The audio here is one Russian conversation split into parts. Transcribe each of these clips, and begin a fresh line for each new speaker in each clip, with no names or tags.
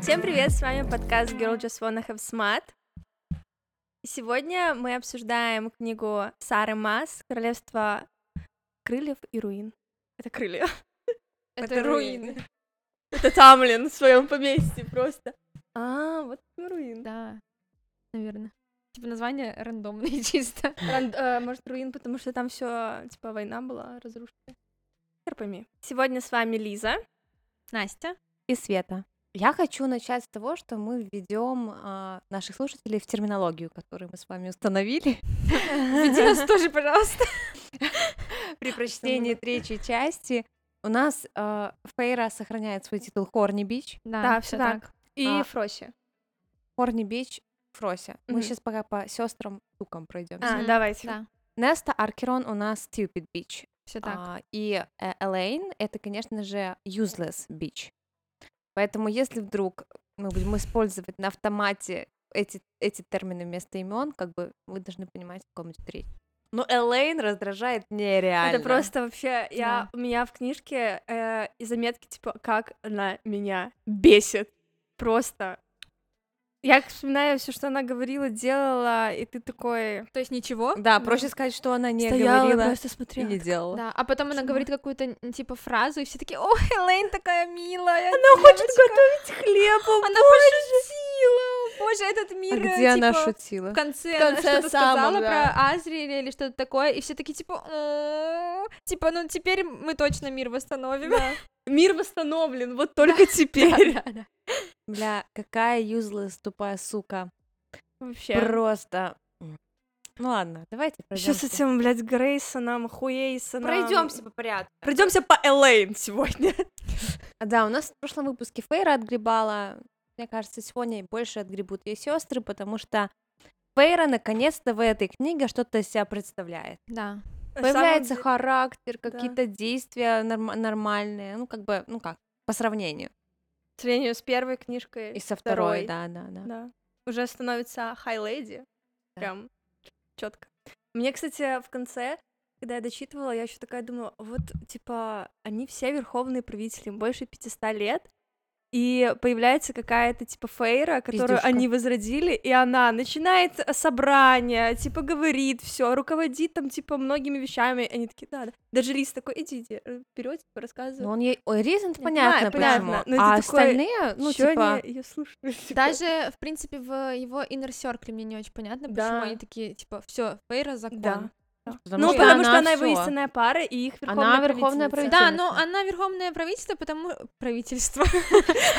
Всем привет, с вами подкаст Girl Just Wanna Have Smart. И Сегодня мы обсуждаем книгу Сары Масс «Королевство крыльев и руин». Это крылья.
Это,
Это
руины.
руины. Это Тамлин в своем поместье просто. А, вот это руин.
Да, наверное. Типа название рандомное чисто.
Ран- э, Может, руин, потому что там все типа, война была разрушена. Хер пойми. Сегодня с вами Лиза.
Настя.
и Света. Я хочу начать с того, что мы введем а, наших слушателей в терминологию, которую мы с вами установили
Веди нас тоже, пожалуйста.
при прочтении третьей части. У нас а, Фейра сохраняет свой титул Хорни Бич.
Да,
всё
всё так. И
А.
Фроси.
Хорни Бич Фрося. Мы
Мгм.
сейчас пока по сестрам сукам пройдемся.
А,
Мгм.
давайте.
Да,
Неста Аркерон у нас Stupid Бич.
все так.
А, и э, Элейн — это, конечно же, useless bitch. Поэтому если вдруг мы будем использовать на автомате эти, эти термины вместо имен, как бы вы должны понимать, в каком речь. Но Элейн раздражает нереально.
Это просто вообще, я, у меня в книжке э, и заметки, типа, как она меня бесит. Просто. Я вспоминаю все, что она говорила, делала, и ты такой...
То есть ничего?
Да, проще сказать, что она не
стояла и
говорила
просто
и
смотрела.
не делала.
Да, а потом она
Почему?
говорит какую-то н- типа фразу, и все такие, о, Элейн такая милая.
Она хочет
девочка».
готовить хлеб, о
Она пошутила. Боже, этот мир.
А
э, типа,
где она шутила?
В конце,
В
она
конце
что-то
самом,
сказала
да.
про Азриэль или что-то такое, и все такие типа, «О, типа, ну теперь мы точно мир восстановим.
боже. Мир восстановлен, вот только теперь.
Бля, какая useless тупая сука.
Вообще.
Просто... м. Ну ладно, давайте
Что с
пройдёмся.
этим, блядь, Грейсоном, Хуэйсоном?
Пройдёмся по порядку.
Пройдемся по Элейн сегодня.
А, Да, у нас в прошлом выпуске Фейра отгребала. Мне кажется, сегодня больше отгребут ее сестры, потому что Фейра наконец-то в этой книге что-то из себя представляет.
Да.
На самом
Появляется
деле-
характер,
да.
какие-то действия норм- нормальные, ну как бы, ну как, по сравнению.
По сравнению с первой книжкой.
И со второй, да, да, да.
Да. Уже становится хай леди.
Да.
Прям четко. Мне, кстати, в конце, когда я дочитывала, я еще такая думала, вот, типа, они все верховные правители, им больше 500 лет, и появляется какая-то, типа, фейра, которую
Пиздюшка.
они возродили, и она начинает э, собрание, типа, говорит все, руководит там, типа, многими вещами, и они такие, да, да. Даже Рис такой, идите, вперед, типа, рассказывай.
Но он ей, ой, Ризент,
Я
понятно,
понимаю, понятно, но
почему.
это
а
такое,
остальные, ну
Чё
типа,
они её слушают?
Даже, в принципе, в его inner circle мне не очень понятно, почему
Да.
они такие, типа, все, Фейра закон.
Да.
Да,
типа, потому
ну,
что
потому что она его
всё.
истинная пара, и их верховная
Она верховная
правительница.
правительница.
но она верховное правительство, потому... Правительство.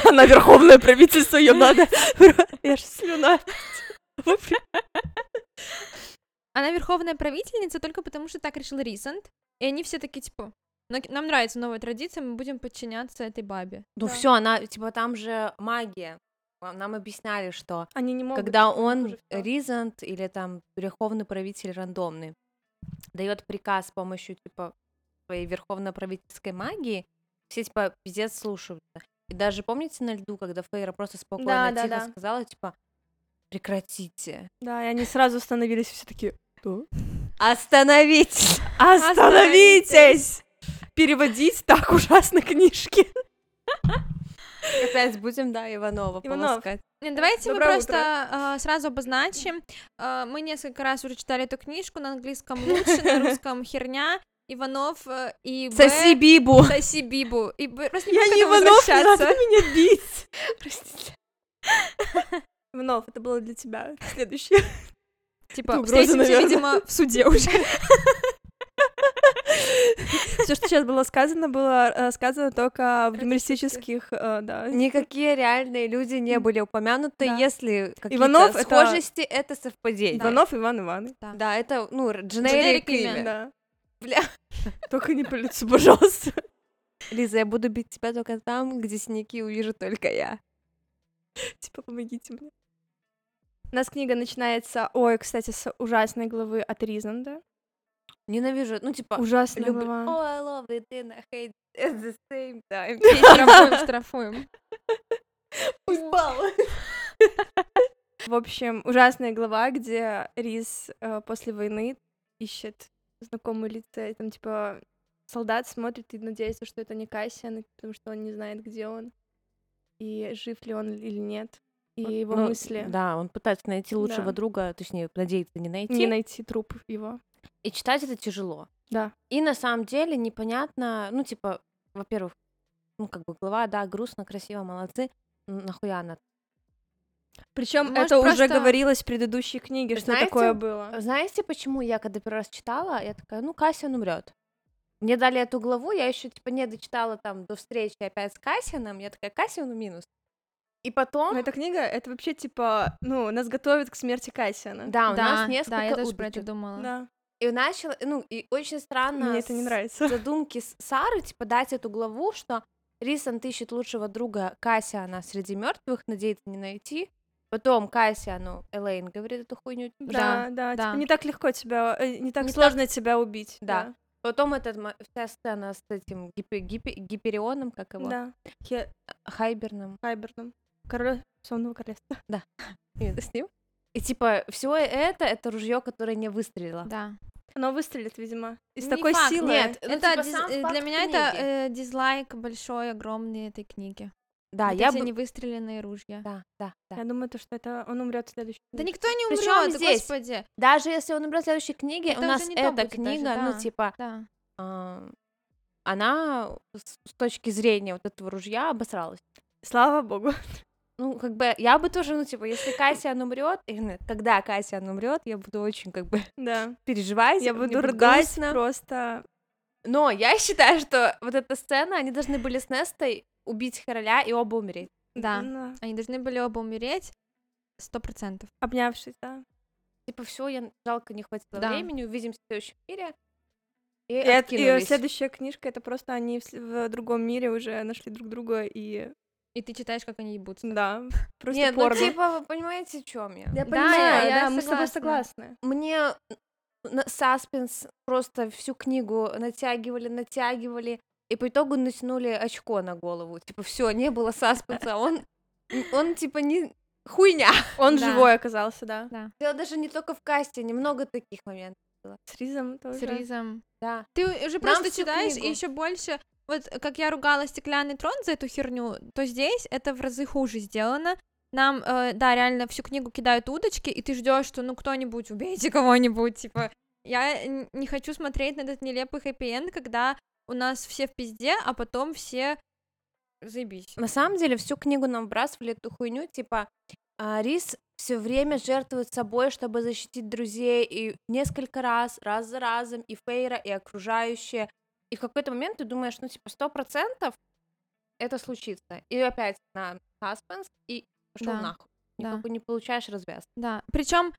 Она верховное правительство, ее надо. Я ж слюна.
Она верховная правительница только потому, что так решил Рисант. И они все такие, типа, «Ну, нам нравится новая традиция, мы будем подчиняться этой бабе.
Ну
Да.
все, она, типа, там же магия. Нам объясняли, что
Они не могут.
когда
уже
он
всё.
ризант или там верховный правитель рандомный дает приказ с помощью типа своей верховно-правительской магии, все типа пиздец слушаются. И даже помните на льду, когда Фейра просто спокойно
да,
тихо
да.
сказала типа прекратите,
Да, и они сразу становились все такие. «Что?
остановитесь.
Остановитесь! Переводить так ужасно книжки.
Опять будем да Иванова
Иванов.
полоскать.
Не, Давайте
Доброе
мы
утро.
просто а, сразу обозначим. А, мы несколько раз уже читали эту книжку, на английском лучше, на русском херня. Иванов э, и Б.
Соси Бибу.
Соси Бибу. И Б- просто не
Я не
могу к этому
Иванов, не надо
возвращаться.
меня бить. Простите. Иванов, это было для тебя. Следующее.
Типа,
Это угроза,
встретимся,
наверное.
видимо, в суде уже.
Все, что сейчас было сказано, было э, сказано только в юмористических, э, да.
Никакие реальные люди не были упомянуты,
Да.
если
Иванов это-
какие-то схожести это совпадение.
Иванов, Иван, Иван.
Да.
Да, это, ну, р-
Generic
generic
имя.
имя.
Да.
Бля.
Только не по лицу, пожалуйста.
Лиза, я буду бить тебя только там, где синяки увижу только я.
Типа, помогите мне. У нас книга начинается, ой, кстати, с ужасной главы от Ризанда.
Ненавижу, ну, типа,
Ужасная
люблю.
глава.
Oh, I love it and I hate it at the same time.
Штрафуем, штрафуем.
В общем, ужасная глава, где Риз э, после войны ищет знакомые лица, и там, типа, солдат смотрит и надеется, что это не Кассиан, и- потому что он не знает, где он. и жив ли он или нет, и
Вот,
его
ну,
мысли.
Да, он пытается найти лучшего
Да.
друга, точнее, надеется не найти.
Не найти труп его.
И читать это тяжело.
Да.
И на самом деле непонятно, ну, типа, во-первых, ну, как бы глава, да, грустно, красиво, молодцы, н- нахуя она?
Причем
Может,
это уже
просто-
говорилось в предыдущей книге, что
Знаете, э,
такое было.
Знаете, почему я, когда первый раз читала, я такая, ну, Кассиан умрет. Мне дали эту главу, я еще типа не дочитала там до встречи опять с Кассианом, я такая, Кассиану минус. И потом,
Но эта книга, Ну, это вообще типа, ну, нас готовит к смерти Кассиана.
да, А, у
да,
нас несколько
да, я тоже про это
удочек.
думала.
Да.
И начала, ну, и очень странно
Мне это не
с-
нравится.
задумки с- Сары, типа, дать эту главу, что Рисан ищет лучшего друга Кассиана среди мертвых, надеется не найти. Потом Кассиану Элейн говорит эту хуйню.
Да, да,
да.
типа, не так легко тебя, э, не так
Не
сложно тебя убить.
Да. Потом этот, м- вся сцена с этим гипе- гипе- Гиперионом, как
Да.
его,
да. Хе-
Хайберном.
Хайберном. Король сонного королевства.
Именно с ним. И типа, все это, это ружье, которое не выстрелило.
Да.
Оно выстрелит, видимо. И с
Не
такой
факт.
силой.
Нет, ну,
это
типа,
диз-
сам
э,
факт
для меня это
книги.
э, дизлайк большой, огромный этой книги.
Да,
Вот
А, я
эти
бы...
невыстреленные ружья. Да,
Да, да, да.
Я думаю, то, что это он умрет в следующем. году.
никто не
Причём
умрет,
здесь?
господи.
Даже если он умрет в следующей книге,
Это
у
уже
нас
не то
эта
будет даже,
книга,
да.
ну, типа,
Да.
а, она с с точки зрения вот этого ружья обосралась.
Слава богу.
Ну, как бы, я бы тоже, ну, типа, если Кассиан умрет, именно когда Кассиан умрет, я буду очень, как бы,
Да.
переживать.
Я
мне
буду
будет
рыдать
грустно.
просто.
Но я считаю, что вот эта сцена, они должны были с Нестой убить короля и оба умереть.
Да.
Да.
Они должны были оба умереть. Сто процентов.
Обнявшись, да.
Типа, все, я жалко, не хватило
Да.
времени, увидимся в следующем мире. И,
И, эт- и
откинулись.
следующая книжка, это просто они в, с- в другом мире уже нашли друг друга и...
И ты читаешь, как они ебутся.
Да, просто
Нет,
порно.
ну, типа, вы понимаете, в чем я?
Я
Да,
понимаю,
а, я- я
да, мы с тобой
согласна.
согласны.
мне н- н- саспенс просто всю книгу натягивали, натягивали, и по итогу натянули очко на голову. Типа, все, не было саспенса, он, он типа не хуйня.
Он
Да.
живой оказался, да.
Дело даже не только в касте, немного таких моментов,
С Ризом тоже.
С Ризом.
да.
Ты уже
Нам
просто
всю
читаешь, и
книгу.
еще больше. Вот как я ругала стеклянный трон за эту херню, то здесь это в разы хуже сделано. Нам, э, да, реально всю книгу кидают удочки, и ты ждешь, что ну кто-нибудь убейте кого-нибудь, типа. Я н- не хочу смотреть на этот нелепый хэппи-энд, когда у нас все в пизде, а потом все заебись.
На самом деле, всю книгу нам вбрасывали эту хуйню, типа, а, Рис все время жертвует собой, чтобы защитить друзей, и несколько раз, раз за разом, и Фейра, и окружающие. И в какой-то момент ты думаешь, ну, типа, сто процентов это случится. И опять на саспенс, и пошел
Да,
нахуй.
да.
Никакой не получаешь развязки.
Да. э, Причем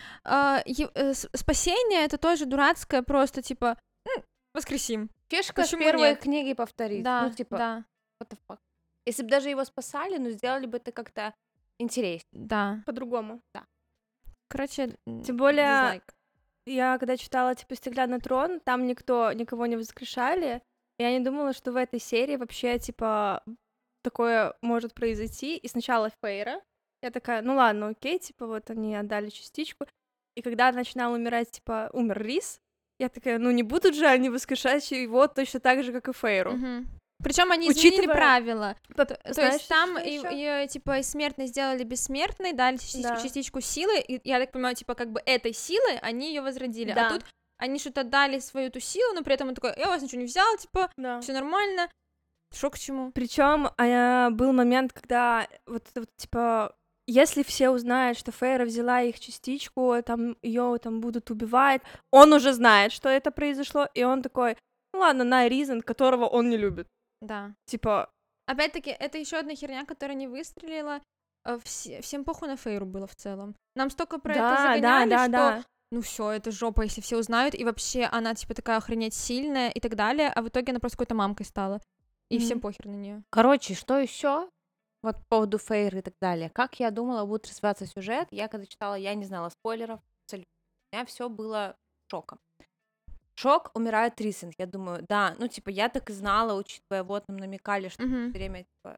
спасение это тоже дурацкое, просто типа «М, воскресим.
Фишка
Почему
с первой
нет?
книги повторить.
Да,
ну, типа,
да,
what the fuck. Если бы даже его спасали, ну, сделали бы это как-то интереснее.
да.
По-другому.
Короче, м,
Тем более,
дизлайк.
Я когда читала, типа, «Стеклянный трон», там никто, никого не воскрешали, я не думала, что в этой серии вообще, типа, такое может произойти. И сначала Фейра, я такая, ну ладно, окей, типа, вот они отдали частичку. И когда начинал умирать, типа, умер Рис, я такая, ну не будут же они воскрешать его точно так же, как и Фейру.
Причем они изменили
Учитывая-
правила.
П-
То, то
знаешь,
есть там
что
и,
ещё?
и, типа и смертной сделали бессмертной, дали части-
Да.
частичку силы. И, я так понимаю, типа как бы этой силы они ее возродили. А
Да.
тут они что-то дали свою ту силу, но при этом он такой, я у вас ничего не взял, типа,
Да.
все нормально. Шо к чему?
Причем а, был момент, когда вот это вот, типа если все узнают, что Фейра взяла их частичку, там ее там будут убивать, он уже знает, что это произошло, и он такой, ну ладно, на Ризен, которого он не любит,
Да.
типа
Опять-таки, это еще одна херня, которая не выстрелила. Э, все- всем похуй на Фейру было в целом. Нам столько про это
да, да,
загоняли,
да,
что
да,
ну все, это жопа, если все узнают, и вообще она, типа, такая охренеть сильная и так далее, а в итоге она просто какой-то мамкой стала. И всем
Мгм.
похер на нее.
Короче, что еще? Вот по поводу Фейры и так далее. Как я думала, будет развиваться сюжет, я когда читала, я не знала спойлеров абсолютно. У меня все было шоком. Шок, умирает Рисен, я думаю, да, ну типа я так и знала, учитывая, вот нам намекали, что всё время типа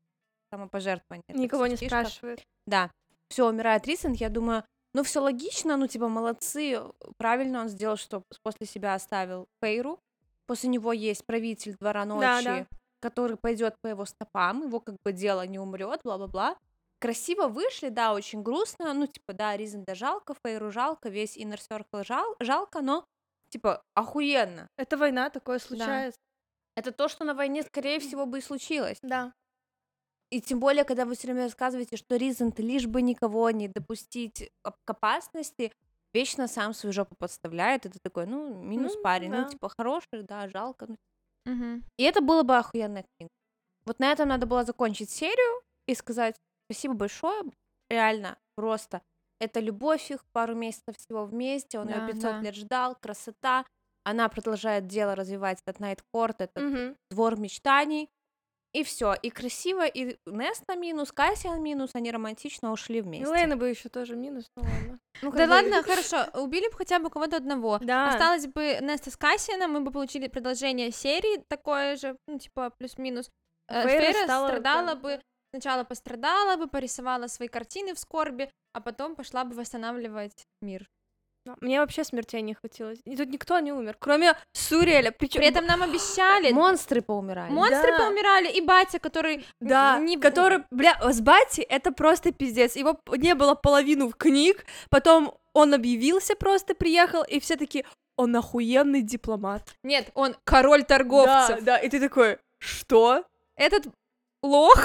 самопожертвование. это
никого
всё
не
фишка.
спрашивает.
Да, все, умирает Рисен, я думаю, ну все логично, ну типа молодцы, правильно он сделал, что после себя оставил Фейру, после него есть правитель двора ночи,
Да, да.
который пойдет по его стопам, его как бы дело не умрет, бла-бла-бла. Красиво вышли, да, очень грустно, ну, типа, да, Ризенда жалко, Фейру жалко, весь Inner Circle жал- жалко, но, типа, охуенно.
Это война, такое случается.
Это то, что на войне, скорее всего, бы и случилось.
Да.
И тем более, когда вы все время рассказываете, что Ризент лишь бы никого не допустить об- к опасности, вечно сам свою жопу подставляет, и ты такой, ну, минус
Ну,
парень,
да.
ну, типа, хороший, да, жалко, ну,
Мгм.
и это было бы охуенная книга. Вот на этом надо было закончить серию и сказать спасибо большое, реально, просто. Это любовь их, пару месяцев всего вместе, он
Да,
ее 500
да.
лет ждал, красота. Она продолжает дело развивать этот Найткорт, этот
Мгм.
двор мечтаний. И все, и красиво, и Неста минус, Кассиан минус, они романтично ушли вместе.
Милена Ну, бы еще тоже минус, ну ладно. Ну,
Да
как бы-
ладно, хорошо, убили бы хотя бы кого-то одного.
Да.
Осталось бы Неста с Кассианом, мы бы получили продолжение серии такое же, ну, типа, плюс-минус. Э,
Фейра
Фейра
стала-
страдала
да.
бы, сначала пострадала бы, порисовала свои картины в скорби, а потом пошла бы восстанавливать мир.
Но Мне вообще смертей не хватило. И тут никто не умер, кроме Суреля. Причем
При этом нам обещали...
Монстры поумирали.
Монстры
Да.
поумирали, и батя, который... н-
Да,
не...
который, бля, с Бати это просто пиздец. Его п- не было половину в книг, потом он объявился просто, приехал, и все такие, он охуенный дипломат.
Нет, он король торговцев.
Да, да, и ты такой, что?
Этот лох.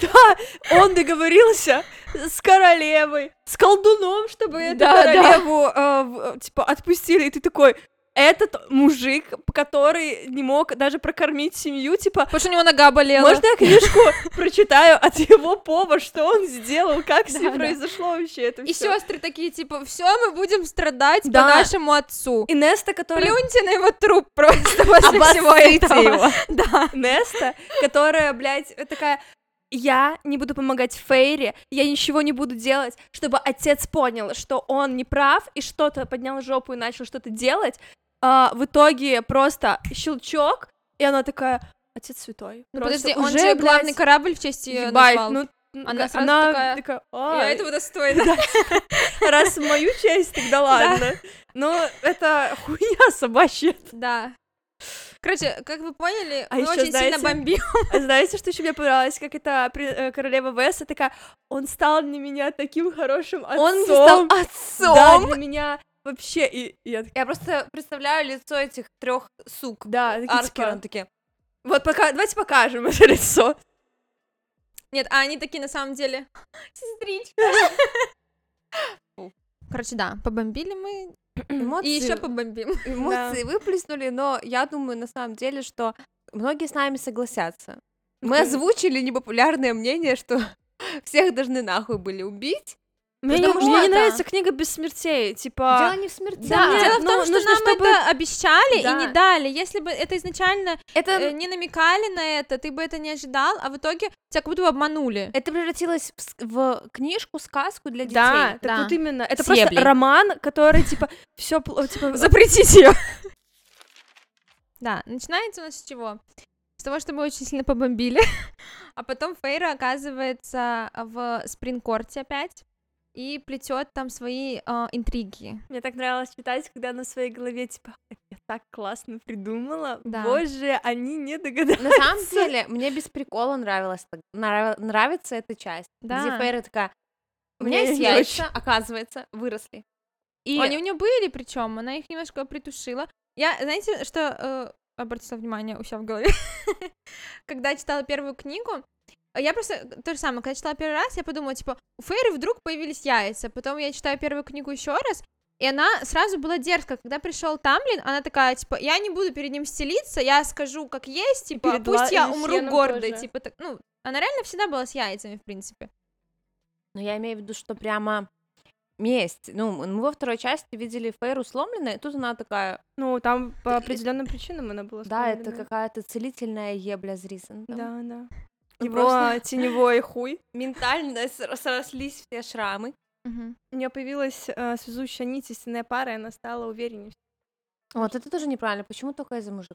Да, он договорился с королевой, с колдуном, чтобы эту
Да, да.
королеву, э, в- э, типа, отпустили, и ты такой, этот мужик, который не мог даже прокормить семью, типа,
Потому что у него нога болела.
Можно я книжку прочитаю от его пома, что он сделал, как с
Да,
ним
да.
произошло вообще это
И
все?
сестры такие, типа, все, мы будем страдать
Да.
по нашему отцу.
И Неста, которая...
Плюньте на его труп просто после всего
Обоссыте
этого.
его.
Да.
Неста, которая, блядь, такая... Я не буду помогать Фейре, я ничего не буду делать, чтобы отец понял, что он не прав, и что-то поднял жопу и начал что-то делать. А, в итоге просто щелчок, и она такая, отец святой.
Ну,
Просто
подожди, он
уже,
же главный
блядь,
корабль в честь ее
ебать,
назвал.
ну,
Она сразу такая,
такая,
Я
«Ай».
этого достойна.
Раз в мою часть, тогда ладно. Но это хуйня собачья.
Да. Короче, как вы поняли,
А
мы
ещё,
очень сильно
знаете,
бомбим.
А знаете, что еще мне понравилось? Как это при- э, королева Веса такая, он стал для меня таким хорошим отцом.
Он не стал отцом.
Да, для меня вообще... И, и я такая,
Я просто представляю лицо этих трех сук.
да, такие,
Аркер, он
типа,
такие,
Вот пока, давайте покажем это лицо.
Нет, а они такие на самом деле... Сестричка. Короче, да, побомбили мы.
эмоции
И еще побомбим.
эмоции выплеснули, но я думаю, на самом деле, что многие с нами согласятся. Мы
Конечно.
озвучили непопулярное мнение, что всех должны нахуй были убить.
Мне, не,
Потому что-
мне не
Да.
нравится книга без смертей, типа...
Дело не в смерти.
Да, нет,
Дело в
ну,
том, что
нужно,
нам
чтобы-
это обещали и
Да.
не дали. Если бы это изначально э,
Это,
не намекали на это, ты бы это не ожидал, а в итоге тебя как будто бы обманули.
это превратилось в, с- в книжку, сказку для детей.
Да,
да.
так вот именно. Это
С
просто
еблей.
роман, который, типа, все... Типа,
Запретить ее. Да, начинается у нас с чего? С того, что мы очень сильно побомбили, а потом Фейра оказывается в спринкорте опять и плетет там свои э, интриги.
Мне так нравилось читать, когда на своей голове, типа, я так классно придумала.
Да.
Боже, они не догадались.
На самом деле, мне без прикола нравилась, так- нрав- нравится эта часть, где
Да.
Фейра такая, у меня
Мне
есть
не
яйца, оказывается, выросли. И
Они у нее были, причем она их немножко притушила. Я, знаете, что э, обратила внимание у себя в голове, когда читала первую книгу, я просто э, то же самое, когда читала первый раз, я подумала, типа, у Фейры вдруг появились яйца. Потом я читаю первую книгу еще раз, и она сразу была дерзка. Когда пришел Тамлин, она такая, типа, я не буду перед ним стелиться, я скажу, как есть, типа,
перед
пусть
Ла-
я умру
Люсьеном
гордой,
тоже.
типа, так, ну, она реально всегда была с яйцами, в принципе.
Но я имею в виду, что прямо месть. Ну, мы во второй части видели Фейру сломленной, и тут она такая,
Ну, там по определенным причинам она была
да, это
сломлена.
какая-то целительная ебля с рисом.
Да, да.
Ну,
Его
просто-
теневой хуй.
Ментально ср- срослись все шрамы.
У нее появилась э, связующая нить, истинная пара, и она стала увереннее.
Вот это тоже неправильно. Почему только из-за мужика?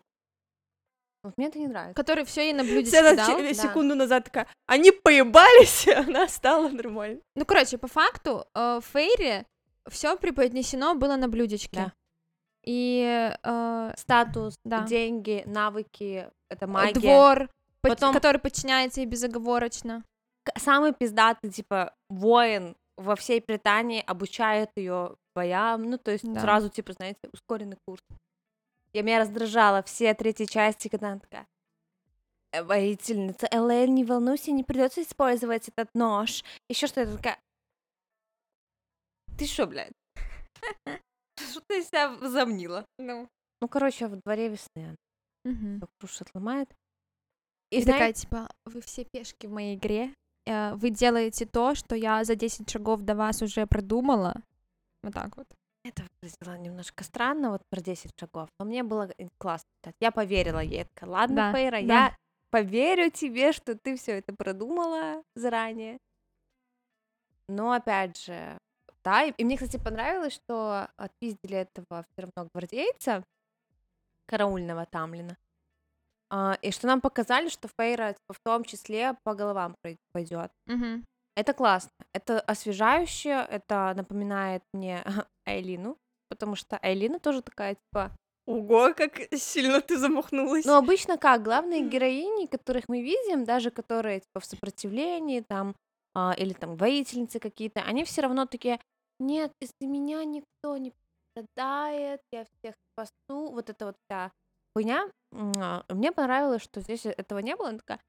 Вот мне это не нравится.
Который все ей на блюде
Она
скидал.
через
да.
секунду назад такая, они поебались, и она стала нормальной.
Ну, короче, по факту, э, Фейри все преподнесено было на блюдечке.
Да.
И э,
Статус,
Да.
деньги, навыки, это магия.
двор, под-
Потом-
который подчиняется ей безоговорочно.
к- самый пиздатый, типа, воин во всей Британии обучает ее боям, ну, то есть
Да.
сразу, типа, знаете, ускоренный курс. Я меня раздражала все третьи части, когда она такая, «Э, воительница, Элэйн, не волнуйся, не придется использовать этот нож. Еще что это такая... Ты что, блядь? Что ты из себя возомнила?
Ну.
Ну, короче, во дворе весны она крушит, ломает.
И,
И,
такая,
знаете,
типа, вы все пешки в моей игре, э, вы делаете то, что я за 10 шагов до вас уже продумала. Вот так вот.
Это выглядело немножко странно, вот про 10 шагов, но мне было э, классно. читать. Я поверила ей. Я такая, ладно,
Да,
Фейра,
да.
я поверю тебе, что ты все это продумала заранее. Но опять же, да, и, и мне, кстати, понравилось, что отпиздили этого все равно гвардейца, караульного Тамлина, А, и что нам показали, что Фейра типа, в том числе по головам пойдет.
Мгм.
Это классно. Это освежающе, это напоминает мне Айлину, потому что Айлина тоже такая, типа...
Ого, как сильно ты замахнулась.
Ну, обычно как? Главные героини, которых мы видим, даже которые, типа, в сопротивлении, там, а, или там воительницы какие-то, они все равно такие, нет, из-за меня никто не пострадает, я всех спасу, вот это вот вся хуйня. М, а, Мне понравилось, что здесь э, этого не было, она такая,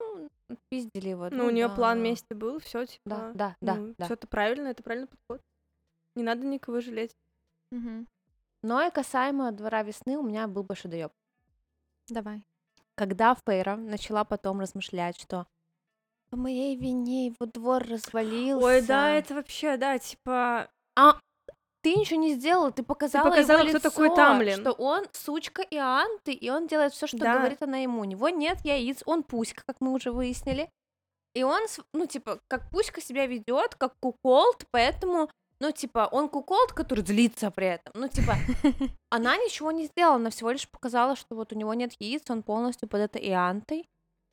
ну, пиздили его.
Ну, у нее
да,
план мести был, все, типа.
Да, да, да, да.
Все это правильно, это правильный подход. Не надо никого жалеть.
Мгм.
Но и касаемо двора весны у меня был большой доеб.
Давай.
Когда Фейра начала потом размышлять, что по моей вине его двор развалился.
Ой, да, это вообще, да, типа.
Ты ничего не сделала, ты показала,
показала,
его
кто
лицо,
такой Тамлин.
что он сучка и анты, и он делает все, что
Да.
говорит она ему. У него нет яиц, он пуська, как мы уже выяснили. И он, с- ну, типа, как пуська себя ведет, как куколд, поэтому, ну, типа, он куколд, который злится при этом. Ну, типа, она ничего не сделала, она всего лишь показала, что вот у него нет яиц, он полностью под это иантой.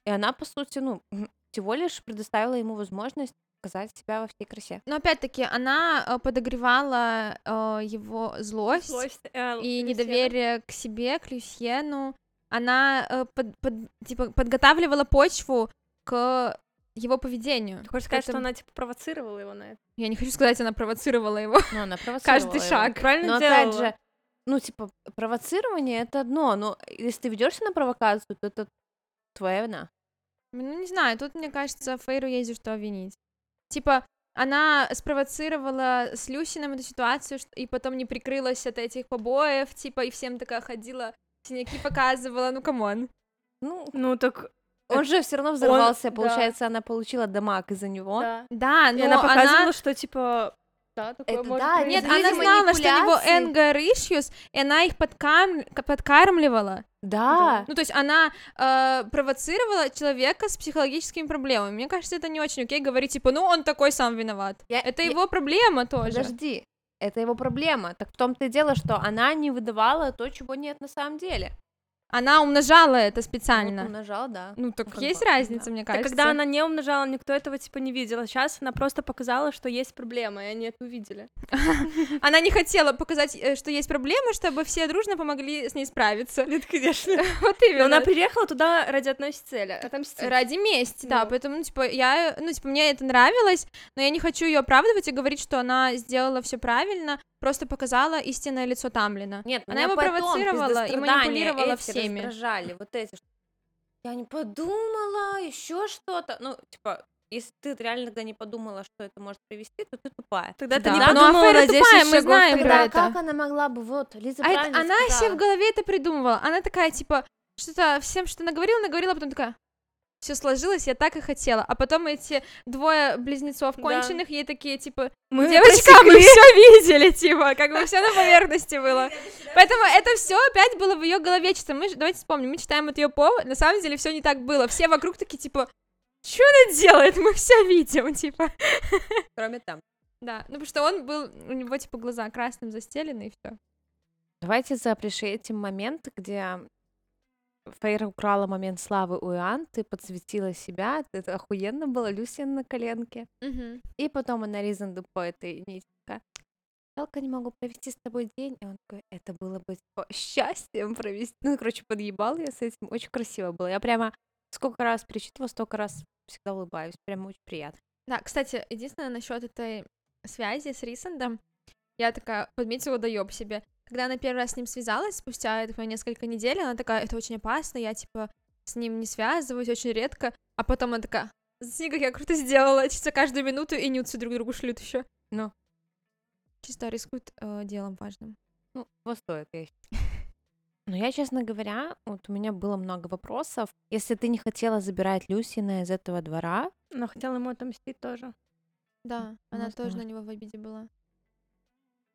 И она, по сути, ну, всего лишь предоставила ему возможность показать себя во всей красе.
Но опять-таки, она э, подогревала э, его злость,
злость, э,
и
Люсьена.
недоверие к себе, к Люсьену. Она э, под- под- типа, подготавливала почву к его поведению.
Ты хочешь сказать, что
Поэтому-
она типа провоцировала его на это?
Я не хочу сказать, она провоцировала его.
Ну, она провоцировала
Каждый
его.
шаг.
Правильно
Но
делала.
опять же, ну, типа, провоцирование это одно, но если ты ведешься на провокацию, то это твоя вина.
Ну, не знаю, тут, мне кажется, Фейру есть за что обвинить. Типа, она спровоцировала с Люсином эту ситуацию что- и потом не прикрылась от этих побоев, типа, и всем такая ходила, синяки показывала, ну, камон.
Ну,
Ну так.
он же все равно взорвался,
да.
получается, она получила дамаг из-за него.
Да.
Да,
И
но
она
она...
показывала, что типа. Да, такое
Это
может
да, это
Нет,
произойти.
она
Из-за этих
знала, что у него
манипуляций.
anger issues, и она их подкам- к- подкармливала.
Да.
Ну, то есть она э, провоцировала человека с психологическими проблемами. Мне кажется, это не очень окей говорить, типа, ну, он такой сам виноват.
Я-
Это
я-
его проблема тоже.
Подожди, это его проблема. Так в том-то и дело, что она не выдавала то, чего нет на самом деле.
Она умножала это
Вот
специально.
умножал, да.
Ну, так
как
есть
бы,
разница,
да.
мне
Так
кажется.
когда она не умножала, никто этого типа не видел. Сейчас она просто показала, что есть проблема, и они это увидели.
Она не хотела показать, э, что есть проблемы, чтобы все дружно помогли с ней справиться.
Это, конечно.
Вот
Но
именно.
она приехала туда ради одной цели. Отомстить.
Ради мести, да,
Ну.
поэтому, ну, типа, я, ну, типа, мне это нравилось, но я не хочу ее оправдывать и говорить, что она сделала все правильно, просто показала истинное лицо Тамлина.
Нет,
Она
меня
его
потом
провоцировала и
пиздострадания
манипулировала
эти
всеми.
раздражали, вот эти. что Я не подумала, еще что-то. Ну, типа, если ты реально тогда не подумала, что это может привести, то ты тупая.
Тогда ты
Да.
не
Ну, а
подумала
Фейра
на 10
тупая, мы
шагов
знаем
вперёд.
про
Тогда
это.
как она могла бы, вот, Лиза
А это-
правильно
она себе
сказала.
в голове это придумывала. Она такая, типа, что-то всем, что наговорила, наговорила, а потом такая, все сложилось, я так и хотела. А потом эти двое близнецов
Да.
конченых ей такие, типа,
Мы
Девочка, мы все видели, типа, как бы все на поверхности было. Поэтому это все опять было в ее голове. Что мы, ж- давайте вспомним, мы читаем от ее повод, на самом деле все не так было. Все вокруг такие, типа, что она делает? Мы все видим, типа.
Кроме там.
Да, ну потому что он был, у него, типа, глаза красным застелены и все.
Давайте запрещаем момент, где Фейра украла момент славы у Ианты, подсветила себя, это охуенно было, Люсин на коленке. И потом она Ризанду по этой нитке. такая, Жалко, не могу провести с тобой день. И он такой, это было бы типа, счастьем провести. Ну, короче, подъебал я с этим. Очень красиво было. Я прямо
Сколько раз перечитывала, столько раз всегда улыбаюсь. Прям очень приятно.
Да, кстати, единственное насчет этой связи с Рисандом, я такая подметила доеб себе. Когда она первый раз с ним связалась, спустя я так понимаю, несколько недель, она такая, это очень опасно, я типа с ним не связываюсь очень редко, а потом она такая, смотри, как я круто сделала, чисто каждую минуту и нюцы друг другу шлют еще.
Ну.
Чисто рискуют э, делом важным.
Ну, во стоит, я считаю.
Но я, честно говоря, вот у меня было много вопросов. Если ты не хотела забирать Люсина из этого двора,
Но хотела ему отомстить тоже.
Да, она тоже
возможно.
на него в обиде была.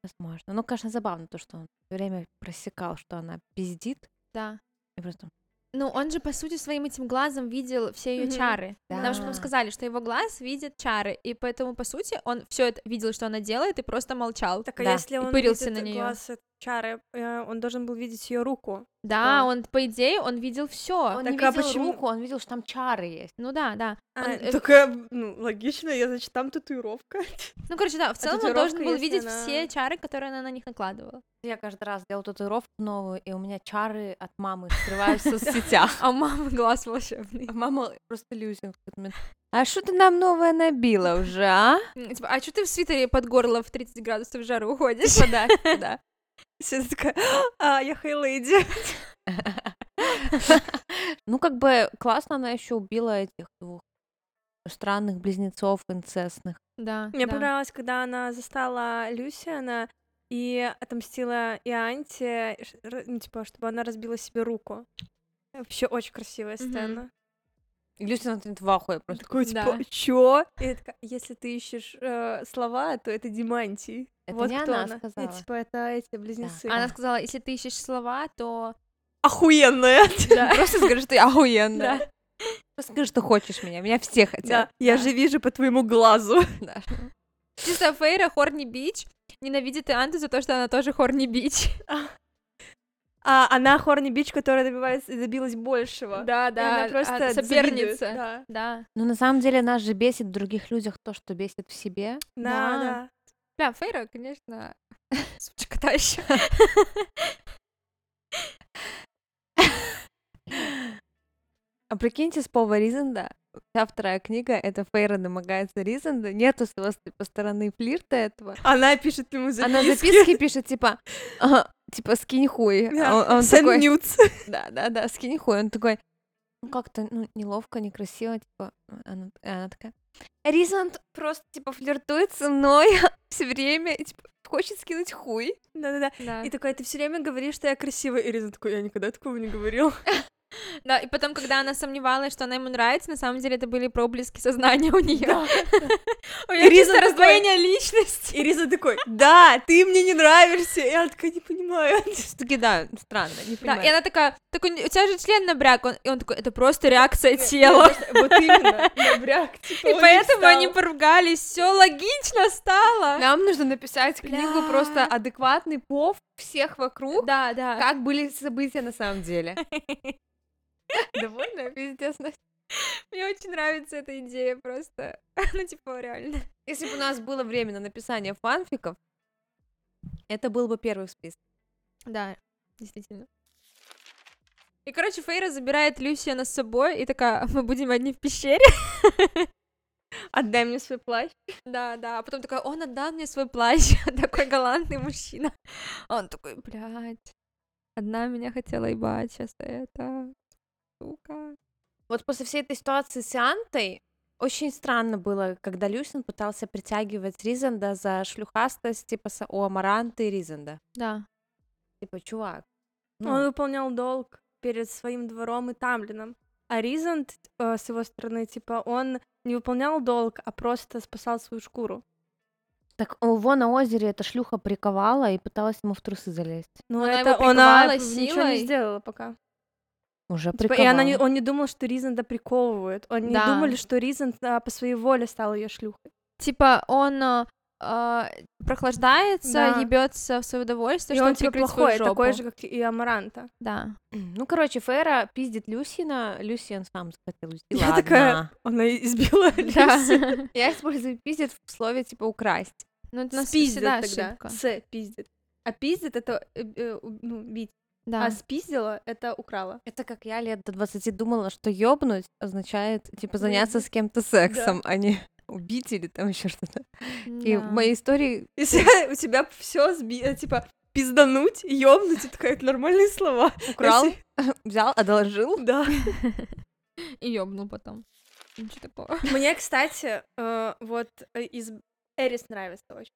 возможно. Ну, конечно, забавно то, что он всё время просекал, что она пиздит.
Да.
И просто...
Ну, он же, по сути, своим этим глазом видел все ее
Мгм.
чары. Потому что
Да.
нам сказали, что его глаз видит чары. И поэтому, по сути, он все это видел, что она делает, и просто молчал.
Так а
Да,
если
и
он
пырился
видит
на неё.
глаз от чары, э, он должен был видеть ее руку.
Да,
Да.
он, по идее, он видел все.
Он
так
не
а
видел
почему-
руку, он видел, что там чары есть.
Ну да, да.
А,
Он, э,
Только, ну, логично, я, значит, там татуировка.
Ну, короче, да, в целом он
А татуировка,
должен был
если
видеть
она-
все чары, которые она на них накладывала.
Я каждый раз делаю татуировку новую, и у меня чары от мамы скрываются в соцсетях.
А у мамы глаз волшебный.
А мама просто Люсин в какой-то момент. А что ты нам новое набила уже, а?
М, Типа, а что ты в свитере под горло в 30 градусов жару уходишь?
Типа,
Да, да.
Все такая, а, я хейлэйди.
Ну, как бы классно она еще убила этих двух странных близнецов инцестных.
Да,
Мне
да.
понравилось, когда она застала Люсиана и отомстила Ианте, ш- р- ну, типа, чтобы она разбила себе руку. Вообще очень красивая
Мгм.
сцена.
И Люсин тут в ахуе просто.
Такой,
типа, Да.
чё? И я такая, если ты ищешь э, слова, то это Димантий.
Это
вот
не
кто
она
она. Ну,
сказала.
типа, это эти близнецы.
Она сказала, если ты ищешь слова, то...
Охуенная!
Просто скажи, что я охуенная.
Да.
Просто скажи, что хочешь меня. Меня все хотят.
Да, я же вижу по твоему глазу.
Да.
Чисто Фейра Хорни Бич ненавидит Ианту за то, что она тоже Хорни Бич.
А она Хорни Бич, которая добивается, добилась большего.
Да,
И она
да,
просто
а,
завидует,
соперница.
Да.
Да.
Но Ну, на самом деле нас же бесит в других людях то, что бесит в себе.
Да,
Да.
да.
Бля, Фейра, конечно, сучка та еще.
А прикиньте, с Пова Ризенда, вся вторая книга, это Фейра намогается Ризенда, нету с его с- стороны флирта этого.
Она пишет ему записки.
Она записки пишет, типа, «Ага, типа, скинь хуй.
Да.
А он- а он
Send
такой,
nudes.
да, да, да, скинь хуй. Он такой, ну как-то, ну, неловко, некрасиво, типа, она, и она такая, Ризент просто, типа, флиртует со мной все время, и, типа, хочет скинуть хуй.
Да-да-да.
Да.
И такая, ты все время говоришь, что я красивая. И Риза такой, я никогда такого не говорил.
Да, и потом, когда она сомневалась, что она ему нравится, на самом деле это были проблески сознания у нее. У нее
И Риза
чисто
такой-
раздвоение личности.
И Риза такой, да, ты мне не нравишься. И она такая, не понимаю.
Все-таки, да, странно, не
Да,
понимаю.
и она такая, так у н- у тебя же член набряк, Он- и он такой, это просто реакция тела.
Вот именно, добряк.
И поэтому они поругались, все логично стало.
Нам нужно написать книгу
Бля.
просто адекватный пов всех вокруг,
Да, да.
как были события на самом деле. Довольно, пиздец, Настя.
Мне очень нравится эта идея просто. Ну, типа, реально.
Если бы у нас было время на написание фанфиков, это был бы первый в списке.
Да, действительно. И, короче, Фейра забирает Люсиана с собой и такая, мы будем одни в пещере.
Отдай мне свой плащ.
Да, да. А потом такая, он отдал мне свой плащ. Такой галантный мужчина. А Он такой, блядь. Одна меня хотела ебать, сейчас это... Сука.
Вот после всей этой ситуации с Иантой очень странно было, когда Люсин пытался притягивать Ризанда за шлюхастость типа са- у Амаранты и Ризанда.
Да.
Типа, чувак, ну,
Он выполнял долг перед своим двором и Тамлином. А Ризант, э, с его стороны, типа, он не выполнял долг, а просто спасал свою шкуру.
так его на озере эта шлюха приковала и пыталась ему в трусы залезть.
Но
Она
это
его
она
приковала
ничего
силой.
не сделала пока.
Уже
Типа,
приковала.
и она не, он не думал, что Ризанда приковывает. Он
Да.
не думали, что Ризанд а, по своей воле стал ее шлюхой.
Типа, он э, э, прохлаждается,
Да.
ебется в свое удовольствие,
и
чтобы
он типа
прикрыть
плохой,
свою жопу.
такой же, как и Амаранта.
Да.
Ну, короче, Фейра пиздит Люсина, Люсиан сам захотел уйти.
Я
Ладно.
такая- Она избила
Да.
Люси.
Я использую пиздит в слове, типа, украсть.
Ну, это у нас
Спиздит
всегда
тогда.
ошибка.
С пиздит. А пиздит это э, э, у- ну, бить.
Да.
А спиздила — это украла.
Это как я лет до 20 думала, что ёбнуть означает, типа, заняться с кем-то сексом, а не убить или там еще что-то. И
Да.
в моей истории
Если у тебя все типа, пиздануть, ёбнуть, это такая нормальные слова.
украл, взял, одолжил.
Да.
И ёбнул потом. Ничего такого.
Мне, кстати, э, вот э, из Эрис нравится очень.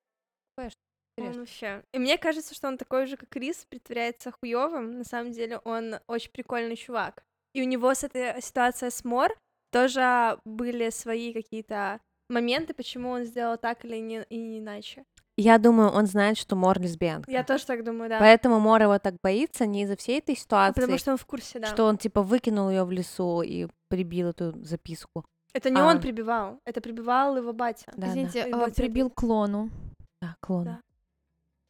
Конечно,
Он
интересно.
вообще. И мне кажется, что он такой же, как Рис, притворяется хуёвым. На самом деле он очень прикольный чувак. И у него с этой э, ситуацией с Мор тоже были свои какие-то моменты, почему он сделал так или не, и не иначе.
Я думаю, он знает, что Мор лесбиянка.
Я тоже так думаю, да. Ну,
Поэтому Мор его так боится не из-за всей этой ситуации,
Потому что он в курсе, да.
что он, типа, выкинул ее в лесу и прибил эту записку.
Это не
А.
он прибивал, это прибивал его батя.
Да, да.
Извините,
Ой,
э,
батя,
прибил клону.
Да, клон.
Да.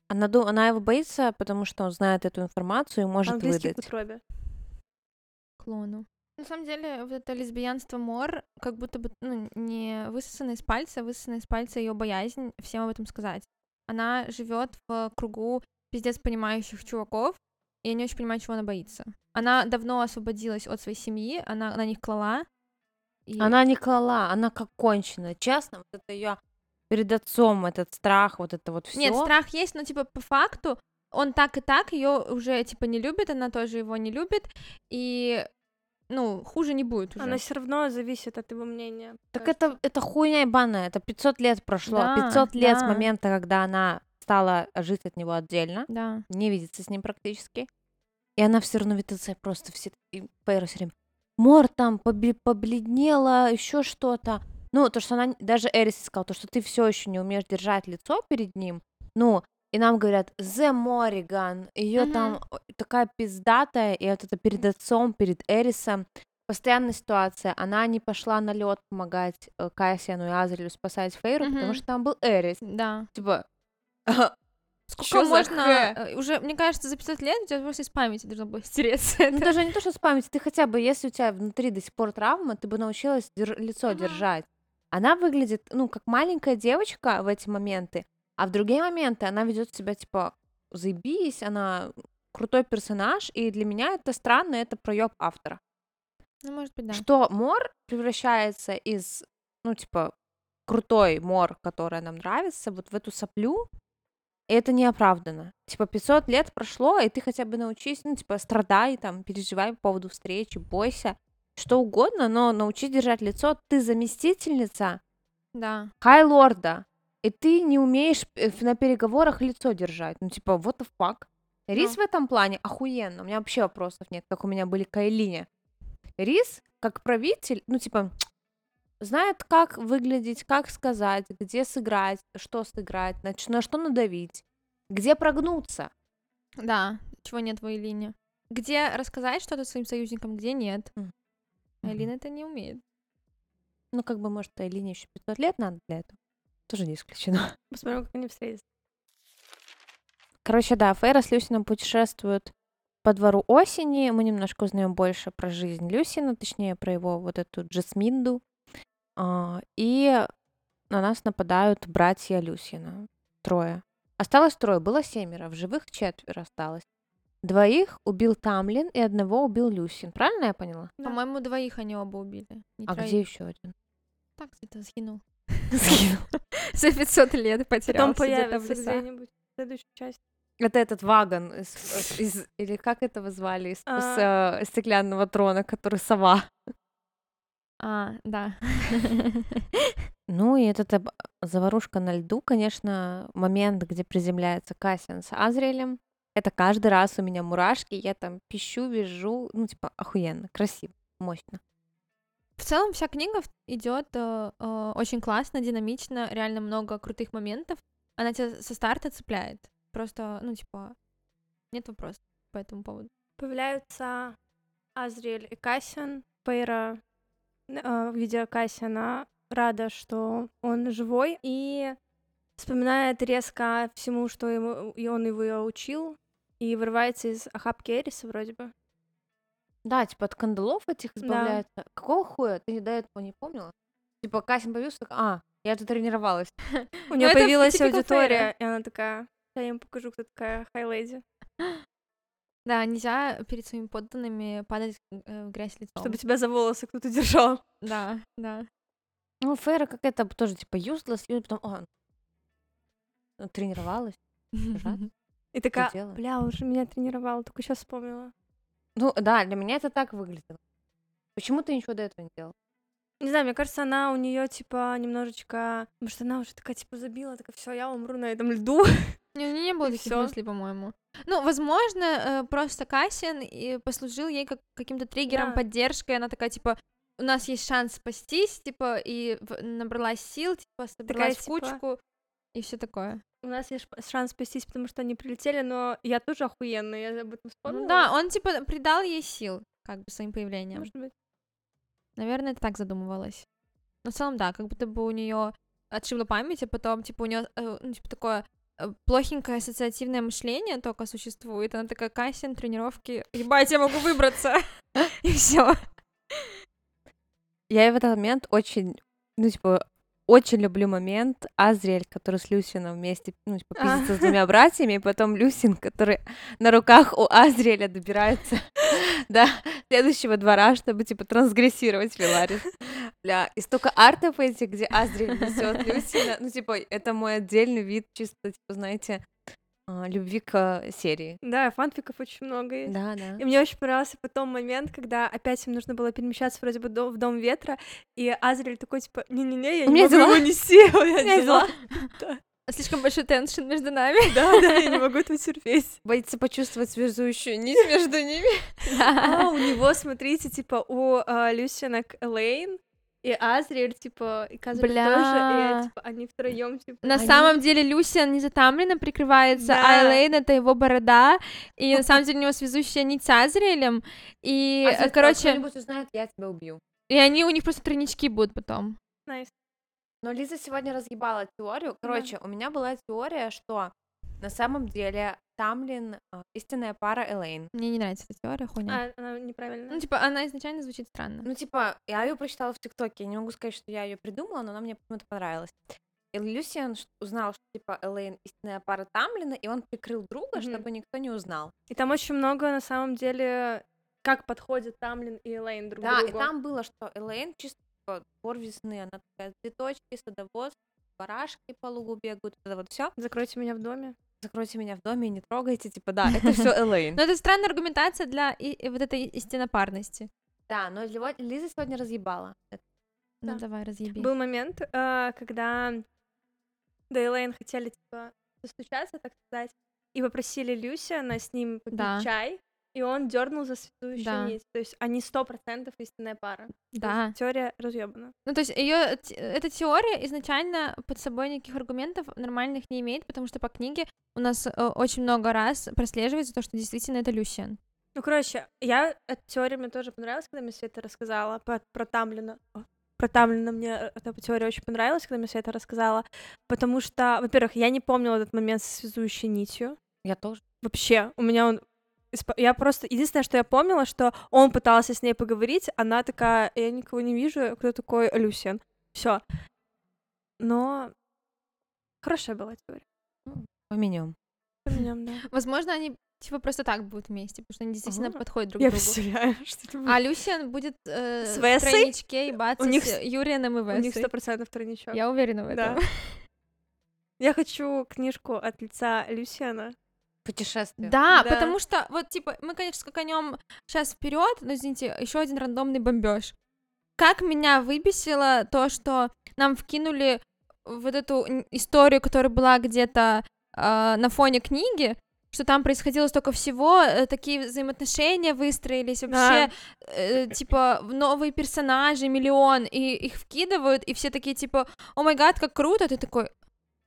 Она, ду- она его боится, потому что он знает эту информацию и может
Английский
выдать.
к утробе.
клону. На самом деле, вот это лесбиянство Мор, как будто бы ну, не высосано из пальца, а высосано из пальца ее боязнь всем об этом сказать. Она живет в кругу пиздец понимающих чуваков, и я не очень понимаю, чего она боится. Она давно освободилась от своей семьи, она на них клала. и-
Она не клала, она как кончена. Честно, вот это ее перед отцом, этот страх, вот это вот все.
Нет, страх есть, но типа по факту он так и так ее уже типа не любит, она тоже его не любит, и ну, хуже не будет уже.
Она все равно зависит от его мнения. Э,
Так это, это хуйня ебаная, это 500 лет прошло,
Да,
500 лет с
да.
момента, когда она стала жить от него отдельно,
Да.
не видится с ним практически, и она все равно ведется просто все и Пейра все время, Мор там побе- побледнела, еще что-то, ну, то, что она, даже Эрис сказал, то, что ты все еще не умеешь держать лицо перед ним, ну, и нам говорят, The Мориган, ее
Мгм.
там о, такая пиздатая, и вот это перед отцом, перед Эрисом, постоянная ситуация, она не пошла на лед помогать э, Кассиану и Азрилю спасать Фейру, потому
Мгм.
что там был Эрис,
Да.
типа,
Сколько
Чё за
можно?
хэ?
э, Уже, мне кажется, за 500 лет у тебя просто из памяти должно было стереться.
Ну,
это.
даже не то, что с памяти, ты хотя бы, если у тебя внутри до сих пор травма, ты бы научилась дер- лицо
Мгм.
держать. Она выглядит, ну, как маленькая девочка в эти моменты, а в другие моменты она ведет себя, типа, заебись, она крутой персонаж, и для меня это странно, это проеб автора.
Ну, может быть, да.
Что Мор превращается из, ну, типа, крутой Мор, которая нам нравится, вот в эту соплю, и это неоправданно. Типа, 500 лет прошло, и ты хотя бы научись, ну, типа, страдай, там, переживай по поводу встречи, бойся, что угодно, но научись держать лицо. Ты заместительница
Да.
Хайлорда, и ты не умеешь э, ф- на переговорах лицо держать. Ну, типа, вот the fuck. Рис в этом плане охуенно. У меня вообще вопросов нет, как у меня были к Айлине. Рис, как правитель, ну, типа, знает, как выглядеть, как сказать, где сыграть, что сыграть, на, ч- на что надавить, где прогнуться.
Да. Чего нет в Элине? Где рассказать что-то своим союзникам, где нет.
Мгм.
Элина это не умеет.
Ну, как бы, может, Айлине еще 500 лет надо для этого. Тоже не исключено.
Посмотрим, как они встретятся.
Короче, да, Фейра с Люсином путешествуют по двору осени. Мы немножко узнаем больше про жизнь Люсина, точнее, про его вот эту Джасминду. А, И на нас нападают братья Люсина. Трое. Осталось трое, было семеро, в живых четверо осталось. Двоих убил Тамлин и одного убил Люсин. Правильно я поняла?
Да.
По-моему, двоих они оба убили. не
А
троих.
где еще один?
Так где-то сгинул.
Скинул.
За 500 лет
Потом
потерялся где-то в
появится
лесах.
где-нибудь в следующей части.
Это этот вагон из, из- или как этого звали из, с, э, стеклянного трона, который сова.
А, да.
Ну и эта таб- заварушка на льду, конечно, момент, где приземляется Кассиан с Азриэлем, это каждый раз у меня мурашки, я там пищу, вижу, ну типа охуенно, красиво, мощно.
В целом вся книга идет очень классно, динамично, реально много крутых моментов. Она тебя со старта цепляет. Просто, ну, типа, нет вопросов по этому поводу.
Появляются Азриэль и Кассиан. Пейра, э, видя Кассиана, рада, что он живой, и вспоминает резко всему, что ему, и он его и учил, и вырывается из охапки Эриса вроде бы.
Да, типа от кандалов этих
Да.
избавляется. Какого хуя? Ты до этого не помнила? Типа Кассиан появился, так, а, я же тренировалась.
У нее
Ну, это
появилась
typical Фейра.
аудитория, и она такая, я им покажу, кто такая Хайледи.
Да, нельзя перед своими подданными падать э, в грязь лицом.
чтобы тебя за волосы кто-то держал.
Да, да.
Ну, Фейра какая-то тоже, типа, useless, и потом, о, ну, тренировалась.
И такая,
делала?
бля, он же меня тренировал, только сейчас вспомнила.
Ну, да, для меня это так выглядело. Почему ты ничего до этого не делал?
Не знаю, мне кажется, она у нее типа немножечко. Может, она уже такая типа забила, такая, все, я умру на этом льду.
Не, у неё не было
И
таких
всё.
мыслей, по-моему. Ну, возможно, э, просто Кассиан и послужил ей как каким-то триггером,
Да.
поддержкой. Она такая, типа, у нас есть шанс спастись, типа, и в- набралась сил, типа, собралась в
типа,
кучку и все такое.
У нас есть ш- шанс спастись, потому что они прилетели, но я тоже охуенная, я об этом
Ну
вспомнила.
да, он, типа, придал ей сил, как бы, своим появлением.
может быть.
Наверное, это так задумывалось. Но в целом, да, как будто бы у нее отшибла память, а потом, типа, у нее, ну, типа, такое э, плохенькое ассоциативное мышление только существует. Она такая, Кассин, тренировки, ебать, я могу выбраться. И все.
Я в этот момент очень, ну, типа, очень люблю момент Азриэль, который с Люсином вместе, ну, типа,
А.
пиздится с двумя братьями, и потом Люсин, который на руках у Азриэля добирается до следующего двора, чтобы, типа, трансгрессировать Виларис. Бля, и столько артов этих, где Азриэль несет Люсина, ну, типа, это мой отдельный вид, чисто, типа, знаете, а, любви к э, серии.
Да, фанфиков очень много есть.
Да, да.
И мне очень понравился потом момент, когда опять им нужно было перемещаться вроде бы до- в дом ветра, и Азрель такой типа, не-не-не, я
У
не
меня
могу
дела».
его нести, «А, у меня
меня
дела.
Слишком большой теншн между нами.
Да, да, я не могу этого терпеть.
Боится почувствовать связующую нить между ними.
А у него, смотрите, типа у э, Люсина к Элейн и Азриэль, типа, и Казаль тоже,
Бля.
и, типа, они втроем, типа,
На
они-
самом деле Люсиан незатамленно прикрывается, а
Да.
Элейн — это его борода, и на самом деле у него связующая нить с
А
Азриэлем, и, э, короче,
А кто-нибудь узнает, я тебя убью.
и они у них просто тройнички будут потом.
Найс.
Но Лиза сегодня разъебала теорию. Короче, у меня была теория, что на самом деле Тамлин а, истинная пара Элейн.
Мне не нравится эта теория, хуйня.
А, она неправильно.
Ну, типа, она изначально звучит странно.
Ну, типа, я ее прочитала в ТикТоке. Я не могу сказать, что я ее придумала, но она мне почему-то понравилась. И Люсиан ш- узнал, что типа Элейн истинная пара Тамлина, и он прикрыл друга,
Мгм.
чтобы никто не узнал.
И там очень много, на самом деле, как подходят Тамлин и Элейн друг
да,
другу.
и там было, что Элейн чисто типа, двор весны, она такая цветочки, садовод, барашки по лугу бегают, вот это вот все.
Закройте меня в доме.
Закройте меня в доме и не трогайте, типа, да, это все Элейн.
Ну
Но это странная аргументация для и, и вот этой истинопарности.
Да, но Лива- Лиза сегодня разъебала. Это
Ну,
Да.
давай, разъеби.
Был момент, э, когда да и Элейн хотели, типа, достучаться, так сказать, и попросили Люсиана с ним попить
Да.
чай, и он дернул за связующую
Да.
нить. То есть они сто процентов истинная пара. То есть
Да.
Теория разъебана.
Ну, то есть ее эта теория изначально под собой никаких аргументов нормальных не имеет, потому что по книге у нас э, очень много раз прослеживается то, что действительно это Люсиан.
Ну, короче, я эта теория мне тоже понравилась, когда мне Света рассказала про, про Тамлина. О, Про Тамлина мне э, эта теория очень понравилась, когда мне Света рассказала, потому что, во-первых, я не помнила этот момент со связующей нитью.
Я тоже.
Вообще, у меня он... испо- Я просто... Единственное, что я помнила, что он пытался с ней поговорить, она такая, я никого не вижу, кто такой Люсиан. Все. Но хорошая была теория.
Поменем.
Поменяем, да.
Возможно, они типа просто так будут вместе, потому что они действительно
Ага.
подходят друг
Я
к другу.
представляю, что это будет.
А Люсиан будет э,
С
в
Вессой?
тройничке ебаться
У них
с Юрианом и
У них
Вессой.
сто процентов тройничок.
Я уверена в
Да.
этом.
Я хочу книжку от лица Люсиана.
Путешествие.
Да,
Да.
потому что, вот, типа, мы, конечно, скаканем сейчас вперед, но, извините, еще один рандомный бомбеж. Как меня выбесило то, что нам вкинули вот эту н- историю, которая была где-то э, на фоне книги, что там происходило столько всего, э, такие взаимоотношения выстроились вообще, э, типа, в новые персонажи, миллион, и их вкидывают, и все такие, типа, о май гад, как круто, ты такой,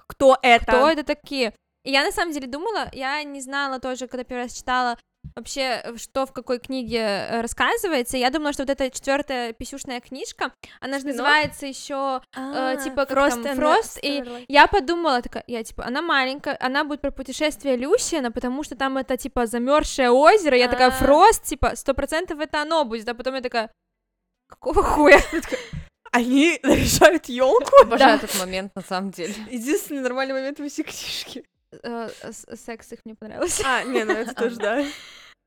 Кто Э, это?
кто это такие? И я на самом деле думала, я не знала тоже, когда первый раз читала вообще, э, что в какой книге э, рассказывается. Я думала, что вот эта четвертая писюшная книжка, она же
Спин-офф?
называется еще
А,
типа, как
Фрост Э,
там,
and
Фрост и-
Starlight.
я подумала, такая, я типа, она маленькая, она будет про путешествие Люсиана, потому что там это типа замерзшее озеро, я такая,
А.
Фрост, типа, сто процентов это оно будет, а потом я такая, какого хуя?
Они наряжают елку.
Обожаю этот момент, на самом деле.
Единственный нормальный момент во всей книжке.
Э, с- Секс их мне понравился.
А, не, ну это тоже, да.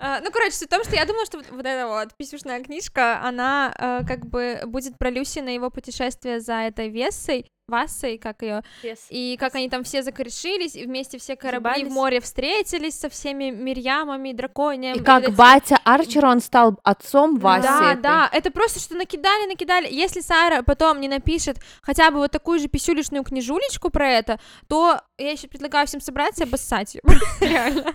А, Ну, короче, суть в том, что я думала, что вот, вот эта вот писюшная книжка, она э, как бы будет про Люсина и его путешествие за этой Весой, Васой, как ее, и как они там все закорешились, и вместе все корабли в
Ебались.
море встретились со всеми Мирьямами, драконием.
И как батя Арчера, он стал отцом Васи.
Да,
этой.
да, это просто что накидали, накидали. Если Сара потом не напишет хотя бы вот такую же писюлечную книжулечку про это, то я еще предлагаю всем собраться и обоссать ее. Реально.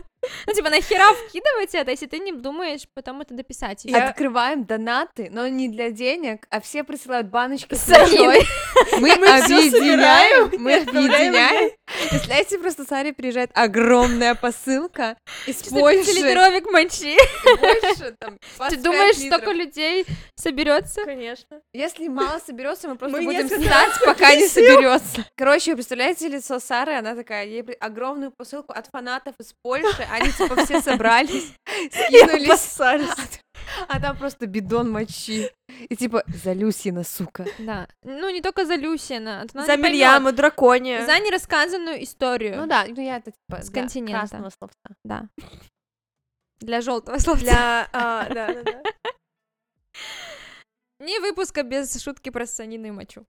Ну, типа, нахера вкидывать это, если ты не думаешь потом это дописать ещё?
Я-
Открываем донаты, но не для денег, а все присылают баночки с
Солидно.
мочой. Мы
всё
объединяем,
собираем
мы объединяем. Представляете, просто Саре приезжает огромная посылка из
Чисто
Польши.
пятилитровик мочи.
Польши, там,
Ты
25
думаешь,
литров.
столько людей соберется?
Конечно.
Если мало соберется, мы просто
Мы
будем
несколько
стать, пока не соберется. Короче, вы представляете лицо Сары, она такая, ей при- огромную посылку от фанатов из Польши, они типа все собрались, скинулись, а там просто бидон мочи. И типа, за Люсина, сука.
Да. Ну, не только за Люсина. а то она
За
не поймёт.
Мильяму, дракония.
За нерассказанную историю.
Ну да, ну я это типа
С
для
континента.
красного словца.
да. Для желтого слова.
Для... а, да, да, да.
Не выпуска без шутки про санину и мочу.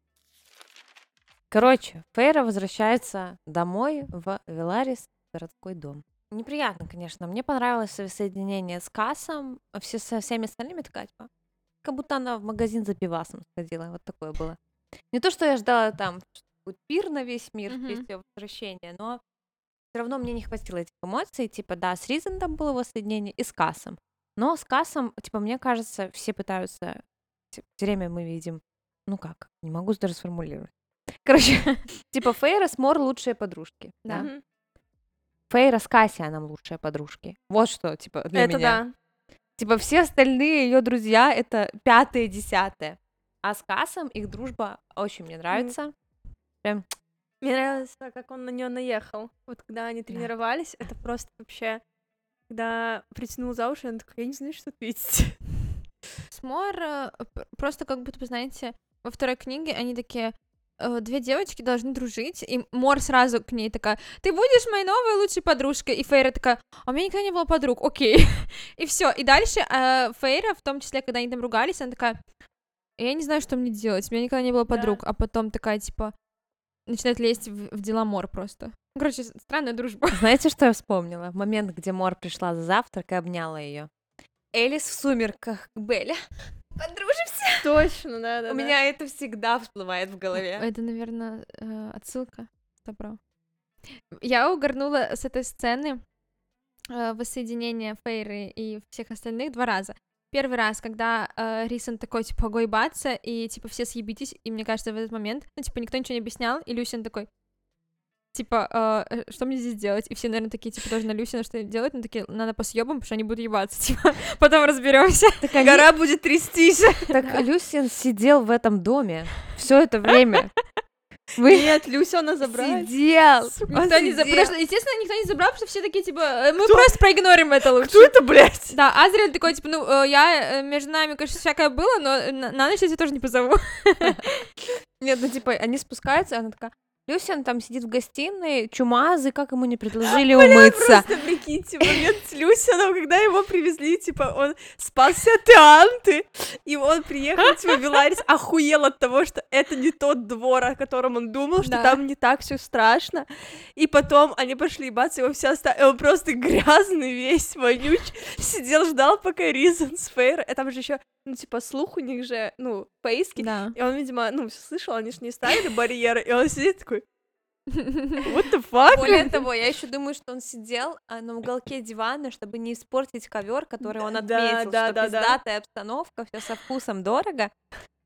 Короче, Фейра возвращается домой в Веларис, городской дом. Неприятно, конечно. Мне понравилось соединение с Кассом, а все со всеми остальными такая, типа, как будто она в магазин за пивасом сходила, вот такое было. Не то, что я ждала там, что будет пир на весь мир в
Мгм.
честь ее возвращения, но все равно мне не хватило этих эмоций, типа, да, с Ризен там было воссоединение и с Кассом. Но с Кассом, типа, мне кажется, все пытаются, типа, все время мы видим, ну как, не могу даже сформулировать. Короче, типа Фейра с Мор лучшие подружки.
Да.
Мгм.
Фейра с Кассианом лучшие подружки. Вот что, типа, для
Это
меня.
да.
Типа, все остальные ее друзья — это пятые, десятые. А с Кассом их дружба очень мне нравится.
Мне нравилось, а, как он на нее наехал. Вот когда они тренировались, это просто вообще... Когда притянул за уши, он такой, я не знаю, что ответить.
Смор э, п- просто как будто бы, знаете, во второй книге они такие э, две девочки должны дружить, и Мор сразу к ней такая, ты будешь моей новой лучшей подружкой, и Фейра такая, а у меня никогда не было подруг, окей, и все, и дальше э, Фейра, в том числе, когда они там ругались, она такая, я не знаю, что мне делать, у меня никогда не было подруг, а потом такая, типа, начинает лезть в, в дела Мор просто. Ну, Короче, с- странная дружба.
Знаете, что я вспомнила? В момент, где Мор пришла за завтрак и обняла ее. Элис в сумерках, Беля. Подружимся.
Точно, да, да.
У меня это всегда всплывает в голове.
Это, наверное, э, отсылка. Добро. Я угорнула с этой сцены э, воссоединение Фейры и всех остальных два раза. Первый раз, когда э, Рисон такой, типа, гойбаться, и, типа, все съебитесь, и, мне кажется, в этот момент, ну, типа, никто ничего не объяснял, и Люсин такой, типа, э, э, что мне здесь делать? И все, наверное, такие, типа, тоже на Люсина что делать, но такие, надо по съебам, потому что они будут ебаться, типа, потом разберемся.
Так они-
Гора будет трястись.
Так Люсин сидел в этом доме все это время. Вы
Нет, Люсю она забрала.
сидел. Он
Никто не за-
сидел.
потому что, естественно, никто не забрал, потому что все такие, типа, «Э, мы просто проигнорим это лучше.
это, блядь?
Да, Азриэль такой, типа, ну, э, я, э, между нами, конечно, всякое было, но э, на, на ночь я тебя тоже не позову.
Нет, ну типа, они спускаются, она такая, Люсин там сидит в гостиной, чумазый, как ему не предложили умыться.
Просто прикиньте, момент с Люсином, когда его привезли, типа, он спасся от Ианты, и он приехал, типа, в Беларис охуел от того, что это не тот двор, о котором он думал, что
Да.
там не так все страшно, и потом они пошли ебаться, его все оставили, он просто грязный весь, вонючий, сидел, ждал, пока Ризен с Фейр, а там же еще, ну, типа, слух у них же, ну, фейский,
Да.
и он, видимо, ну, всё слышал, они же не ставили барьеры, и он сидит такой, what the fuck?
Более того, я еще думаю, что он сидел а, на уголке дивана, чтобы не испортить ковер, который он
Да,
отметил,
да, да,
что
да.
пиздатая обстановка, все со вкусом дорого.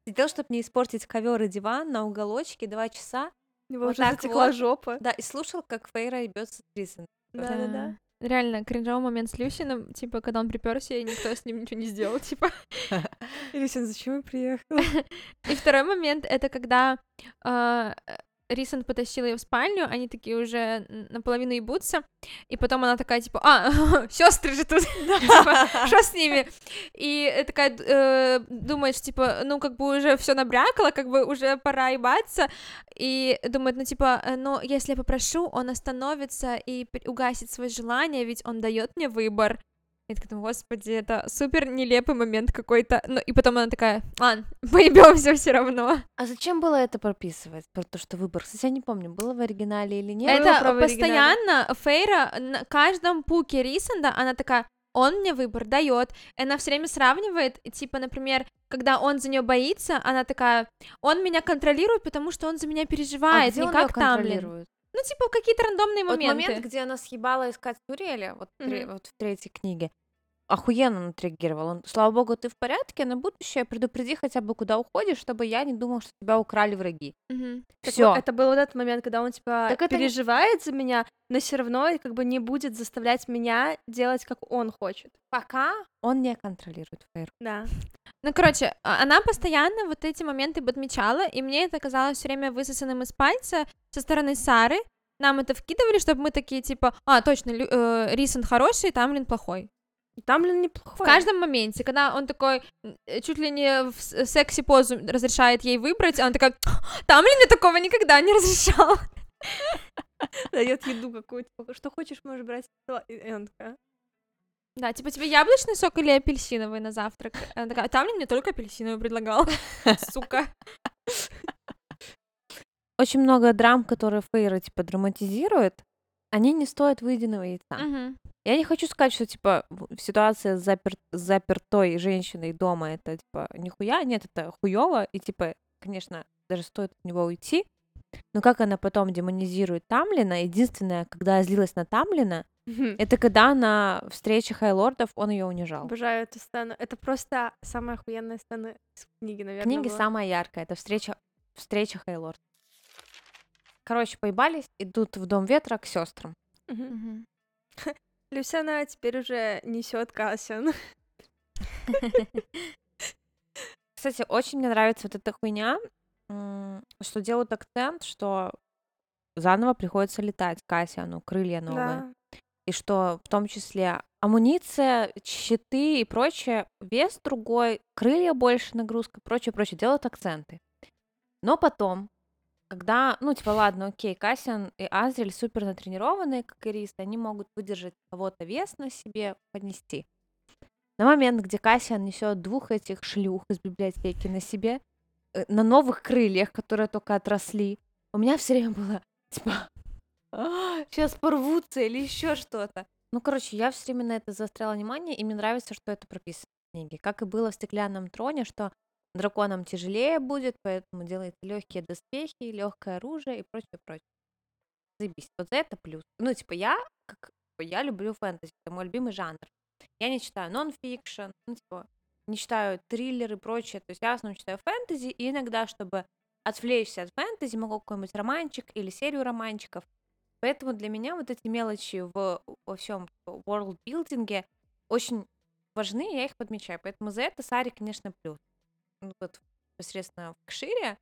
Сидел, чтобы не испортить ковер и диван на уголочке два часа,
У него уже
Вот так
затекла
вот.
жопа.
да, и слушал, как Фейра ебется с Ризен.
Да-да-да.
Реально, кринжовый момент с Люсином, типа, когда он приперся, и никто с ним ничего не сделал, типа.
Люсин, зачем я приехала?
И второй момент, это когда э, Рисон потащила ее в спальню, они такие уже наполовину ебутся, и потом она такая, типа, а, сестры же тут, Типа, что с ними? И э, такая д- э, думаешь, типа, ну, как бы уже все набрякало, как бы уже пора ебаться, и думает, ну, типа, э, ну, если я попрошу, он остановится и при- угасит свое желание, ведь он дает мне выбор. Я такая думаю, господи, это супер нелепый момент какой-то. Ну, и потом она такая, ладно, поебемся все равно.
А зачем было это прописывать? Про то, что выбор. Кстати, я не помню, было в оригинале или нет.
было
это
право оригинала.
постоянно Фейра на каждом пуке Рисенда, она такая, он мне выбор дает. Она все время сравнивает, и типа, например, когда он за нее боится, она такая, он меня контролирует, потому что он за меня переживает,
где
не
он её
как там.
контролирует?
Ну, типа, какие-то рандомные
Вот
моменты.
момент, где она съебала искать турели, вот, тре-
Мгм.
вот в третьей книге.
Охуенно натриггировал. Он, слава богу, ты в порядке, на будущее предупреди хотя бы, куда уходишь, чтобы я не думал, что тебя украли враги.
Мгм.
Так
Все.
вот, это был вот этот момент, когда он типа
Так это не-
переживает за меня, но все равно как бы не будет заставлять меня делать, как он хочет.
Пока
Он не контролирует Фейру.
Да.
Ну, короче, а- она постоянно вот эти моменты подмечала, и мне это казалось все время высосанным из пальца со стороны Сары. Нам это вкидывали, чтобы мы такие, типа, а, точно, Лю- э, Рисон хороший, Тамлин плохой.
Там, блин, неплохой.
В каждом моменте, когда он такой, э, чуть ли не в с- секси-позу разрешает ей выбрать, а она такая, Тамлин мне такого никогда не разрешал.
дает еду какую-то. Типа, Что хочешь, можешь брать. И- и она такая,
Да, типа тебе яблочный сок или апельсиновый на завтрак? Она такая, Тамлин мне только апельсиновый предлагал, сука.
Очень много драм, которые Фейра, типа, драматизирует, они не стоят выеденного яйца.
Мгм.
Я не хочу сказать, что, типа, в- ситуация с запер- с запертой женщиной дома, это, типа, нихуя, нет, это хуёво, и, типа, конечно, даже стоит от него уйти, но как она потом демонизирует Тамлина, единственное, когда я злилась на Тамлина,
«Мгм».
это когда на встрече Хайлордов он ее унижал.
Обожаю эту сцену. Это просто самая охуенная сцена из книги,
В
наверное.
книге
была.
самая яркая, это встреча, встреча Хайлорд. Короче, поебались, идут в Дом Ветра к сестрам.
Мгм.
Мгм.
Люсяна теперь уже несет Кассиан.
Кстати, очень мне нравится вот эта хуйня, м, что делают акцент, что заново приходится летать Кассиану, крылья
Да.
новые. И что в том числе амуниция, щиты и прочее, вес другой, крылья больше, нагрузка, прочее, прочее, делают акценты. Но потом, когда, ну, типа, ладно, окей, Кассиан и Азрель супер натренированные, как и Рис, они могут выдержать кого-то вес на себе, поднести. На момент, где Кассиан несет двух этих шлюх из библиотеки на себе, э, на новых крыльях, которые только отросли, у меня все время было, типа, сейчас А, порвутся или еще что-то. Ну, короче, я все время на это заостряла внимание, и мне нравится, что это прописано в книге. Как и было в «Стеклянном троне», что драконам тяжелее будет, поэтому делается легкие доспехи, легкое оружие и прочее, прочее. Заебись. Вот за это плюс. Ну, типа, я, как бы, я люблю фэнтези, это мой любимый жанр. Я не читаю нон-фикшн, ну, типа, не читаю триллеры и прочее. То есть я в основном читаю фэнтези, и иногда, чтобы отвлечься от фэнтези, могу какой-нибудь романчик или серию романчиков. Поэтому для меня вот эти мелочи в, во всем ворлдбилдинге очень важны, и я их подмечаю. Поэтому за это Саре, конечно, плюс. Ну, вот непосредственно в Кшире,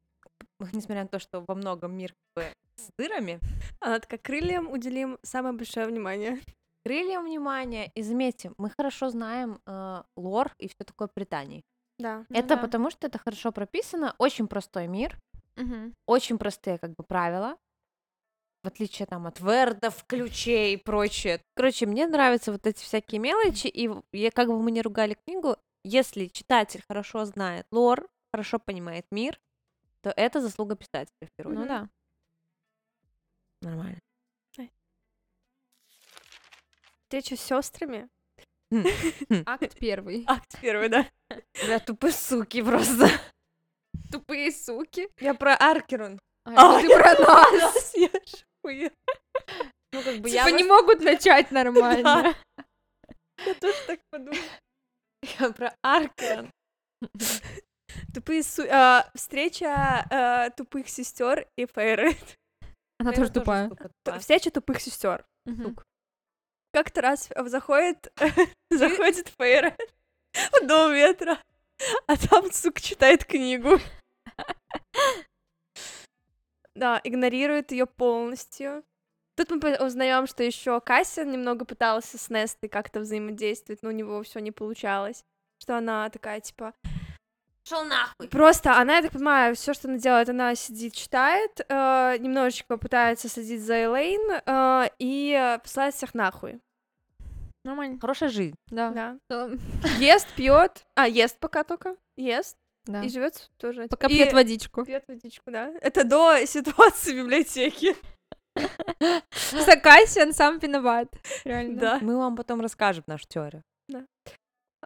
несмотря на то, что во многом мир как бы с дырами,
Она такая, А крыльям уделим самое большое внимание.
крыльям внимание, и заметьте, мы хорошо знаем э, лор и все такое Британии.
Да.
Ну
это
да.
потому, что это хорошо прописано, очень простой мир,
Мгм.
очень простые как бы правила, в отличие там от вердов, ключей и прочее. Короче, мне нравятся вот эти всякие мелочи, и в- я, как бы мы не ругали книгу, если читатель хорошо знает лор, хорошо понимает мир, то это заслуга писателя в первую
Ну
очередь.
да.
Нормально.
Встреча с сестрами.
Акт первый.
Акт первый, А, да.
Бля, тупые суки просто.
Тупые суки.
Я про Аркерон.
А, ты про нас.
Я ж хуя.
Ну, как бы
Типа
я
не могут начать нормально.
Я тоже так подумала.
про- про Аркерон.
Тупые су... а, встреча а, тупых сестер и Фейры.
Она тоже тупая.
А.
Т- Встреча тупых сестер. Как-то раз в- заходит, заходит Фейра в дом ветра, а там, сука, читает книгу. Да, игнорирует ее полностью. Тут мы по- узнаем, что еще Кассиан немного пытался с Нестой как-то взаимодействовать, но у него все не получалось. Что она такая, типа,
Шел нахуй.
Просто она, я так понимаю, все, что она делает, она сидит, читает, э, немножечко пытается следить за Элейн э, и э, посылает всех нахуй.
Нормально.
Хорошая жизнь.
Да.
Да.
Ест, пьет. А, ест пока только. Ест.
да.
И живет тоже.
Пока
И
пьет водичку.
Пьет водичку, да. Это до ситуации библиотеки.
Сакасиан сам виноват. Реально.
Да.
Мы вам потом расскажем нашу теорию.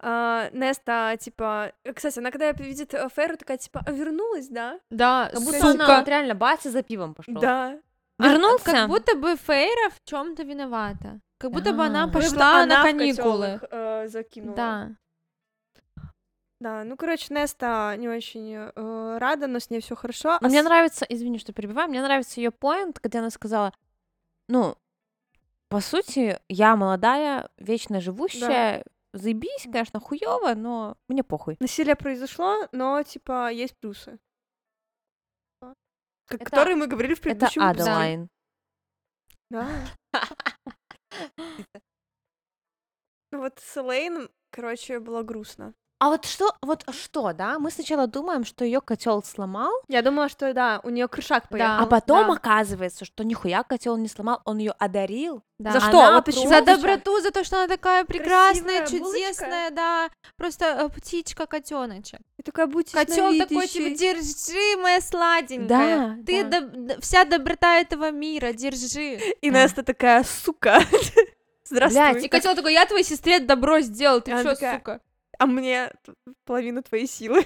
А, Неста, типа... Кстати, она когда видит э, Фейру, такая, типа, «А, вернулась, да?
Да,
Как будто она вот
сука.
реально батя за пивом пошел.
Да.
А,
Вернулся?
Как будто бы Фейра в чем-то виновата. Как будто бы
А.
она
Как будто
пошла на
в
каникулы.
котёлок, э, закинула.
Да.
Да, ну, короче, Неста не очень э, рада, но с ней все хорошо. А
Но А мне
с-
нравится, извини, что перебиваю, мне нравится ее поинт, где она сказала, ну, по сути, я молодая, вечно живущая, заебись, конечно, хуёво, но мне похуй.
Насилие произошло, но, типа, есть плюсы. Как,
Это-
Которые мы говорили в
Это
предыдущем выпуске.
Адалайн.
Да. Ну вот с Элейн, короче, было грустно.
А вот что, вот что, да? Мы сначала думаем, что ее котел сломал,
Я думала, что да, у нее крышак поехал.
поехал.
а потом
да.
оказывается, что нихуя котел не сломал, он ее одарил.
Да.
За
Она
что? Вот
просто-
почему?
За
Булочка.
доброту, за то, что она такая прекрасная,
Красивая булочка.
чудесная, да. Просто э, птичка котеночек.
И такая будь
Котел такой,
ясновидящей.
типа, держи, моя сладенькая.
Да.
Ты
да.
доб- д- вся доброта этого мира, держи.
И Неста такая, сука, здравствуй.
И котел такой, я твоей сестре добро сделал, ты
Она
чё,
такая,
сука?
А мне т- половину твоей силы.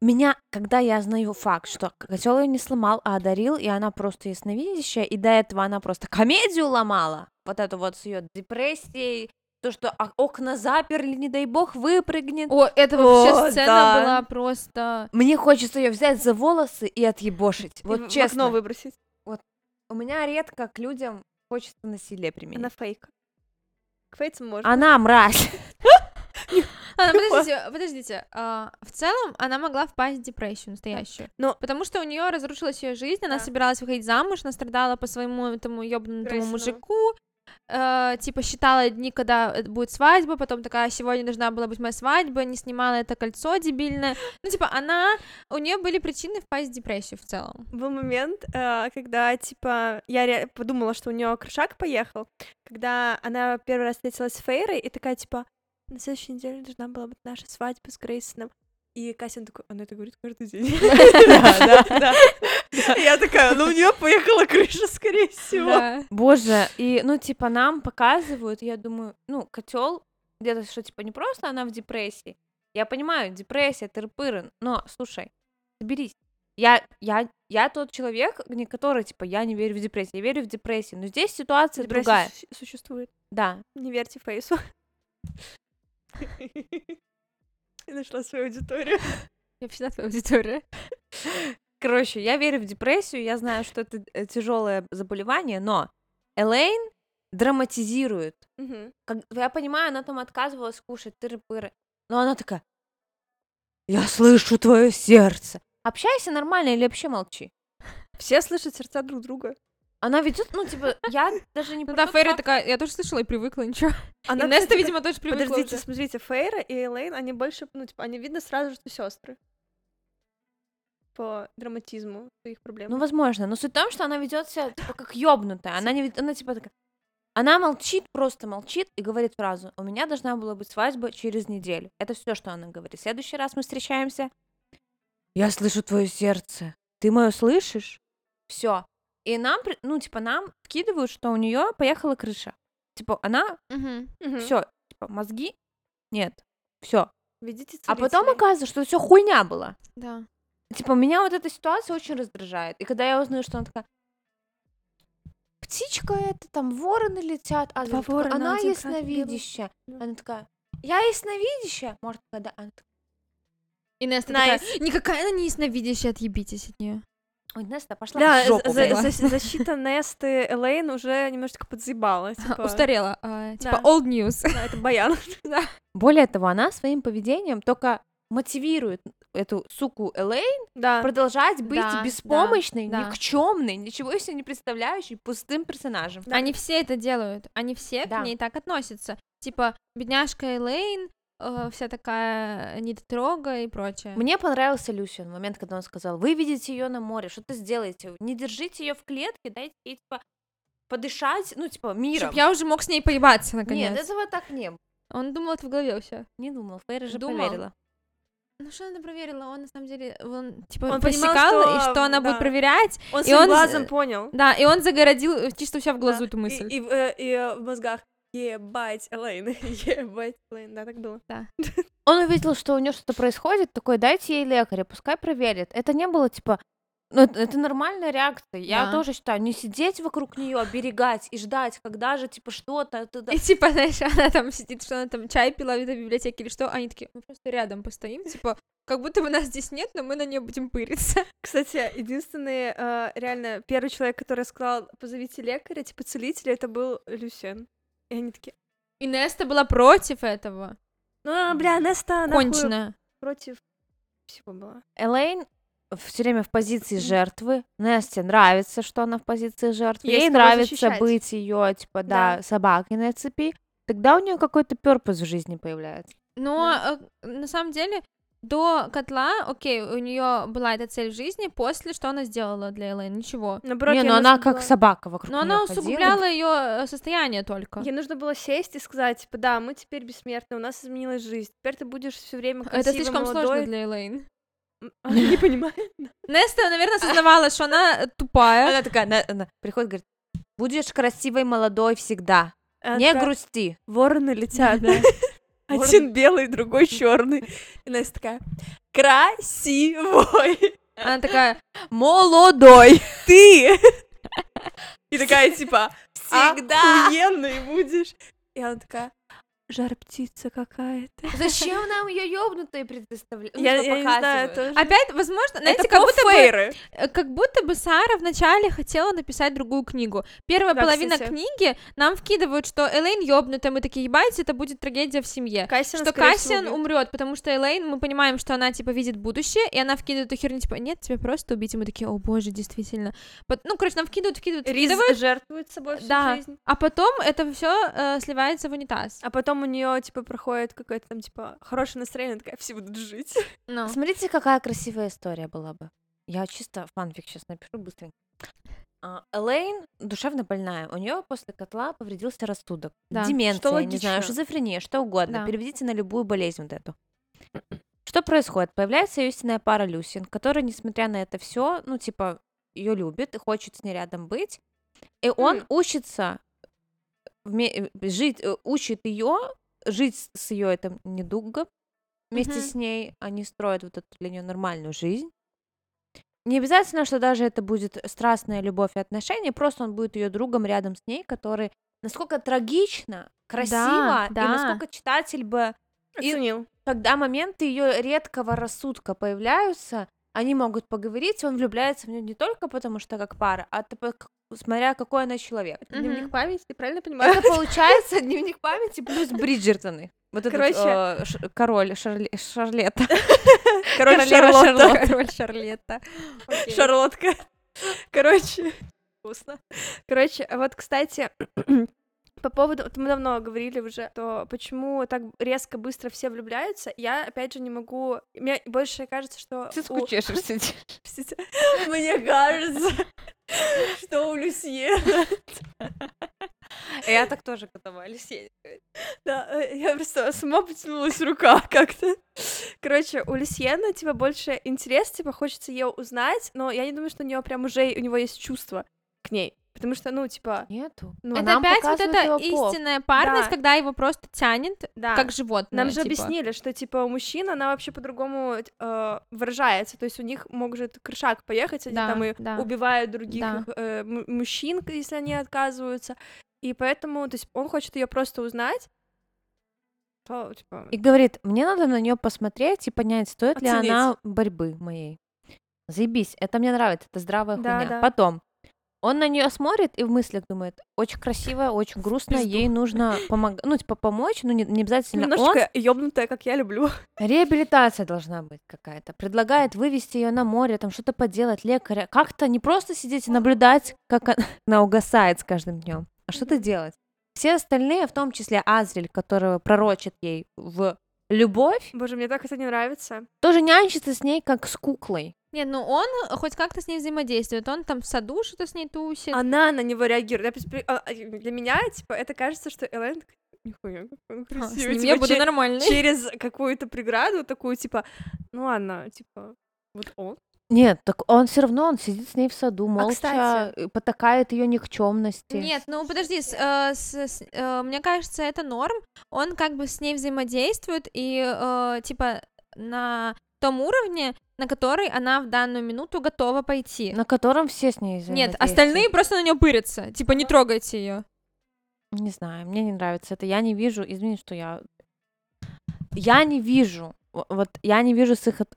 Меня, когда я знаю факт, что котел ее не сломал, а одарил, и она просто ясновидящая, и до этого она просто комедию ломала, вот эту вот с ее депрессией, то, что а, окна заперли, не дай бог, выпрыгнет.
О, это
О,
вообще сцена
да.
была просто...
Мне хочется ее взять за волосы и отъебошить.
И в-
Вот
в
честно.
окно выбросить.
У меня редко к людям хочется насилие применить.
Она
Она,
фейк. К фейцам можно.
мразь.
А, подождите, подождите. а, в целом она могла впасть в депрессию настоящую.
Но-
Потому что у нее разрушилась ее жизнь, она
Ну, Да.
собиралась выходить замуж, она страдала по своему этому ебанутому
Красиному.
мужику. э, типа считала дни, когда э, будет свадьба, потом такая, сегодня должна была быть моя свадьба, не снимала это кольцо дебильное. Ну, типа, она, у нее были причины впасть в депрессию в целом.
был момент, э, когда, типа, я ре- подумала, что у нее крышак поехал, когда она первый раз встретилась с Фейрой, и такая, типа, на следующей неделе должна была быть наша свадьба с Грейсоном. И Кассин такой, она это говорит каждый день.
Да,
Да. И Я такая, ну у нее поехала крыша, скорее всего.
Да.
Боже, и, ну, типа, нам показывают, я думаю, ну, котел где-то, что, типа, не просто она в депрессии. Я понимаю, депрессия, тырпыры, но, слушай, соберись. Я, я, я тот человек, не который, типа, я не верю в депрессию, я верю в депрессию, но здесь ситуация
Депрессия
другая.
су- существует.
Да.
Не верьте Фейсу. Я нашла свою аудиторию.
Я всегда твоя аудитория.
Короче, я верю в депрессию, я знаю, что это тяжелое заболевание, но Элейн драматизирует Как- я понимаю, она там отказывалась кушать тыры-пыры, но она такая, я слышу твое сердце. Общайся нормально или вообще молчи.
Все слышат сердца друг друга.
Она ведет, ну, типа, я даже не
Ну
про
да,
тот
Фейри
факт-
такая, я тоже слышала и привыкла, ничего.
Она,
И Неста,
кстати,
видимо, тоже привыкла
Подождите,
уже.
смотрите, Фейра и Элейн, они больше, ну, типа, они видно сразу, что сестры. По драматизму своих проблем.
Ну, возможно, но суть в том, что она ведет себя, типа, как ёбнутая. Она, не, вед- она, типа, такая... Она молчит, просто молчит и говорит фразу «У меня должна была быть свадьба через неделю». Это все, что она говорит. В следующий раз мы встречаемся. «Я слышу твое сердце. Ты мое слышишь?» Все. И нам, при- ну, типа, нам вкидывают, что у нее поехала крыша. Типа, она,
Мгм.
Мгм.
все, типа, мозги нет, все.
Ведите
А потом
целителей.
оказывается, что все хуйня была.
Да.
Типа, меня вот эта ситуация очень раздражает. И когда я узнаю, что она такая... Птичка это, там вороны летят, а
Два
она такая,
ворона,
она
один красный, белый».
ясновидящая.
Да.
Она такая, я ясновидящая? Может, когда она такая,
И Неста
Найс.
такая, никакая она не ясновидящая, отъебитесь от нее.
ой, Неста, пошла
Да,
в жопу,
за- за-
блядь».
за- защита Несты Элейн уже немножечко подзаебала. Типа,
Устарела. а, Типа
Да.
old news.
да, это Баян.
Более того, она своим поведением только мотивирует эту суку Элейн
Да.
продолжать быть
Да, да,
беспомощной,
да.
никчемной, ничего из себя не представляющей, пустым персонажем.
Они все это делают. Они все
Да.
к ней так относятся. Типа, бедняжка Элейн, э, вся такая недотрога и прочее.
Мне понравился Люсин момент, когда он сказал, выведите ее на море, что-то сделайте, не держите ее в клетке, дайте ей типа
подышать, ну, типа, миром.
Чтоб я уже мог с ней поебаться, наконец.
Нет, этого так не было.
Он думал это в голове у себя.
Не думал, Фейра же
Думал.
проверила.
Ну что она проверила? Он на самом деле, он типа
Он понимал,
просекал, и
что,
что
да.
она будет проверять.
Он
И
своим
он-
глазом понял.
Да, и он загородил э, чисто у себя в глазу эту
И,
мысль.
и в- э, и, э, в мозгах ебать Элейн, ебать Элейн, да, так было.
Он увидел, что у нее что-то происходит, такой, дайте ей лекаря, пускай проверит. Это не было типа, ну это, это нормальная реакция. Я
Да.
тоже считаю, не сидеть вокруг нее, оберегать и ждать, когда же типа что-то. это да.
И типа, знаешь, она там сидит, что она там чай пила в этой библиотеке или что, они такие, мы просто рядом постоим, типа, как будто бы нас здесь нет, но мы на нее будем пыриться.
Кстати, единственный, э, реально, первый человек, который сказал, позовите лекаря, типа целителя, это был Люсен. И они такие,
И Неста была против этого.
ну, а, бля, Неста, она хуй
Конченая.
против всего была.
Элейн все время в позиции жертвы. Насте нравится, что она в позиции жертвы.
Есть
Ей
кого
нравится
защищать.
быть ее, типа, да, собакой на цепи. Тогда у нее какой-то перпус в жизни появляется.
Но э, на самом деле до котла, окей, у нее была эта цель в жизни, после что она сделала для Элейн? Ничего.
Наоборот,
не,
ей
ну она
нужно
как
было-
собака вокруг
Но
неё
она
ходила.
усугубляла ее состояние только.
Ей нужно было сесть и сказать, типа, да, мы теперь бессмертны, у нас изменилась жизнь, теперь ты будешь все время
Это
красивой,
слишком
молодой.
сложно для Элейн.
М, Она не понимает.
Неста, наверное, осознавала, что она э, тупая.
Она такая, она, она приходит, говорит, будешь красивой, молодой всегда.
Она
не
такая,
грусти.
Вороны летят.
Да.
Один белый, другой черный. И Настя такая, красивой.
Она такая,
Молодой.
Ты. И такая, типа,
А
Всегда.
охуенной будешь. И она такая, жар птица какая-то.
Зачем нам ее ёбнутые ну, типа, предоставлять?
Я, я не знаю, тоже.
опять, возможно, А, знаете,
Это
как
по
будто бы
Фейре.
Э, Как будто бы Сара вначале хотела написать другую книгу. Первая
Да,
половина
кстати.
книги нам вкидывают, что Элейн ёбнута, мы такие, ебать, это будет трагедия в семье.
Кассиан,
Что
скорее всего,
Кассиан
убьют.
умрет, потому что Элейн, мы понимаем, что она типа видит будущее, и она вкидывает эту херню, типа, нет, тебя просто убить, и мы такие, о боже, действительно. Пот- Ну, короче, нам вкидывают, вкидывают,
Риз
вкидывают,
жертвует собой всю
Да.
жизнь.
а потом это все сливается в унитаз.
А потом у нее типа проходит какое-то там типа хорошее настроение, она такая все будут жить.
Ну.
Смотрите, какая красивая история была бы. Я чисто фанфик сейчас напишу быстренько. А, Элейн душевно больная. У нее после котла повредился рассудок.
Да.
Деменция,
Что
не знаю,
логично.
шизофрения, что угодно.
Да.
Переведите на любую болезнь вот эту. Что происходит? Появляется ее истинная пара Люсин, которая, несмотря на это все, ну, типа, ее любит и хочет с ней рядом быть. И он учится вме- э, жить, э, учит ее жить с- с ее этим недугом. Вместе
Мгм.
с ней они строят вот эту для нее нормальную жизнь. Не обязательно, что даже это будет страстная любовь и отношения, просто он будет ее другом рядом с ней, который насколько трагично, красиво, и
да.
насколько читатель бы И-
Оценил.
когда моменты ее редкого рассудка появляются, они могут поговорить, он влюбляется в нее не только потому, что как пара, а т- по- к- смотря какой она человек.
Мгм.
памяти, ты правильно понимаешь?
Это получается дневник памяти плюс Бриджертоны. Вот этот
Короче.
э, ш- король Шарле- Шарлетта.
Король
Королева
Шарлотта.
Король Шарлетта. Окей.
Шарлотка. Короче, вкусно. Короче, а вот, кстати, по поводу, вот мы давно говорили уже, то почему так резко, быстро все влюбляются, я, опять же, не могу, мне больше кажется, что... у- Простите. Мне кажется, что у Люсьена.
А Я так тоже катовались.
Да, э, я просто сама потянулась рука как-то. Короче, у Люсьена, типа, больше интерес, типа, хочется ее узнать, но я не думаю, что у нее прям уже, у него есть чувство к ней, потому что, ну, типа,
Нету.
ну,
Это
нам
опять вот
показывают
эта
его пол.
истинная парность,
Да.
когда его просто тянет,
да.
как животное.
Нам же
типа.
объяснили, что типа у мужчин она вообще по-другому э, выражается, то есть у них может крышак поехать, они
Да,
там и
да.
убивают других
Да.
их, э, м- мужчин, к- если они отказываются, и поэтому, то есть он хочет ее просто узнать, то, типа,
И говорит, мне надо на нее посмотреть и понять, стоит ли
Оценить.
она борьбы моей. Заебись, это мне нравится, это здравая
Да,
хуйня.
да.
Потом он на нее смотрит и в мыслях думает, очень красивая, очень грустная, ей нужно помогать, ну типа помочь, ну не, не обязательно он.
немножечко ёбнутая, как я люблю.
Реабилитация должна быть какая-то. Предлагает вывести ее на море, там что-то поделать, лекаря. Как-то не просто сидеть и наблюдать, как она, она угасает с каждым днем, а что-то делать. Все остальные, в том числе Азрель, которого пророчит ей в Любовь
Боже, мне так это не нравится.
тоже нянчится с ней, как с куклой.
Не, ну он хоть как-то с ней взаимодействует, он там в саду что-то с ней тусит.
Она на него реагирует. Я просто при- а, а, Для меня, типа, это кажется, что Элен такая, нихуя, как он
А, с
красивый»,
ним
типа,
я буду
че-
нормальной.
через какую-то преграду такую, типа, ну ладно, типа, вот он.
Нет, так он все равно, он сидит с ней в саду, молча,
кстати-
э, потакает ее никчемности.
А, Нет, ну подожди, с- э, с- с- э, мне кажется, это норм. Он как бы с ней взаимодействует и э, типа на том уровне, на который она в данную минуту готова пойти.
На котором все с ней
Нет,
взаимодействуют.
остальные просто на нее пырятся. Типа, не трогайте ее.
Не знаю, мне не нравится это. Я не вижу, извини, что я... Я не вижу, в- вот я не вижу с их, от-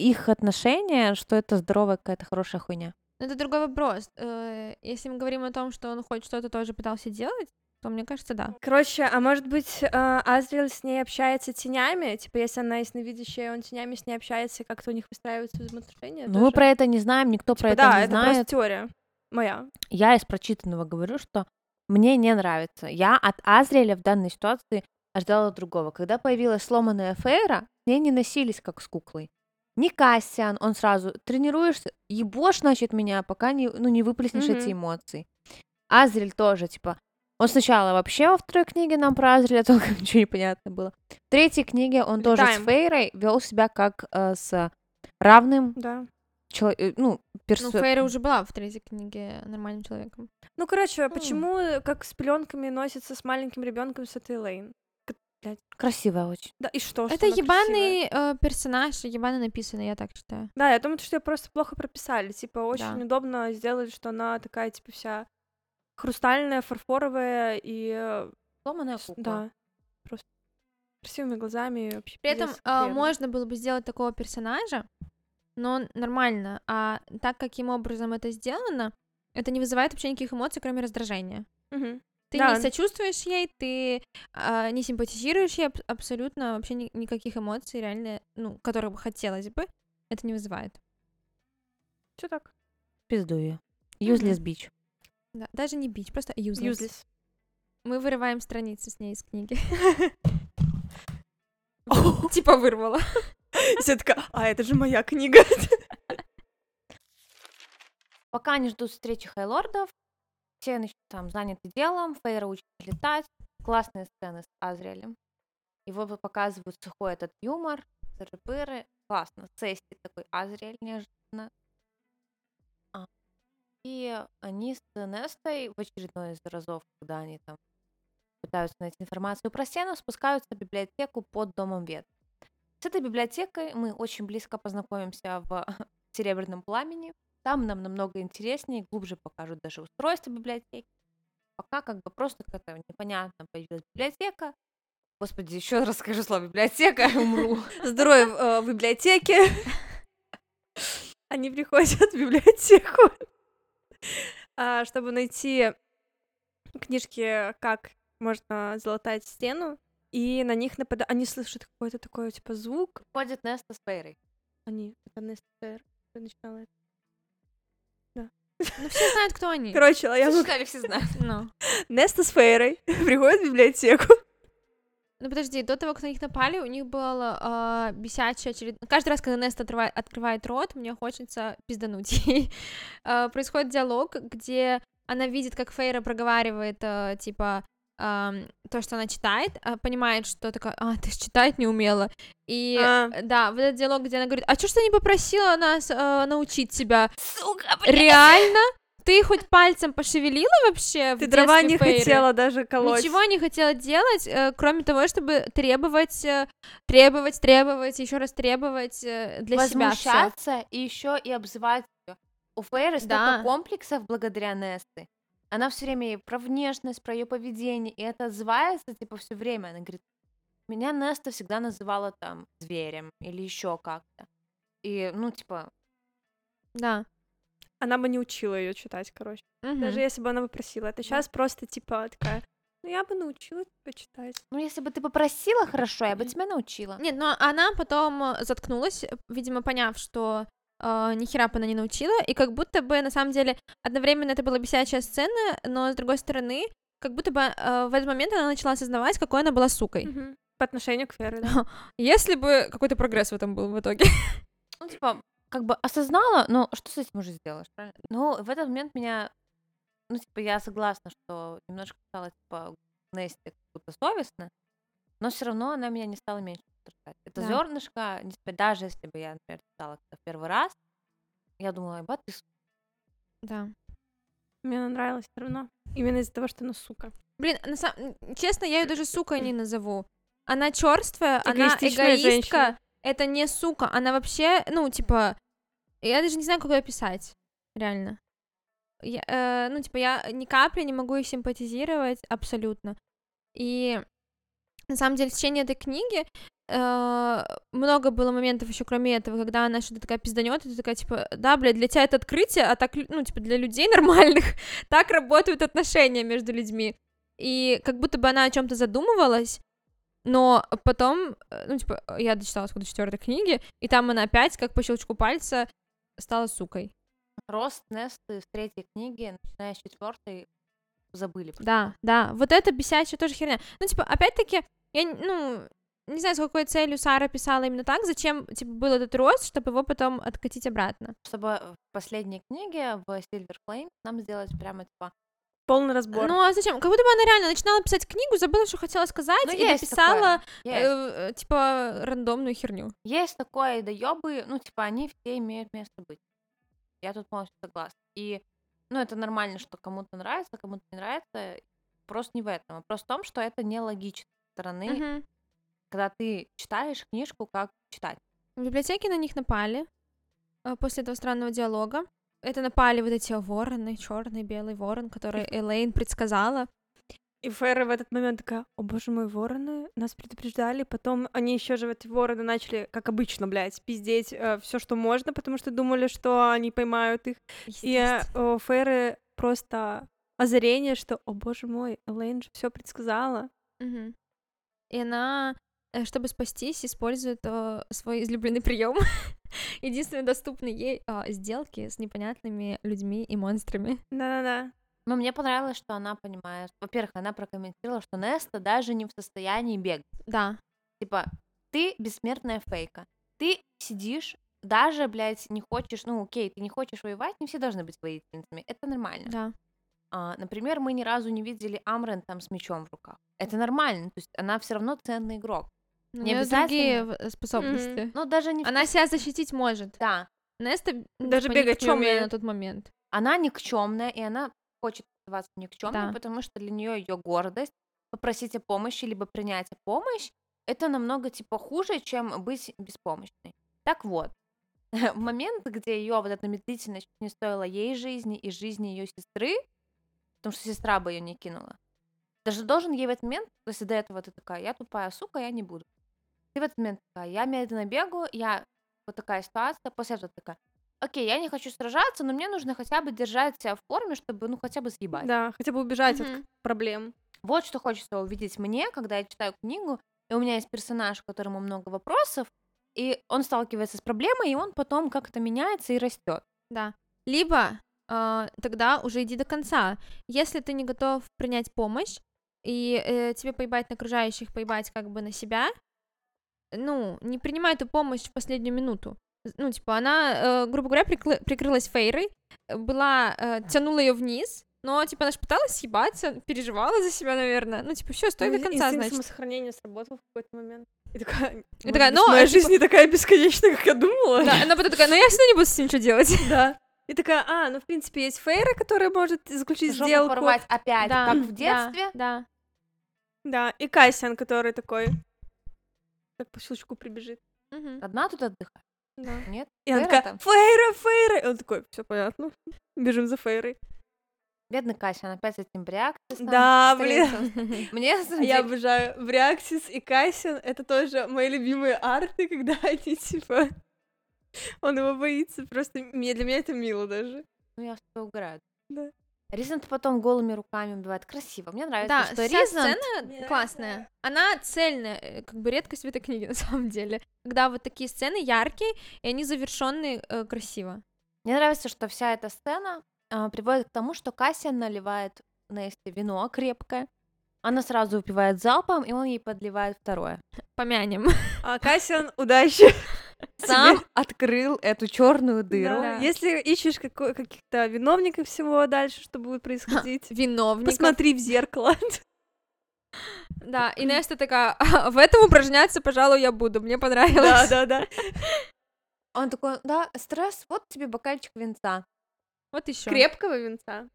их отношения, что это здоровая какая-то хорошая хуйня.
Но Ну, это другой вопрос. Э, Если мы говорим о том, что он хоть что-то тоже пытался делать, то мне кажется, да.
Короче, а может быть, э, Азриэль с ней общается тенями? Типа, если она ясновидящая, он тенями с ней общается, и как-то у них выстраиваются взаимоотношения?
Но мы
тоже?
про это не знаем, никто Ну, про
Типа,
это
да,
не
это
знает.
просто теория моя.
Я из прочитанного говорю, что мне не нравится. Я от Азриэля в данной ситуации ожидала другого. Когда появилась сломанная Фейра, с ней не носились как с куклой. Не Кассиан, он сразу тренируешься, ебошь, значит, меня, пока не, ну, не выплеснешь эти
Мгм.
эмоции. Азрель тоже, типа, он сначала вообще во второй книге нам про Азриэля толком ничего не понятно было. В третьей книге он тоже с
Летаем.
Фейрой вел себя как э, с равным
Да.
чело- э, ну, перс...
Ну, Фейра уже была в третьей книге нормальным человеком.
Ну, короче, почему э, как с пеленками носится с маленьким ребенком с этой Лейн?
красивая очень.
Да, и что? что
это
она красивая?
ебаный э, персонаж, ебаный написанный, я так считаю.
Да, я думаю, что ее просто плохо прописали. Типа, очень
Да.
удобно сделали, что она такая, типа, вся хрустальная, фарфоровая и... э,
Сломанная
с-
кукла.
Да. Просто красивыми глазами и вообще
При этом
пиздец
а,
хрен.
можно было бы сделать такого персонажа, но нормально. А так, каким образом это сделано, это не вызывает вообще никаких эмоций, кроме раздражения.
Мгм.
Ты
Да.
не сочувствуешь ей, ты а, не симпатизируешь ей аб- абсолютно вообще ни- никаких эмоций, реально, ну, которые бы хотелось бы, это не вызывает.
Чё так?
Пизду ее. Юзлес бич.
Да, даже не бить, просто useless.
Юзлис.
Мы вырываем страницы с ней из книги. Типа вырвала.
Все такая, а это же моя книга.
Пока они ждут встречи Хайлордов, все значит, там заняты делом, Фейра учит летать, классные сцены с Азриэлем. Его вот показывают сухой этот юмор, тыры-пыры. Классно. Сессии такой Азриэль неожиданно. А, И они с Нестой в очередной из разов, когда они там пытаются найти информацию про Сену, спускаются в библиотеку под Домом Вет. С этой библиотекой мы очень близко познакомимся в Серебряном пламени. Там нам намного интереснее, глубже покажут даже устройство библиотеки. Пока как бы просто какая-то непонятно появилась библиотека. Господи, еще раз скажу слово библиотека, умру.
Здоровье э, в библиотеке. Они приходят в библиотеку, а, чтобы найти книжки, как можно залатать стену, и на них нападают. Они слышат какой-то такой, типа, звук.
Ходит Неста с Фейрой.
Они, это Несс Фейр, кто начинала это.
Ну, все знают, кто они.
Короче, я
Все читали, все знают.
Ну.
Неста с Фейрой приходит в библиотеку.
Ну подожди, до того, как на них напали, у них было а, бесячее очеред... Каждый раз, когда Неста отрывает, открывает рот, мне хочется пиздануть ей. А, происходит диалог, где она видит, как Фейра проговаривает, а, типа, ам, то, что она читает, а понимает, что такая, а, ты ж читать не умела. И,
А.
э, да, вот этот диалог, где она говорит, а чё ж ты не попросила нас э, научить тебя?
Сука,
Реально? Ты хоть пальцем пошевелила вообще? в
Ты дрова
детстве,
не
Фейра?»
хотела даже колоть.
Ничего не хотела делать, э, кроме того, чтобы требовать, э, требовать, требовать, еще раз требовать э, для себя. всё.
Возмущаться и еще и обзывать ее. У Фейры
Да.
столько комплексов благодаря Несты. Она все время и про внешность, про ее поведение, и это отзывается, типа, все время. Она говорит, меня Неста всегда называла там зверем или еще как-то. И, ну, типа,
Да.
Она бы не учила ее читать, короче.
Мгм.
Даже если бы она попросила. Это сейчас просто, типа, такая, ну я бы научила тебя читать.
ну, если бы ты попросила хорошо, я бы тебя научила.
Нет, но она потом э, заткнулась, э, видимо, поняв, что э, ни хера бы она не научила, и как будто бы, на самом деле, одновременно это была бесячая сцена, но, с другой стороны, как будто бы э, в этот момент она начала осознавать, какой она была сукой.
Мгм. По отношению к Фейру, да.
Если бы какой-то прогресс в этом был в итоге.
Ну,
типа, как бы осознала, но что с этим уже сделаешь, правильно? Но в этот момент меня, ну, типа, я согласна, что немножко стало, типа, Нести как-то совестно, но все равно она меня не стала меньше раздражать. Это
Да.
зернышко, даже если бы я, например, стала это в первый раз, я думала, «Ай, ба, ты су-».
Да.
Мне она нравилась все равно. Именно из-за того, что она сука.
Блин, на сам- м, честно, я ее даже сукой не назову. Она черствая, она
Эгоистичная
эгоистка.
женщина.
Это не сука, она вообще, ну, типа, я даже не знаю, как ее описать, реально. Я, э, ну, типа, я ни капли не могу ей симпатизировать абсолютно. И на самом деле в течение этой книги э, много было моментов еще кроме этого, когда она что-то такая пизданет, и ты такая, типа, да, блядь, для тебя это открытие, а так, лю- ну, типа, для людей нормальных так работают отношения между людьми. И как будто бы она о чем-то задумывалась, но потом, э, ну, типа, э, я дочитала сколько четвертой книги, и там она опять, как по щелчку пальца, стала сукой.
рост Несты в третьей книге, начиная с четвертой, забыли. про
Да, да, вот это бесячая тоже херня. Ну, типа, опять-таки, я, н- ну, не знаю, с какой целью Сара писала именно так, зачем, типа, был этот рост, чтобы его потом откатить обратно.
это. Чтобы в последней книге, в Silver Flame, нам сделать прямо, типа,
Полный разбор.
Ну, а зачем? Как будто бы она реально начинала писать книгу, забыла, что хотела сказать,
Ну,
и
есть
написала, э,
«Есть,
типа, рандомную херню.
Есть такое, да ёбы, ну, типа, они все имеют место быть. Я тут полностью согласна. И, ну, это нормально, что кому-то нравится, кому-то не нравится. Вопрос не в этом. Вопрос в том, что это нелогично со стороны,
Мгм.
когда ты читаешь книжку, как читать.
В библиотеке на них напали э, после этого странного диалога. Это напали вот эти вороны, черный, белый ворон, который Элейн предсказала.
И Фейра в этот момент такая, о боже мой, вороны нас предупреждали, потом они еще же в эти вороны начали, как обычно, блядь, пиздеть все, что можно, потому что думали, что они поймают их. И э,
Естественно.
у Фейры просто озарение, что, о боже мой, Элейн же все предсказала.
Мгм. И она, э, чтобы спастись, использует э, свой излюбленный прием. Единственный доступный ей э, сделки с непонятными людьми и монстрами.
Да-да-да.
Но Ну, мне понравилось, что она понимает. Во-первых, она прокомментировала, что Неста даже не в состоянии бегать.
Да.
Типа, ты бессмертная фейка. Ты сидишь, даже, блядь, не хочешь, ну, окей, ты не хочешь воевать, не все должны быть воительницами. Это нормально.
Да.
А, например, мы ни разу не видели Амрен там с мечом в руках. Это нормально, то есть она все равно ценный игрок.
Но ну, у
Не
неё
обязательно.
другие
Ну,
в- э, способности.
Но даже не в-
Она себя защитить может.
да.
Неста м,
Даже
типа, ни к
бегать не
чему не
умеет.
на тот момент.
Она никчемная, и она хочет оставаться никчемной,
Да.
потому что для нее ее гордость попросить о помощи либо принять помощь это намного типа хуже, чем быть беспомощной. Так вот, в момент, где ее вот эта медлительность чуть не стоила ей жизни и жизни ее сестры, потому что сестра бы ее не кинула, даже должен ей в этот момент, если до этого ты такая, я тупая сука, я не буду. Ты в этот момент такая, я медленно бегу, я вот такая ситуация, после этого такая, окей, я не хочу сражаться, но мне нужно хотя бы держать себя в форме, чтобы, ну, хотя бы съебать.
Да, хотя бы убежать от
Мгм.
проблем.
Вот что хочется увидеть мне, когда я читаю книгу, и у меня есть персонаж, которому много вопросов, и он сталкивается с проблемой, и он потом как-то меняется и растет.
Да. Либо э, тогда уже иди до конца. Если ты не готов принять помощь, и э, тебе поебать на окружающих, поебать как бы на себя, ну, не принимай эту помощь в последнюю минуту. З- Ну, типа, она, э, грубо говоря, прикры- прикрылась фейрой, э, была, э, тянула ее вниз, но, типа, она же пыталась съебаться, переживала за себя, наверное. Ну, типа, все, стой до конца, значит.
самосохранение сработал в какой-то момент. И такая,
И такая,
«Блин,
ну,
моя
а, типа-
жизнь не такая бесконечная, как я думала.
Да, она потом такая, ну я все не буду с ним ничего делать.
Да. И такая, а, ну, в принципе, есть Фейра, которая может заключить
Жопу
сделку.
порвать опять,
Да,
как
да,
в детстве.
Да,
Да, и Кассиан, который такой, как по щелчку прибежит.
Мгм.
Одна тут отдыхает. Нет?
И она
Фейра
такая,
там?
Фейра, Фейра! И он такой, все понятно, бежим за Фейрой.
Бедный Кассиан опять с этим бриаксисом
Да, блин.
встретился. Мне, на
А
самом
я
деле,
обожаю Вриаксис и Кассиан, это тоже мои любимые арты, когда они, типа, он его боится, просто мне- для меня это мило даже.
ну, я что угораю.
Да.
Ризнант потом голыми руками убивает. Красиво. Мне нравится,
Да,
что
вся
Ризнант...
сцена классная. Она цельная, э, как бы редкость в этой книге на самом деле. Когда вот такие сцены яркие, и они завершенные красиво.
Мне нравится, что вся эта сцена а, приводит к тому, что Кассиан наливает Несте вино крепкое,
Она сразу выпивает залпом, и он ей подливает второе.
Помянем.
А Кассиан, удачи.
Сам открыл эту черную дыру.
Да.
Если ищешь какой- каких-то виновников всего дальше, что будет происходить,
Виновник.
посмотри в зеркало.
Да, и Настя такая, «А, в этом упражняться, пожалуй, я буду. Мне понравилось.
да.
Он такой, да, стресс, вот тебе бокальчик винца.
Вот еще.
Крепкого винца.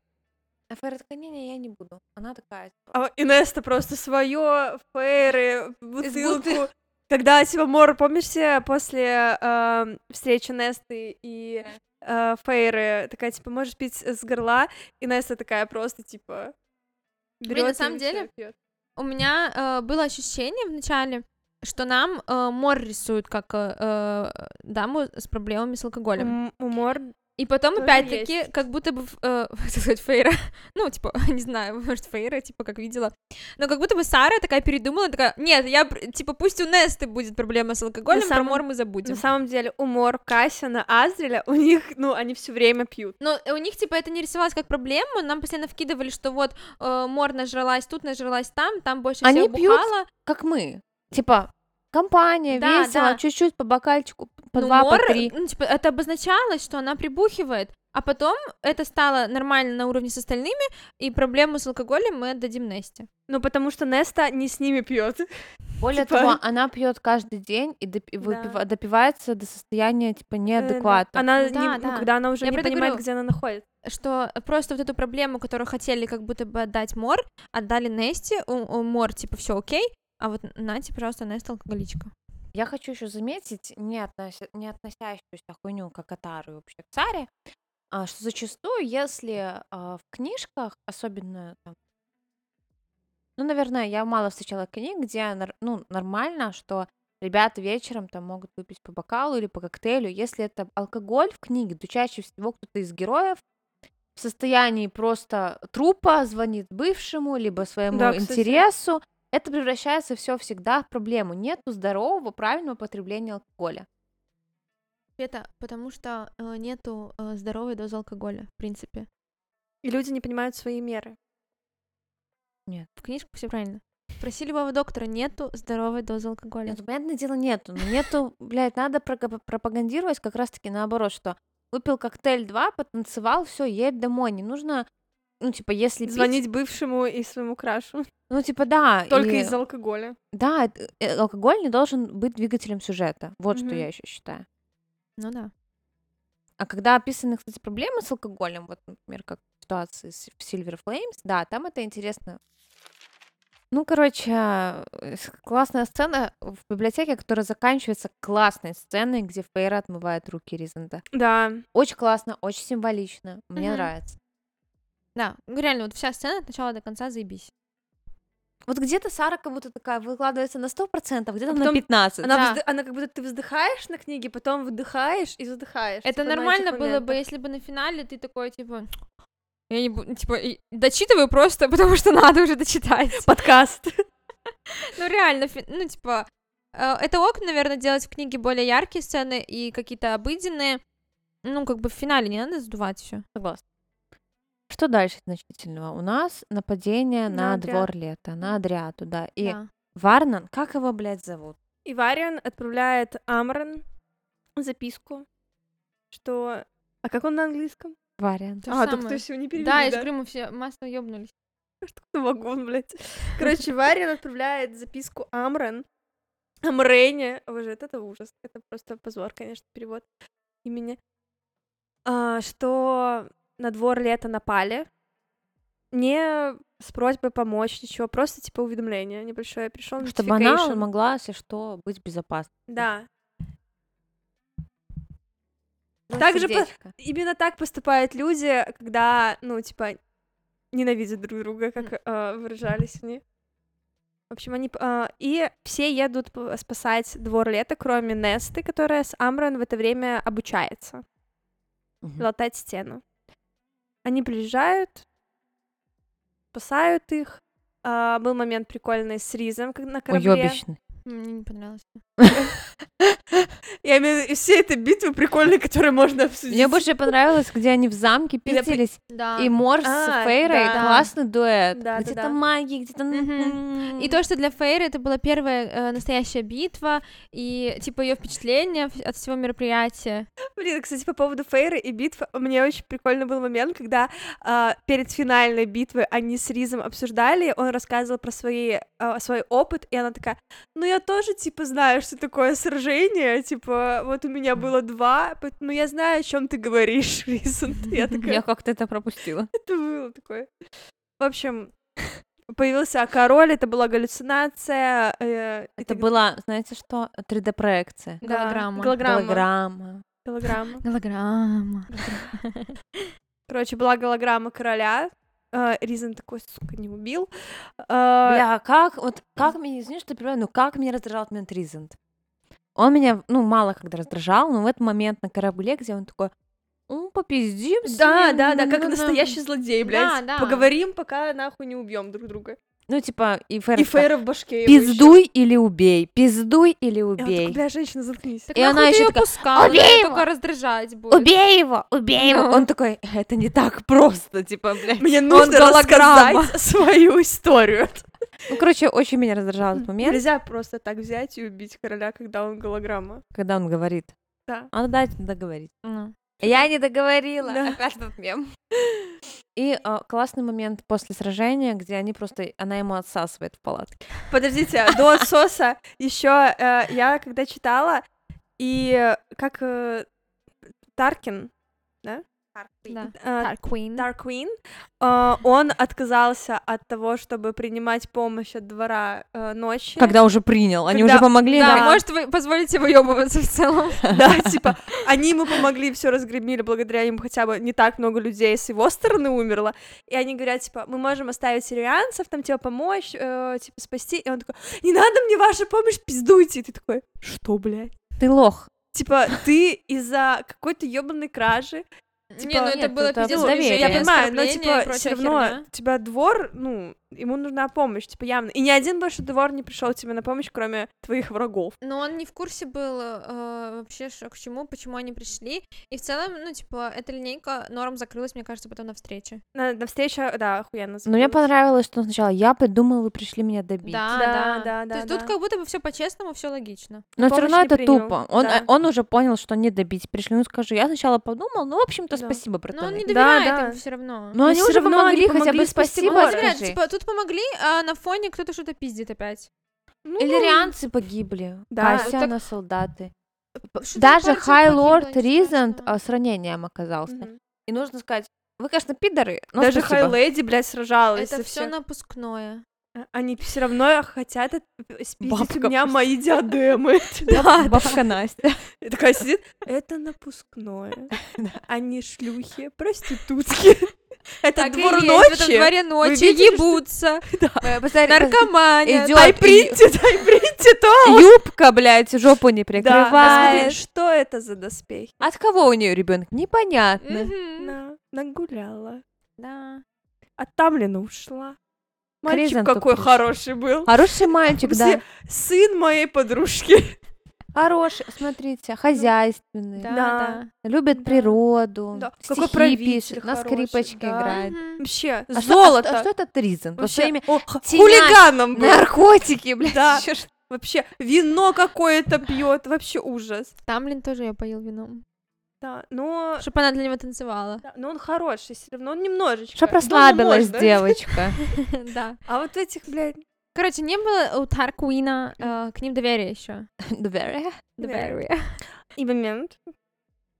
А Фейра такая, не-не, я не буду. Она такая, типа,
А Инеста просто свое, фейры, бутылку. Когда типа Мора, помнишь, те после эм, встречи Несты и э, Фейры, такая, типа, можешь пить с горла, и Неста такая просто, типа, берет
на самом деле, У меня э, было ощущение вначале, что нам э, мор рисует как э, э, даму с проблемами с алкоголем.
у Мор
И потом
Тоже
опять-таки, как будто бы, ф- э, хотела сказать, Фейра, ну, типа, не знаю, может, Фейра, типа, как видела, но как будто бы Сара такая передумала, такая, нет, я, пр- типа, пусть у Несты будет проблема с алкоголем, про
самом-
Мор мы забудем.
На самом деле, у Мор, Кассиана, Азриля, у них, ну, они все время пьют.
Но у них, типа, это не рисовалось как проблема, нам постоянно вкидывали, что вот э, Мор нажралась тут, нажралась там, там больше
Они
всех
пьют
бухала.
как мы. Типа, компания,
Да,
весело,
да.
чуть-чуть по бокальчику, по
Ну,
два,
Мор,
по три.
ну, типа, это обозначалось, что она прибухивает, а потом это стало нормально на уровне с остальными, и проблему с алкоголем мы отдадим Несте.
Ну, потому что Неста не с ними пьет.
Более
типа-
того, она пьет каждый день и допи- выпива- допивается до состояния, типа, неадеквата.
Она
Ну
не-
да,
ну,
да.
когда она уже
Я
не
про это
понимает,
говорю.
где она находится.
что просто вот эту проблему, которую хотели как будто бы отдать Мор, отдали Нести, у, у Мор типа все окей, а вот Нате, пожалуйста, Нест алкоголичка.
Я хочу еще заметить, не, относя- не относящуюся хуйню как Атару и вообще к царе, а, что зачастую, если а, в книжках, особенно там, ну, наверное, я мало встречала книг, где нор- ну, нормально, что ребята вечером там могут выпить по бокалу или по коктейлю. Если это алкоголь в книге, то чаще всего кто-то из героев в состоянии просто трупа звонит бывшему, либо своему
Да, кстати.
интересу. Это превращается все всегда в проблему. Нету здорового, правильного потребления алкоголя.
Это потому что э, нету э, здоровой дозы алкоголя, в принципе.
И люди не понимают свои меры.
В книжках все правильно. Спроси любого доктора, нету здоровой дозы алкоголя.
Это, понятное дело, нету. Но нету, блядь, надо прога- пропагандировать как раз-таки наоборот, что выпил коктейль 2, потанцевал, все, едь домой. Не нужно, ну, типа, если пить-
Звонить бывшему и своему крашу.
Э,
ну, типа, да.
Только
и-
из-за алкоголя.
Да, это- э, алкоголь не должен быть двигателем сюжета. Вот что
Мгм.
я еще считаю.
Ну да.
А когда описаны, кстати, проблемы с алкоголем, вот, например, как ситуации с- в Silver Flames, да, там это интересно. Ну, короче, э, с- классная сцена в библиотеке, которая заканчивается классной сценой, где Фейра отмывает руки Ризанда.
Да.
Очень классно, очень символично, мне
Мгм.
нравится.
Да, ну реально, вот вся сцена от начала до конца заебись.
Вот где-то Сара как будто такая выкладывается на 100%, где-то
А
на
потом
15%.
Она,
Да.
взды- она как будто ты вздыхаешь на книге, потом выдыхаешь и задыхаешь.
Это
типа, на этих
нормально было бы,
моментах.
если бы на финале ты такой, типа, я не буду, типа, и дочитываю просто, потому что надо уже дочитать.
Подкаст.
Ну, реально, фи- ну, типа, э, это ок, наверное, делать в книге более яркие сцены и какие-то обыденные. Ну, как бы в финале не надо сдувать все.
Согласна. Что дальше значительного? У нас нападение
На
на,
Адриату.
двор лета, на Адриату, да. И Варнан, как его, блядь, зовут?
И Вариан отправляет Амран записку, что... А как он на английском?
Вариант.
а, только ты его не перевели,
Да, я же говорю, мы все массово ёбнулись.
на вагон, блядь. Короче, Варин отправляет записку Амрен. Амрене. Боже, это, это ужас. Это просто позор, конечно, перевод имени. А, что на двор лето напали. Не с просьбой помочь, ничего. Просто, типа, уведомление небольшое. Пришел
Чтобы она могла, если что, быть безопасной.
Да.
Ну,
Также по-
сердечко.
Именно так поступают люди, когда, ну, типа, ненавидят друг друга, как э, выражались они. В общем, они... п- а, и все едут п- спасать двор лета, кроме Несты, которая с Амрон в это время обучается
Мгм.
латать стену. Они приезжают, спасают их. А, был момент прикольный с Ризом как на корабле.
Уёбищный.
Мне не понравилось.
Я имею в виду, и все это битвы прикольные, которые можно обсудить.
Мне больше понравилось, где они в замке
Я при-
пиздились,
Да.
и Морс
А,
с Фейрой,
да.
классный дуэт,
Да, да,
где-то
да.
магия, где-то...
Мгм. И то, что для Фейры это была первая э, настоящая битва, и типа ее впечатление в- от всего мероприятия.
Блин, кстати, по поводу Фейры и битв, мне очень прикольный был момент, когда а, перед финальной битвой они с Ризом обсуждали, он рассказывал про свои, а, свой опыт, и она такая, ну я тоже, типа, знаю, что такое сражение, типа, вот у меня было два, поэтому я знаю, о чем ты говоришь, Ризент. Я
Я
такая,
как-то это пропустила.
это было такое. В общем, появился король, это была галлюцинация. э, и
Это
так-
была, знаете что, 3D-проекция.
Да,
голограмма.
Голограмма.
Голограмма.
Голограмма.
Голограмма.
Короче, была голограмма короля. э, Ризен такой, сука, не убил. Э,
Бля, а как, вот, как меня, извини, что перебиваю, но как меня раздражал этот момент Ризент? Он меня, ну, мало когда раздражал, но в этот момент на корабле, где он такой, ну, попиздим с
Да,
ним,
да, да, как
ну, ну».
настоящий злодей, блядь.
да.
Поговорим, пока нахуй не убьем друг друга.
Ну, типа, и Фейра
И
такая,
Фейра в башке. его
пиздуй или убей, пиздуй или
ещё. И он такой,
убей.
бля, женщина, заткнись.
Так
И
нахуй
она
ты
ещё
её
такая,
пускала,
«Убей
она
его!»
только раздражать будет. Ну.
Убей его, убей его. Он такой, это не так просто, типа, блядь.
Мне нужно
голограмма.
рассказать свою историю.
Ну, короче, очень меня раздражал этот момент,
Нельзя просто так взять и убить короля, когда он голограмма.
когда он говорит.
Да.
А, ну, дайте договорить.
Ну.
Я не договорила.
Да.
Опять этот мем. И а, классный момент после сражения, где они просто, она ему отсасывает в палатке.
Подождите, а до отсоса еще я когда читала, и э, как э, Таркин,
Да.
э,
Тарквин.
Дарквин, э, он отказался от того, чтобы принимать помощь от двора э, ночи.
Когда уже принял, они
Когда-
уже помогли.
Да,
нам.
может, вы позволите выебываться в целом.
Да, типа, они ему помогли, все разгромили, благодаря им хотя бы не так много людей с его стороны умерло. И они говорят, типа, мы можем оставить сирианцев, там, типа, помочь, э, типа, спасти. И он такой, не надо мне ваша помощь, пиздуйте. И ты такой, что, блядь?
Ты лох.
Типа, ты из-за какой-то ебаной кражи
не, ну
Типа,
это
нет,
было
это
пиздец
доверие.
унижение,
Я понимаю, но
оскорбление Э, и
типа
прочая
все равно
херня.
тебя двор, ну, ему нужна помощь, типа явно. И ни один больше двор не пришел тебе на помощь, кроме твоих врагов.
Но он не в курсе был э, вообще, что к чему, почему они пришли. И в целом, ну, типа, эта линейка норм закрылась, мне кажется, потом на встрече.
На, на встрече, да, охуенно.
Ну,
Но мне
закрылась.
понравилось, что он сначала я придумал, вы пришли меня добить.
Да,
Да,
да,
да, да,
То есть
да.
тут как будто бы все по-честному, все логично.
Но все
помощь
равно
не
это
принял,
тупо. Он,
да.
э, он уже понял, что не добить. Пришли, ну скажи, я сначала подумал, ну, в общем-то,
Да.
спасибо, братан.
Но он не
Да,
доверяет
да.
им все равно.
Но
Но
они
всё
уже
равно
помогли,
они
хотя
помогли
бы
спасти
спасибо.
Мора.
Ну, ребят,
Ну, скажи.
типа, тут помогли, а на фоне кто-то что-то пиздит опять.
Ну,
Иллирианцы погибли.
Да,
Да,
ну
Кася
так-
на солдаты.
Что-то
Даже
партия
Хай
погибла,
Лорд
ничего
Ризент
страшного.
а, с ранением оказался.
мгм.
И нужно сказать, вы, конечно, пидоры, но
Даже
спасибо.
Хай Леди, блядь, сражалась.
типа Это
и
все
всё. А,
напускное.
Они все равно хотят от- э, спиздить
Бабка
у меня
просто.
мои диадемы.
Да, бабка Настя.
И такая сидит, это напускное. Они шлюхи, проститутки. Это
Так и
двор
есть, в этом
ночи.
дворе ночи
видели, что-
ебутся,
Э, Наркомания.
наркомане.
Идет
Ай, приньте, ай, приньте то.
юбка, блядь, жопу не
Да, а смотри,
прикрывает.
что это за доспехи?
От кого у нее ребенок? Непонятно.
Мгм.
На, нагуляла.
Да.
От Тамлина ушла. Мальчик
Хризанту
какой
пришла.
хороший был.
Хороший мальчик, да.
Все- Сын моей подружки.
Хороший, смотрите, хозяйственный.
Да.
Да, да.
Любит
Да.
природу.
Да.
Стихи
Какой правитель
пишет, на
хороший,
скрипочке
да.
играет.
Мгм.
Вообще,
А что- а
золото.
что- а что этот Ризент? Вот
Вообще,
своими
о, х-
тенями.
хулиганом был.
наркотики, блядь.
Да.
ещё что-
Вообще, вино какое-то пьет. Вообще ужас.
Тамлин тоже ее поил вином.
Да, но...
Чтобы она для него танцевала.
да, но он хороший, все равно он немножечко.
Чтоб
Дома
расслабилась
можно.
девочка.
Да.
А вот этих, блядь,
Короче, не было у Таркуина э, к ним доверия еще.
Доверие.
Доверие.
и момент.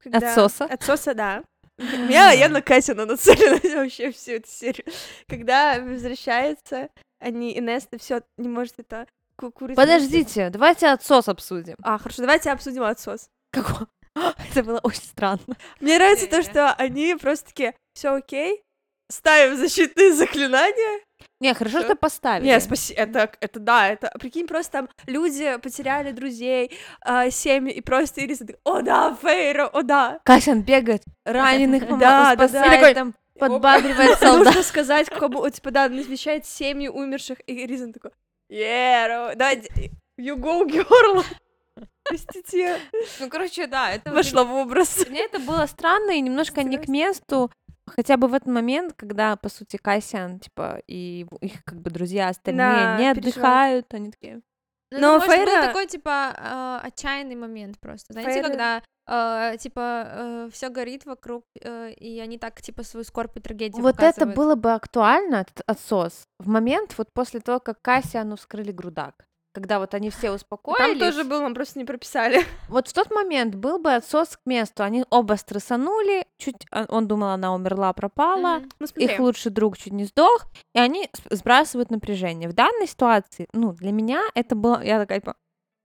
когда-
Отсоса.
Отсоса, да. Я, я на Катина нацелена вообще всю эту серию. Когда возвращается, они, Инеста все не может это ку- курицу-
Подождите, давайте отсос обсудим.
А, хорошо, давайте обсудим отсос.
Какой? Это было очень странно.
Мне нравится то,
Не-не.
что они просто такие, все окей, ставим защитные заклинания.
Не, хорошо,
Всё.
что поставили.
Не, спаси, это, это да, это, прикинь, просто там люди потеряли друзей, а, семьи, и просто Ирис такая, о да, Фейра, о да.
Касян бегает, раненых помо-
Да, да, да.
спасает,
И такой, ну,
там подбадривает солдат.
Нужно сказать, кому, типа, да, навещает семьи умерших, и Ризан такой, «Е, ро- давайте». You go, girl! Простите.
Ну, короче, да, это для
Вошла в образ.
Для меня это было странно и немножко не к
Интересно.
месту. Хотя бы в этот момент, когда, по сути, Кассиан, типа, и в- их как бы друзья остальные
Да,
не
переживают.
отдыхают, они такие...
Ну,
Но
это, может быть,
Фейра-
такой, типа, э, отчаянный момент просто. Знаете,
Фейра-
когда, э, типа, все горит вокруг, э, и они так, типа, свою скорбь и трагедию
вот это
показывают.
было бы актуально, этот отсос, в момент, вот после того, как Кассиану вскрыли грудак. Когда вот они все
Там
успокоились,
тоже был, нам просто не прописали.
вот в тот момент был бы отсос к месту. Они оба стрессанули, чуть а, он думал, она умерла, пропала,
Мгм.
Ну, смотри.
их лучший друг чуть не сдох, и они с- сбрасывают напряжение. В данной ситуации, ну, для меня это было, я такая, типа,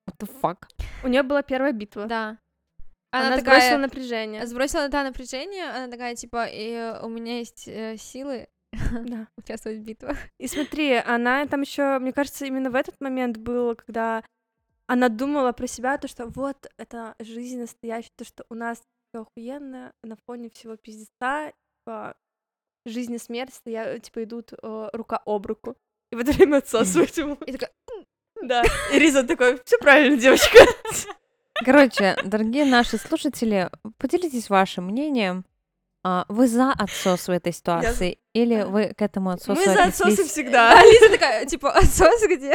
what the fuck?
У нее была первая битва.
Да.
Она,
Она, такая...
сбросила напряжение.
Сбросила да, напряжение, она такая, типа, «Э, у меня есть э, силы
Да.
участвовать в битвах.
И смотри, она там еще, мне кажется, именно в этот момент было, когда она думала про себя, то, что вот это жизнь настоящая, то, что у нас все охуенно на фоне всего пиздеца, типа, жизнь и смерть стоя- типа, идут э, рука об руку. И в это время отсасывать его.
И такая,
Да. И Риза такой, все правильно, девочка.
Короче, дорогие наши слушатели, поделитесь вашим мнением. А, Вы за отсос в этой ситуации? Или вы к этому отсосу
Мы за отсосы
отнеслись?
всегда.
Лиза такая, типа, отсос где?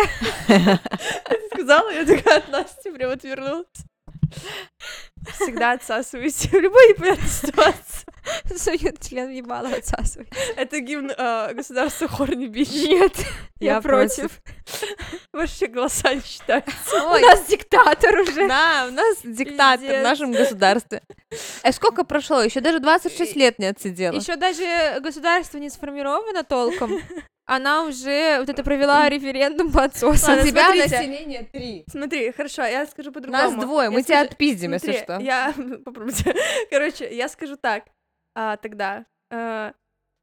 Сказала, я такая от Насти прям отвернулась. Всегда отсасывайте в любой непонятной ситуации.
Сует член в ебало, отсасывает.
Это гимн
а,
э, государства Хорни Бич. Нет, я,
я
против. Ваши голоса не считают.
Ой,
У нас диктатор уже.
Да, у нас диктатор в
Пиздец.
нашем государстве. А сколько прошло? Еще даже 26 лет не отсидела.
Еще даже государство не сформировано толком. Она уже вот это провела референдум по отсосу.
Ладно,
Тебя
смотрите.
население 3.
Смотри, хорошо, я скажу по-другому.
Нас двое,
Я
мы тебя
скажу-
отпиздим, если
смотри,
что.
Я попробуйте. Короче, я скажу так. а, тогда. а,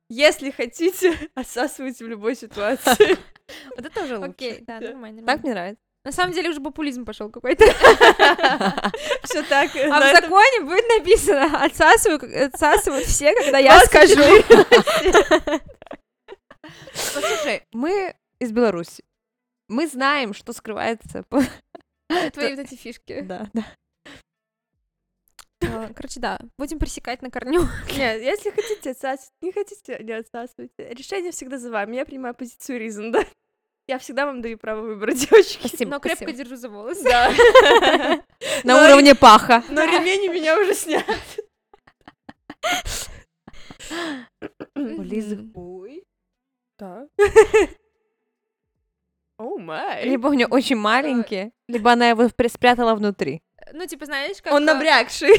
если хотите, отсасывайте в любой ситуации.
Вот это уже лучше.
Окей, да,
Да.
нормально.
Так
нормально.
мне нравится.
На самом деле уже популизм пошел какой-то.
Все так.
А
на
в
этом
законе будет написано отсасываю, э, отсасывают все, когда я скажу.
Послушай, мы из Беларуси. Мы знаем, что скрывается.
Твои вот эти фишки.
Да, да.
А, Короче, да, будем пресекать на корню.
Нет, если хотите отсасывать, не хотите, не отсасывайте. Решение всегда за вами. Я принимаю позицию Ризен, да? Я всегда вам даю право выбора, девочки.
Спасибо.
Но крепко
спасибо.
держу за волосы.
Типа, Да.
На
Но-
уровне паха.
Но ремень у меня уже снят.
У Лизы
Мгм.
хуй.
Да. О май.
Либо у нее очень маленький, либо она его впря- спрятала внутри.
Ну, типа, знаешь, как...
Он
э,
набрякший.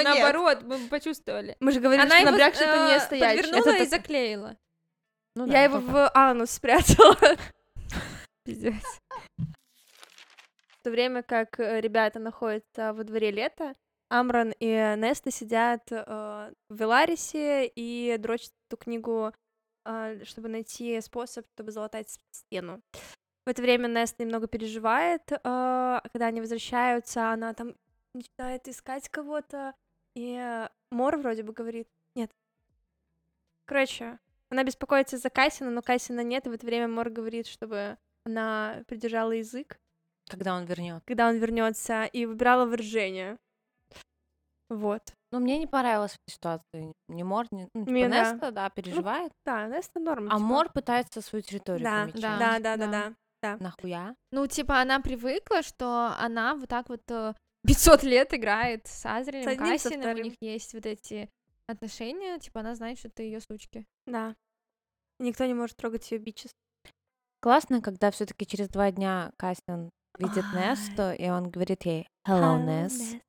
нет.
наоборот, мы бы почувствовали.
Мы же говорили, что набрякший это
э,
не стоячий.
подвернула и
Это так-
заклеила.
Ну да,
Я его
тоже.
в анус спрятала.
Пиздец.
В то время как э, ребята находятся во дворе лета, Амрон и Неста сидят э, в Веларисе и дрочат эту книгу, э, чтобы найти способ, чтобы залатать с- стену. В это время Неста немного переживает, э, а когда они возвращаются, она там начинает искать кого-то, и э, Мор вроде бы говорит, нет. Короче, она беспокоится за Кассина, но Кассина нет, и в это время Мор говорит, чтобы она придержала язык,
Когда он вернет.
когда он вернется, и выбирала выражение. Вот.
Ну, мне не понравилась эта ситуация. Не Мор, не... Ну, типа,
Мне да.
Неста, да, переживает.
Да, Неста норм.
а
типа.
Мор пытается свою территорию
Да,
помечать.
да.
да, да, да,
Да.
да.
Нахуя?
Ну, типа, она привыкла, что она вот так вот э, 500 лет играет с
С
Азрелем,
одним, со
Кассином, у
вторым.
них есть вот эти отношения, типа, она знает, что это ее сучки.
Да. И Никто не может трогать ее бичес.
Классно, когда все-таки через два дня Кастин видит
Ай.
Несту, и он говорит ей «Hello, Ness».
Ness.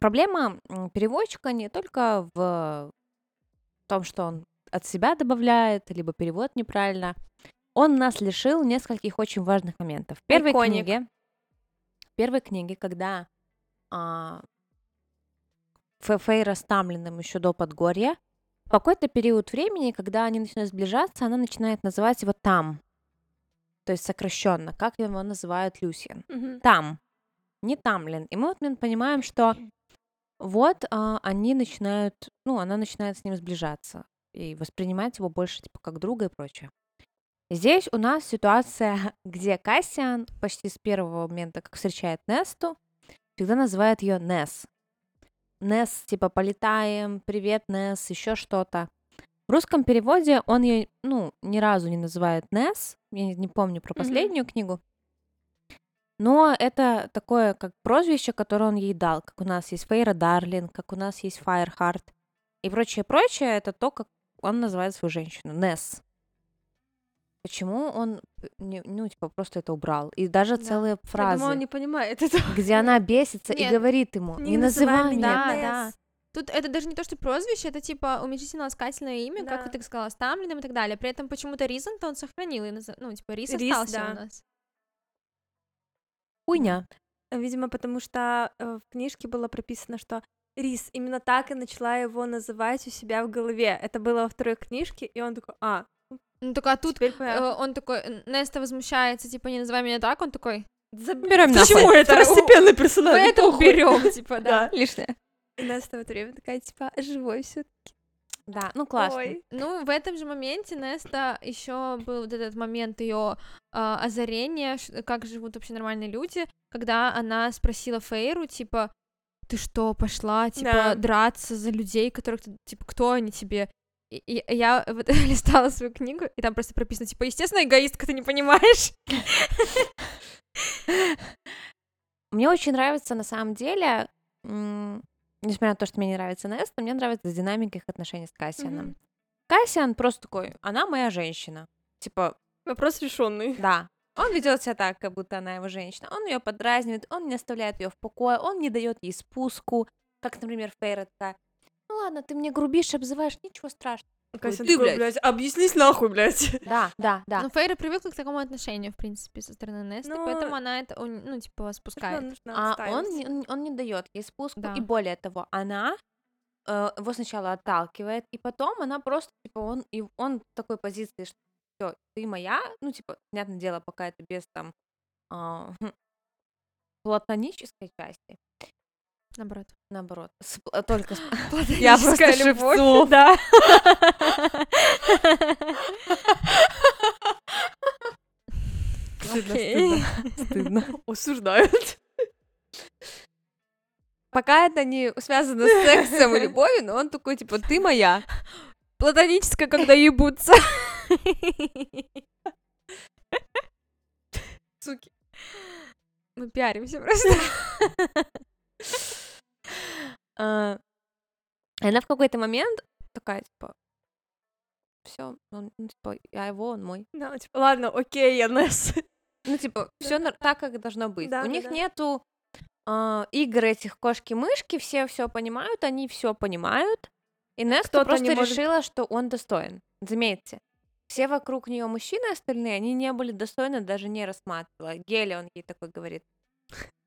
Проблема м, переводчика не только в том, что он от себя добавляет, либо перевод неправильно. Он нас лишил нескольких очень важных моментов. В первой
Иконик.
книге, в первой книге, когда а, Фе- Фейра с Тамлиным еще до Подгорья, в какой-то период времени, когда они начинают сближаться, она начинает называть его там. То есть сокращенно, как его называют Люсьен
Мгм.
там, не тамлин. И мы вот блин, понимаем, что вот а, они начинают, ну, она начинает с ним сближаться и воспринимать его больше, типа, как друга и прочее. Здесь у нас ситуация, где Кассиан почти с первого момента, как встречает Несту, всегда называет ее Нес. Нес, типа, полетаем, привет, Нес, еще что-то. В русском переводе он ее, ну, ни разу не называет Нес, я не- не помню про последнюю книгу, но это такое, как прозвище, которое он ей дал, как у нас есть Фейра Дарлин, как у нас есть Файерхарт и прочее-прочее, это то, как он называет свою женщину, Нес. Почему он, э, не- ну, типа, просто это убрал? И даже
Да.
целые
Я
фразы
думаю, он не понимает этого.
где она бесится
Нет.
и говорит ему, не,
Не называй
называй
меня
меня.
Да, да. Тут это даже не то, что прозвище, это типа уменьшительно ласкательное имя,
Да.
как ты так сказала, с Тамлиным и так далее. При этом почему-то Ризен то он сохранил, и наз- ну, типа Рис,
Рис,
остался
да.
у нас.
Хуйня.
Видимо, потому что э, в книжке было прописано, что Рис именно так и начала его называть у себя в голове. Это было во второй книжке, и он такой, а,
Ну только а тут
теперь
э,
понятно.
он такой, э, Неста возмущается, типа, не называй меня так, он такой,
Забираем
Почему это?
второстепенный
мы
персонаж?
это уберем, типа, да.
Лишнее.
И Неста в это время такая, типа, живой все
Да, ну классно.
Ну, в этом же моменте Неста еще был вот этот момент ее озарения, ш- как живут вообще нормальные люди, когда она спросила Фейру, типа, ты что, пошла, типа,
Да.
драться за людей, которых ты, типа, кто они тебе? И, и я вот листала свою книгу, и там просто прописано, типа, естественно, эгоистка, ты не понимаешь?
Мне очень нравится, на самом деле, м, несмотря на то, что мне не нравится Неста, мне нравится динамика их отношений с Кассианом. Кассиан просто такой, она моя женщина. Типа,
Вопрос решенный.
да. Он ведет себя так, как будто она его женщина. Он ее подразнивает, он не оставляет ее в покое, он не дает ей спуску, как, например, Фейра такая. Ну ладно, ты мне грубишь, обзываешь, ничего страшного.
Кассиан
Ты,
такой,
блядь.
блядь, объяснись нахуй, блядь.
Да, да, да.
Ну, Фейра привыкла к такому отношению, в принципе, со стороны Несты,
Ну,
поэтому она это, он- ну, типа, спускает.
А он, не- он, он не дает ей спуску,
Да.
и более того, она э, его сначала отталкивает, и потом она просто, типа, он, и он в такой позиции, что все, ты моя, ну, типа, понятное дело, пока это без там а, платонической части,
Наоборот.
наоборот, с пла- только с-
Я просто шевцу.
да.
Окей.
Стыдно.
Осуждают.
Пока это не связано с сексом и любовью, но он такой, типа, ты моя.
Платоническое, когда ебутся. Суки. Мы пиаримся просто.
А, и Она в какой-то момент такая, типа, все, он, ну, типа, я его, он мой.
Да, типа, ладно, окей, я Несс.
Ну, типа, все так, как должно быть.
Да,
У
да,
них
да.
нету а, игр этих кошки-мышки, все все понимают, они все понимают. И Неста
кто-то
просто
не может-
решила, что он достоин. Заметьте, все вокруг нее мужчины остальные, они не были достойны, даже не рассматривала. Гели он ей такой говорит.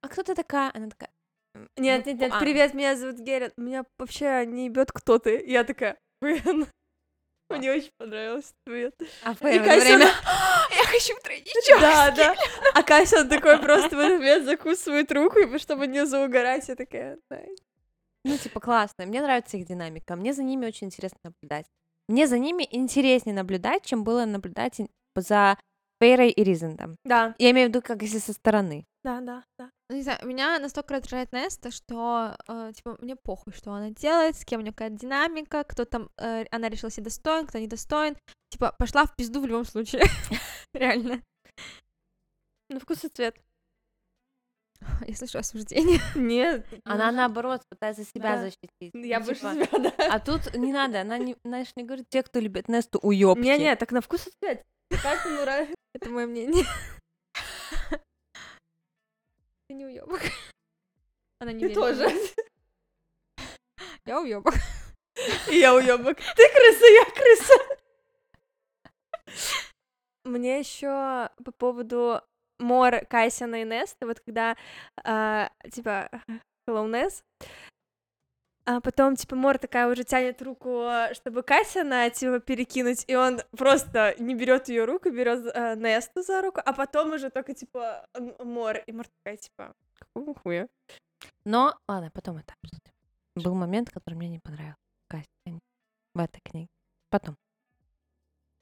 А кто ты такая? Она такая. «М,
Нет,
ну,
нет, нет,
а,
привет, меня зовут Герин. Меня вообще не ебет кто ты. И Я такая, блин. Мне очень понравился ответ.
А
И
Фейра в это
Кайсён-
время, Я хочу втройничать.
Да, да. А Кася, он такой просто в этот момент закусывает руку, и чтобы не заугорать. Я такая, да.
Ну, типа, классно. Мне нравится их динамика. Мне за ними очень интересно наблюдать. Мне за ними интереснее наблюдать, чем было наблюдать ин- типа, за Фейрой и Ризендом.
Да,
Я имею в виду, как если со стороны.
да, да, да.
Ну, не знаю, меня настолько раздражает Неста, что, э, типа, мне похуй, что она делает, с кем у нее какая динамика, кто там, э, она решила себе достоин, кто недостоин. Типа, пошла в пизду в любом случае. Реально.
На вкус и цвет.
Я слышу осуждение.
Нет,
Она, наоборот, пытается себя
Да.
защитить.
я
Ну,
больше
типа,
себя, да.
А тут не надо, она не, знаешь, не говорит, те, кто любит Несту, уёбки.
Не, не, так на вкус и цвет. Как ему нравится.
Это мое мнение. Ты не уебок. Она не
Ты
верит
тоже.
мне. Я уебок.
И я уебок. Ты крыса, я крыса. Мне еще по поводу Мор, Кайсина и Неста, вот когда, а, типа, Hello, Нес, а потом, типа, Мор такая уже тянет руку, э, чтобы Кассиана, типа, перекинуть, и он просто не берет ее руку, берет Несту за руку, а потом уже только, типа, Н- Мор, и Мор такая, типа, какого хуя?
Но, ладно, потом это обсудим. Был момент, который мне не понравился. Катя, в этой книге. Потом.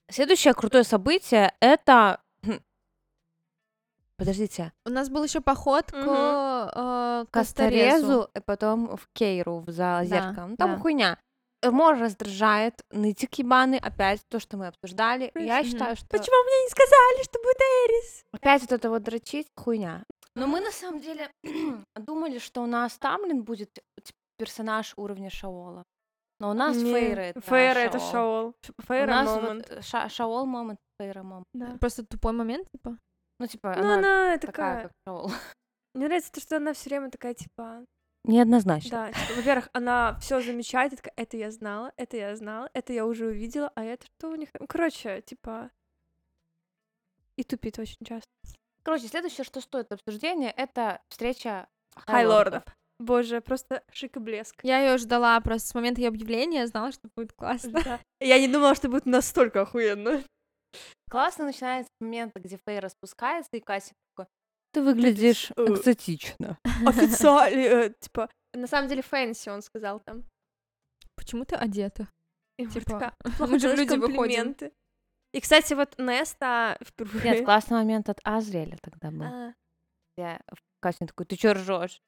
Следующее крутое событие это... хм, Подождите. а
У нас был еще поход к
Мгм.
э, Косторезу.
Косторезу, и потом в Кейру, за зеркалом. Ну, Там
да.
хуйня. Э, Мор раздражает, найти кибаны, опять то, что мы обсуждали. Я
Мгм.
считаю, что
Почему мне не сказали, что будет Эрис?
опять вот это вот дрочить хуйня.
Но мы на самом деле думали, что у нас Тамлин будет типа, персонаж уровня Шаола. Но у нас
Не,
Фейра это
Фейра А, это Шаол. Ф-
У
Фейра
нас
момент.
вот Ша- Шаол момент, Фейра момент.
Просто тупой момент, типа.
Ну, типа,
Ну,
она
она
такая,
такая...
как Шаол.
Мне нравится то, что она все время такая, типа...
Неоднозначно.
Да, типа, во-первых, она все замечает, и такая, это я знала, это я знала, это я уже увидела, а это что у них... Ну, Короче, типа... И тупит очень часто.
Короче, следующее, что стоит обсуждения, это встреча
Хайлордов. Боже, просто шик и блеск.
Я ее ждала просто с момента ее объявления, я знала, что будет классно.
Да. Я не думала, что будет настолько охуенно.
Классно начинается с момента, где Фейра спускается, и Кассик такой,
Ты выглядишь
э,
экзотично.
Официально, э, типа... На самом деле, фэнси, он сказал там.
Почему ты одета?
И Мора
Типа,
такая,
мы же в
«Плохо делаешь
люди выходим».
комплименты». И, кстати, вот Неста
Нет,
впервые...
классный момент от Азриэля тогда был.
А,
Я Кассин такой, ты чё ржешь?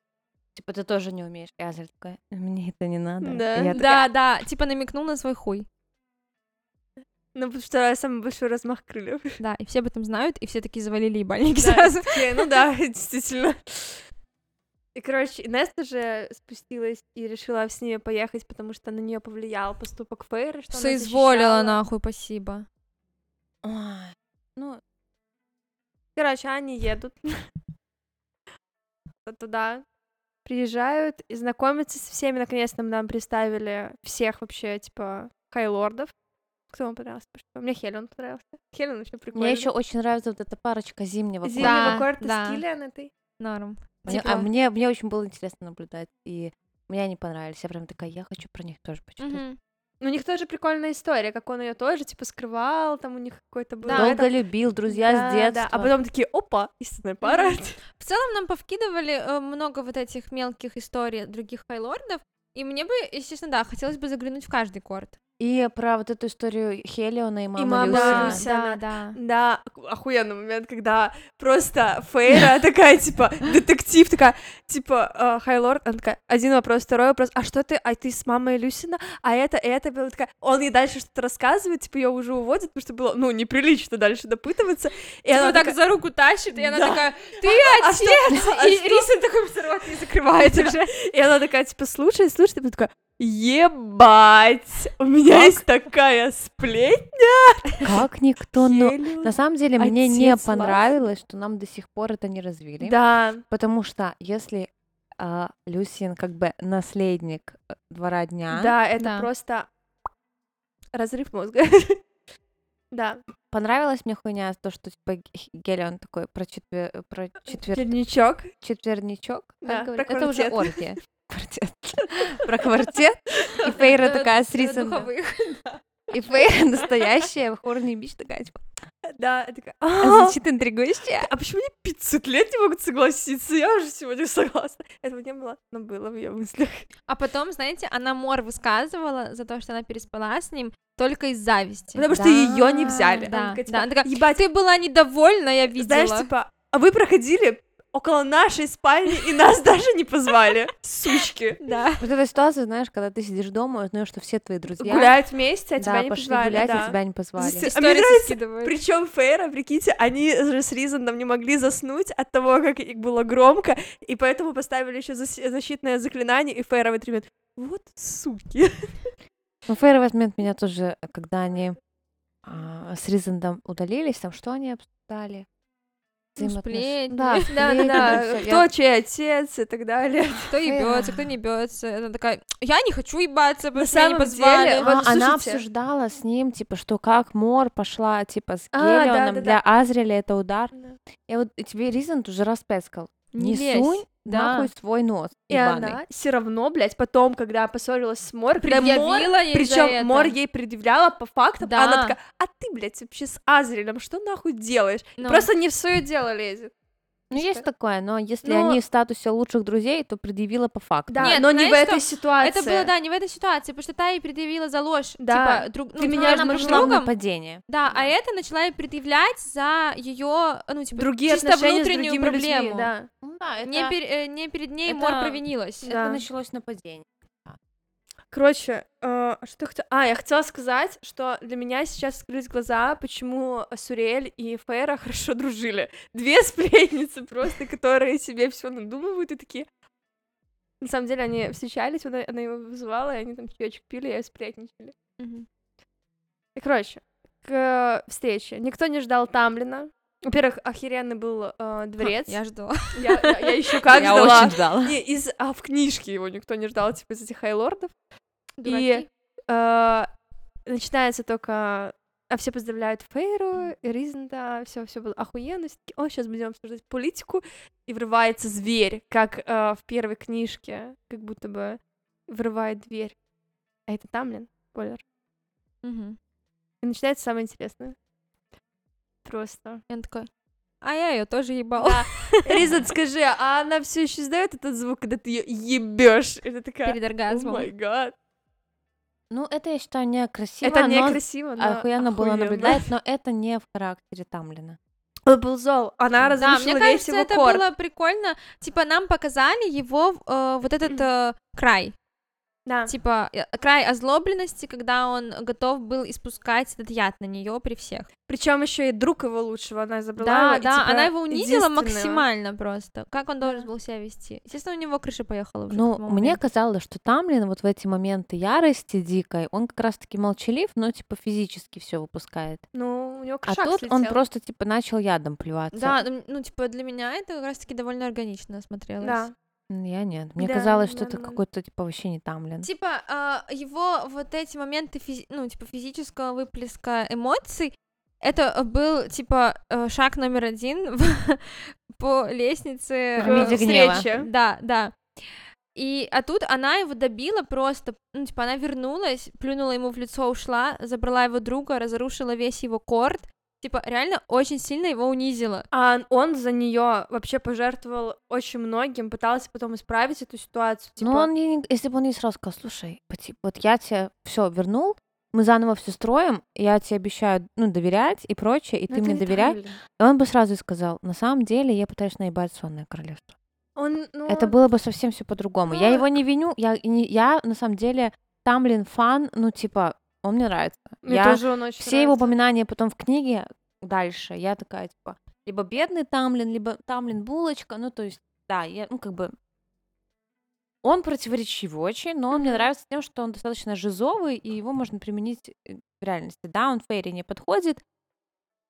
Типа, ты тоже не умеешь. И Азриэль такая, мне это не надо. И
Да.
я такая,
Да, да, типа намекнул на свой хуй.
Ну, потому что самый большой размах крыльев.
Да, и все об этом знают, и все такие завалили ебальники
Да.
сразу.
Окей, ну да, действительно. И, короче, Неста же спустилась и решила с ними поехать, потому что на нее повлиял поступок Фейры, что она
Соизволила
защищала.
нахуй, спасибо.
«Ай, ну,
Короче, они едут туда, приезжают и знакомятся со всеми. Наконец-то нам представили всех вообще, типа, хайлордов. Кто вам понравился? больше всего? Мне Хелен понравился. Хелен вообще прикольный.
мне еще очень нравится вот эта парочка зимнего
ну Зимнего
Да,
класса.
корта
да.
с Киллиан этой.
Норм.
Мне-
типа-
А мне, мне очень было интересно наблюдать, и мне они понравились. Я прям такая, я хочу про них тоже почитать.
Мгм.
Ну, у них тоже прикольная история, как он ее тоже, типа, скрывал, там у них какой-то был...
Да,
этот-
Долго любил, друзья
Да,
с
да.
детства.
А потом такие, опа, истинная пара.
В целом нам повкидывали э, много вот этих мелких историй других хайлордов, и мне бы, если честно, да, хотелось бы заглянуть в каждый корт.
И про вот эту историю Хелиона и мамы
мамы
Люсиана.
Люси.
да,
Люсяна.
да.
Да, оху- охуенный момент, когда просто Фейра такая, типа, детектив, такая, типа, э, Хайлорд, она такая, один вопрос, второй вопрос, а что ты, а ты с мамой Люсина, а это, это, было такая, он ей дальше что-то рассказывает, типа, ее уже уводят, потому что было, ну, неприлично дальше допытываться, и
Типа
она
вот
так
так за руку тащит, и она
Да.
такая, ты
а
отец!
что? А
и
что?
Риса такой просто рот не закрывает уже.
И она такая, типа, слушай, слушай, и потом такая, ебать, у меня есть такая сплетня.
Как никто, но...
Хелион.
ну, На самом деле, мне не
Отец Лазарь.
понравилось, что нам до сих пор это не развили.
Да,
Потому что если а, Люсин как бы наследник э, двора дня,
да, это
Да.
просто разрыв мозга. Да,
понравилась мне хуйня то, что типа Г- Х- Гелион такой про, четвер- про четвер-
чернячок.
четверничок. как
Э, Да,
говорит?
про
Это уже
квартет.
оргия. Квартет. Про квартет. И Фейра такая с рисом.
Э, Духовых.
И Фейра настоящая, хорный бич такая, типа,
Да, я такая,
«А,
«А,
звучит интригующе.
а почему они 500 лет не могут согласиться? Я уже сегодня согласна. Этого не было, но было в ее мыслях.
А потом, знаете, она Мор высказывала за то, что она переспала с ним только из зависти.
Потому что ее не взяли. Она
Да,
такая,
да,
типа,
она такая,
Ебать,
Ты была недовольна, я видела.
знаешь, типа, а вы проходили около нашей спальни, и нас даже не позвали, сучки.
Да.
Вот эта ситуация, знаешь, когда ты сидишь дома и узнаешь, что все твои друзья
Гуляют вместе, а
да,
тебя не
пошли
позвали.
гулять,
да.
и тебя не позвали.
Зас- А мне нравится,
скидывает.
Причем Фейра, прикиньте, они же с Ризаном не могли заснуть от того, как их было громко, и поэтому поставили еще защитное заклинание, и Фейра в этот момент, вот суки.
Ну, Фейер в этот момент меня тоже, когда они а, с Ризендом удалились, там что они обсуждали?
Ну,
Взаимоотнош-
сплетни.
Да,
Да, да,
сплетни, всё.
да.
Я-
Кто чей отец и так далее.
Кто ебется, кто не ебется. Она такая, я не хочу ебаться, потому
На
что меня не
самом
позвали.
деле,
А,
вот
она
слушайте.
обсуждала с ним, типа, что как Мор пошла, типа, с
А, да,
Гелионом,
да, да.
для Азриэля это удар.
Да.
И вот и тебе Ризент уже раз пять сказал, не,
лезь.
сунь
Да.
нахуй свой нос,
И
ебаный».
она все равно, блядь, потом, когда поссорилась с Мор, когда Мор-
Предъявила ей за это.
причем Мор ей предъявляла по факту,
Да.
а она такая, а ты, блядь, вообще с Азрилем что нахуй делаешь? И
Ну.
Просто не в свое дело лезет.
Ну, есть такое, но если
Ну,
они в статусе лучших друзей, то предъявила по факту.
Да,
Нет,
но не в
знаешь,
этой ситуации.
Это было, да, не в этой ситуации, потому что та ей предъявила за ложь.
Да,
типа, друг, ну,
ты меня
она
обманула.
пошла
Шла в
другом,
нападение.
Да, а это начала ей предъявлять за ее, ну, типа,
Другие
чисто
отношения с
внутреннюю
другими людьми,
проблему.
да.
Ну да, это,
Не, пер- э, не перед ней
это-
Мор провинилась.
это
Да.
началось нападение.
Короче, э, что я хотела... А, я хотела сказать, что для меня сейчас открылись глаза, почему Сурель и Фейра хорошо дружили. Две сплетницы просто, которые себе все надумывают и такие... На самом деле они встречались, она, она его вызывала, и они там чаечек пили и сплетничали.
Мгм.
И, короче, к э, встрече. Никто не ждал Тамлина. Во-первых, охеренный был э, дворец.
Я ждала.
Я, еще как
Я
ждала.
очень ждала.
Не, из, а в книжке его никто не ждал, типа, из этих хайлордов.
Дураки.
Э, начинается только... А все поздравляют Фейру, Ризента, все, все было охуенно. Все такие, о, сейчас будем обсуждать политику. И врывается зверь, как э, в первой книжке, как будто бы врывает дверь. А это Тамлин, спойлер.
Мгм.
И начинается самое интересное. Просто.
Я такая, а я ее тоже ебала.
Да. Ризент, скажи, а она все еще издает этот звук, когда ты ее ебешь? Это такая,
Перед
о
оргазмом.
май гад.
Ну, это, я считаю, некрасиво,
Это
но
некрасиво, но
охуенно было
охуенно.
наблюдать, но это не в характере Тамлина.
Он был зол. Она
Да,
разрушила
мне
весь
кажется,
его
это
корт.
было прикольно. Типа, нам показали его э, вот этот э, край.
Да.
Типа, э, край озлобленности, когда он готов был испускать этот яд на нее при всех.
Причем еще и друг его лучшего она забрала.
Да,
и,
да,
типа,
она его унизила
единственного.
максимально просто. Как он должен был себя вести? Естественно, у него крыша поехала уже. к
Ну,
тому
мне
моменту.
казалось, что Тамлин вот в эти моменты ярости дикой, он как раз-таки молчалив, но типа физически все выпускает.
Ну, у него
А
крышак
тут
слетел.
он просто типа начал ядом плеваться.
Да, ну, ну, типа, для меня это как раз-таки довольно органично смотрелось.
Да.
М, Я нет. Мне
Да,
казалось, что это
нормально.
какой-то типа вообще не Тамлин.
Типа, э, его вот эти моменты, физи- ну, типа, физического выплеска эмоций, это э, был, типа, э, шаг номер один в- по лестнице.
К
э,
Меди гнева.
встрече.
Да, да. И, а тут она его добила просто, ну, типа, она вернулась, плюнула ему в лицо, ушла, забрала его друга, разрушила весь его корт, типа, реально очень сильно его унизила.
А он за нее вообще пожертвовал очень многим, пытался потом исправить эту ситуацию. Типа,
Ну, он, ей не- если бы он ей сразу сказал, слушай, по типу, вот я тебе все вернул, мы заново все строим, я тебе обещаю, ну, доверять и прочее, и
«Ну,
ты
это
мне
не
доверяй.
Тамлин».
И он бы сразу и сказал, на самом деле я пытаюсь наебать сонное королевство.
Он, ну,
Это было бы совсем все по-другому. Я
Ну,
его не виню, я, и не- я на самом деле Тамлин фан, ну, типа, он мне нравится.
мне
я
тоже он очень
все его
нравится.
упоминания потом в книге дальше, я такая, типа, либо бедный Тамлин, либо Тамлин булочка, ну, то есть, да, я, ну, как бы, он противоречивый очень, но он мне нравится тем, что он достаточно жизовый, и его можно применить э, в реальности. Да, он Фейри не подходит,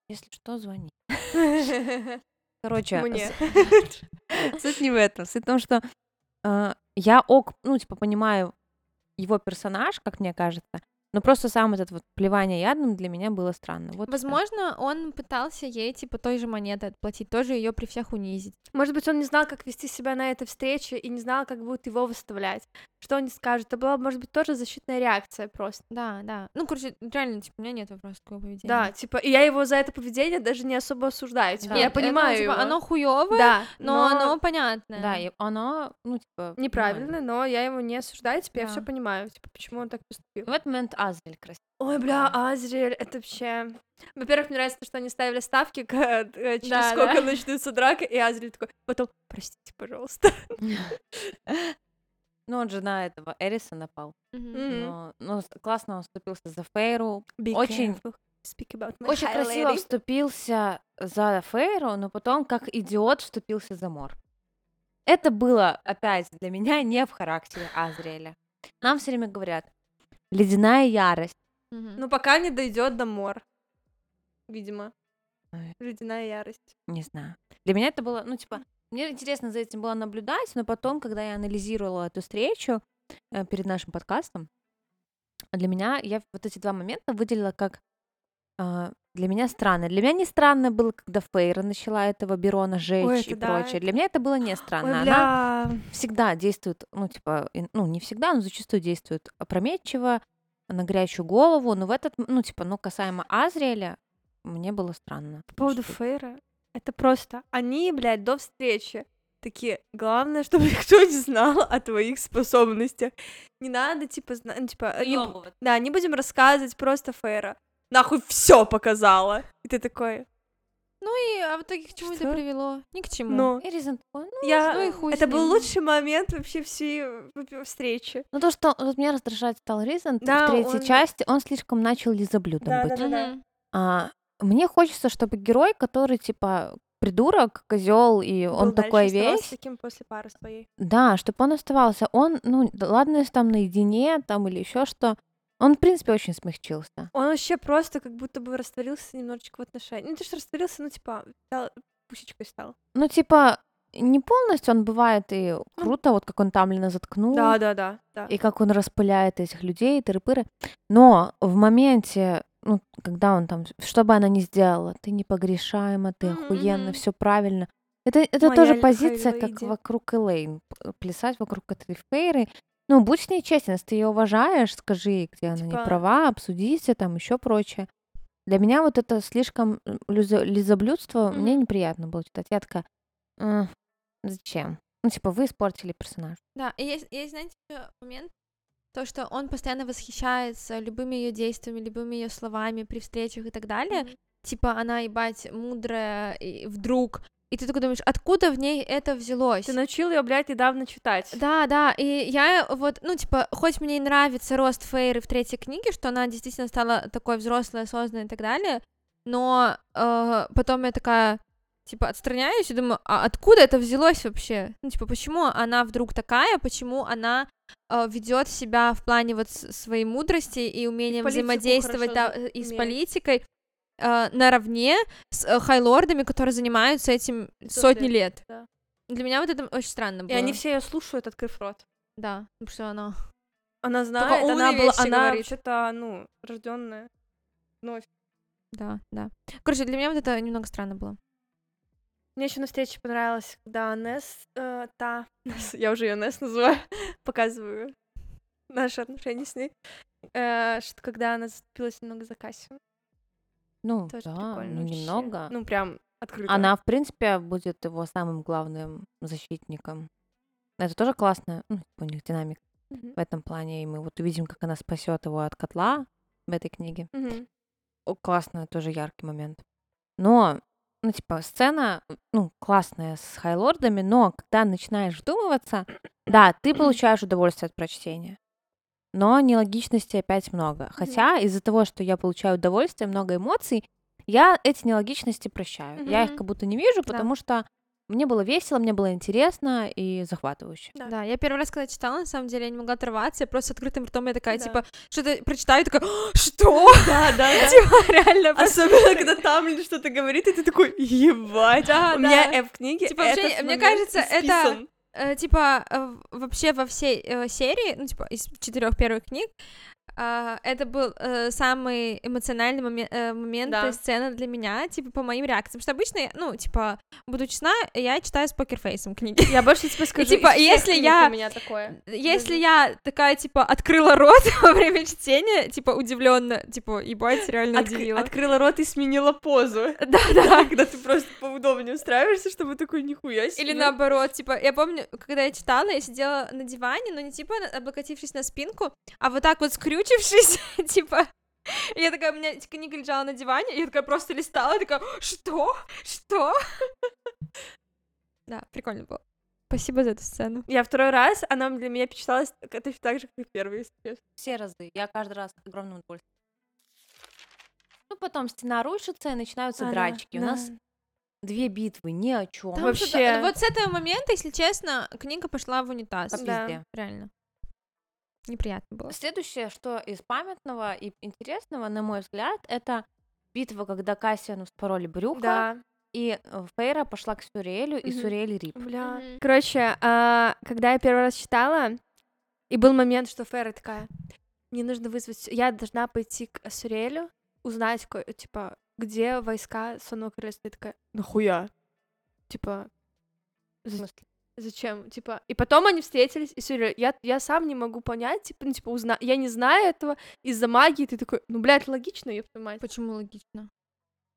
если что, звони. Короче,
Мне.
с- суть не в этом, суть в том, что э, я ок, ну, типа, понимаю его персонаж, как мне кажется, но просто сам этот вот плевание ядом для меня было странно. Вот и всё.
Возможно, он пытался ей, типа, той же монеты отплатить, тоже ее при всех унизить.
Может быть, он не знал, как вести себя на этой встрече и не знал, как будут его выставлять. Что они скажут? Это была, может быть, тоже защитная реакция просто.
Да, да. Ну, короче, реально, типа, у меня нет вопросов к его поведению.
Да, типа, и я его за это поведение даже не особо осуждаю. Типа,
Да.
я
Нет, это,
понимаю
типа,
его.
оно хуевое,
Да,
но, оно понятное.
Да, и оно, ну, типа... нормально.
неправильно, но я его не осуждаю, теперь я
Да.
все понимаю, типа, почему он так поступил.
В этот момент Азель красиво.
Ой, бля, Азриэль, это вообще... Во-первых, мне нравится то, что они ставили ставки, к- э, через
Да,
сколько
да.
начнутся драка, и Азриэль такой, потом, простите, пожалуйста.
Ну, он же на этого Эриса напал.
Мгм.
Мгм.
Но, но с- классно он вступился за Фейру. Очень-
careful. Speak about my
Очень
high
красиво
lady.
вступился за Фейру, но потом, как идиот, вступился за Мор. Это было, опять, для меня не в характере Азриэля. Нам все время говорят, ледяная ярость.
Мгм.
Ну, пока не дойдет до мор, видимо.
Ой.
Ледяная ярость.
Не знаю. Для меня это было, ну, типа, мне интересно за этим было наблюдать, но потом, когда я анализировала эту встречу э, перед нашим подкастом, для меня, я вот эти два момента выделила как а, для меня странно. Для меня не странно было, когда Фейра начала этого Берона жечь
это
и
да,
прочее. Для меня это было не странно.
Ой,
Она
бля.
всегда действует, ну, типа, и- ну, не всегда, но зачастую действует опрометчиво, на горячую голову, но в этот, м- ну, типа, ну, касаемо Азриэля, мне было странно.
По поводу
что-
Фейра, Это просто. Они, блядь, до встречи. Такие, главное, чтобы никто не знал о твоих способностях. Не надо, типа, зна- ну, типа, не бу-
Ёбывать.
да, не будем рассказывать, просто Фейра. Нахуй все показала. И ты такой,
Ну и а в итоге к чему это
Что?
привело? Ни к чему.
ну,
И Резон такой, ну,
я...
ну и хуй с
это был
ним.
лучший момент вообще всей э, встречи.
Ну, то, что вот меня раздражать стал Ризан
Да,
в третьей
он-
части, он слишком начал лизоблюдом быть.
Да-да-да.
Мгм.
А, мне хочется, чтобы герой, который, типа, придурок, козел, и он
Был дальше,
такой
оставался
весь,
таким после пары своей.
да, чтобы он оставался. Он, ну, да ладно, если там наедине, там, или еще что, он, в принципе, очень смягчился.
Он вообще просто как будто бы растворился немножечко в отношениях. Ну, ты же растворился, ну, типа, стал, пусечкой стал.
Ну, типа, не полностью он бывает и
Ну,
круто, вот как он там Лина заткнул.
Да-да-да. да.
и как он распыляет этих людей, тыры-пыры. Но в моменте, ну, когда он там, что бы она ни сделала, ты непогрешаема, ты
Мгм,
охуенно,
мгм.
все правильно. Это, это
Моя
тоже
Ль-
позиция, как
Хайлоиди.
вокруг Элейн, п- плясать вокруг этой фейры. Ну, будь с ней честен, если ты ее уважаешь, скажи, где она
Типа-
не права, обсудите, там еще прочее. Для меня вот это слишком м, люзо- лизоблюдство, мне
Мгм.
неприятно было читать. Я такая, «М, зачем? Ну, типа, вы испортили персонажа.
Да, и есть, есть, знаете, ещё момент, то, что он постоянно восхищается любыми ее действиями, любыми ее словами при встречах и так далее. Типа, она, ебать, мудрая, и вдруг. И ты такой думаешь, откуда в ней это взялось?
Ты научил ее, блядь, недавно читать.
Да, да, и я вот, ну, типа, хоть мне и нравится рост Фейры в третьей книге, что она действительно стала такой взрослой, осознанной и так далее, но э, потом я такая, типа, отстраняюсь и думаю, а откуда это взялось вообще? Ну, типа, почему она вдруг такая, почему она ведет себя в плане вот с- своей мудрости и умением
политику
взаимодействовать да,
хорошо
э, и с
умеет.
политикой э, наравне с э, хайлордами, которые занимаются этим
Сто
сотни
лет,
лет.
да.
Для меня вот это очень странно было.
И они все ее слушают, открыв рот.
Да, ну что она.
Она знает,
умные
она была,
вещи
она
говорит.
вообще-то, ну, рожденная.
Да, да. Короче, для меня вот это немного странно было.
Мне еще на встрече понравилось, когда Несс, э, та, Несс, я уже ее Несс называю, показываю наши отношения с ней, э, что когда она зацепилась немного за Кассию.
Ну,
Тоже
да,
прикольно
ну,
вообще.
немного.
Ну, прям открыто.
Она, в принципе, будет его самым главным защитником. Это тоже классно. Ну, типа у них динамик
Мгм.
в этом плане. И мы вот увидим, как она спасет его от котла в этой книге.
Мгм.
О, классно, тоже яркий момент. Но, ну, типа, сцена, ну, классная с хайлордами, но когда начинаешь вдумываться, да, ты получаешь удовольствие от прочтения. Но нелогичности опять много. Хотя из-за того, что я получаю удовольствие, много эмоций, я эти нелогичности прощаю. Я их
Мгм.
как будто не вижу,
Да.
потому что мне было весело, мне было интересно и захватывающе.
Да.
Да. я первый раз, когда читала, на самом деле, я не могла оторваться, я просто с открытым ртом, я такая,
Да.
типа, что-то прочитаю, и такая, «А, что?
Да, да, да.
Типа,
А
реально, просто-
Особенно, когда там или что-то говорит, и ты такой, ебать.
Да,
У
да.
меня э, в книге
Типа, вообще,
этот
мне
момент
кажется, это-
исписан.
Э, типа, э, в- вообще во всей э, серии, ну, типа, из четырех первых книг, а, это был э, самый эмоциональный моме- э, момент
Да.
и сцена для меня, типа, по моим реакциям, потому что обычно, я, ну, типа, буду честна, я читаю с покерфейсом книги.
Я больше тебе скажу,
типа,
из всех
если
книг
я-
у меня такое.
Если
Даже-
я такая, типа, открыла рот во время чтения, типа, удивленно, типа, ебать, реально
Отк-
удивила.
Открыла рот и сменила позу.
Да, да.
Когда ты просто поудобнее устраиваешься, чтобы такой нихуя себе.
Или наоборот, типа, я помню, когда я читала, я сидела на диване, но не типа на- облокотившись на спинку, а вот так вот скрючившись, типа, и я такая, у меня книга лежала на диване, и я такая просто листала, и такая, что? Что? Да, прикольно было. Спасибо за эту сцену.
Я второй раз, она для меня почиталась к- точно так же, как и первый, если честно.
Все разы. Я каждый раз с огромным удовольствием. Ну, потом стена рушится, и начинаются
А, да,
драчки. У
да.
нас две битвы ни о чем.
Там
Вообще.
что-то- Вот с этого момента, если честно, книга пошла в унитаз.
Вообще. Да.
Реально. Неприятно было.
Следующее, что из памятного и интересного, на мой взгляд, это битва, когда Кассиану вспороли брюхо,
Да.
и э, Фейра пошла к Сюрелю, и
Мгм.
Сюрель рип.
Бля.
Мгм.
Короче, а, когда я первый раз читала, и был момент, что Фэра такая, мне нужно вызвать... Сю- Я должна пойти к Сурелю, узнать, ко- типа, где войска Сонного Королевства. Я такая, нахуя? Типа, за- зачем? Типа, и потом они встретились, и Сюрель, я, я сам не могу понять, типа, ну, типа, узна... я не знаю этого из-за магии, ты такой, ну, блядь, логично, ёб твою мать.
Почему логично?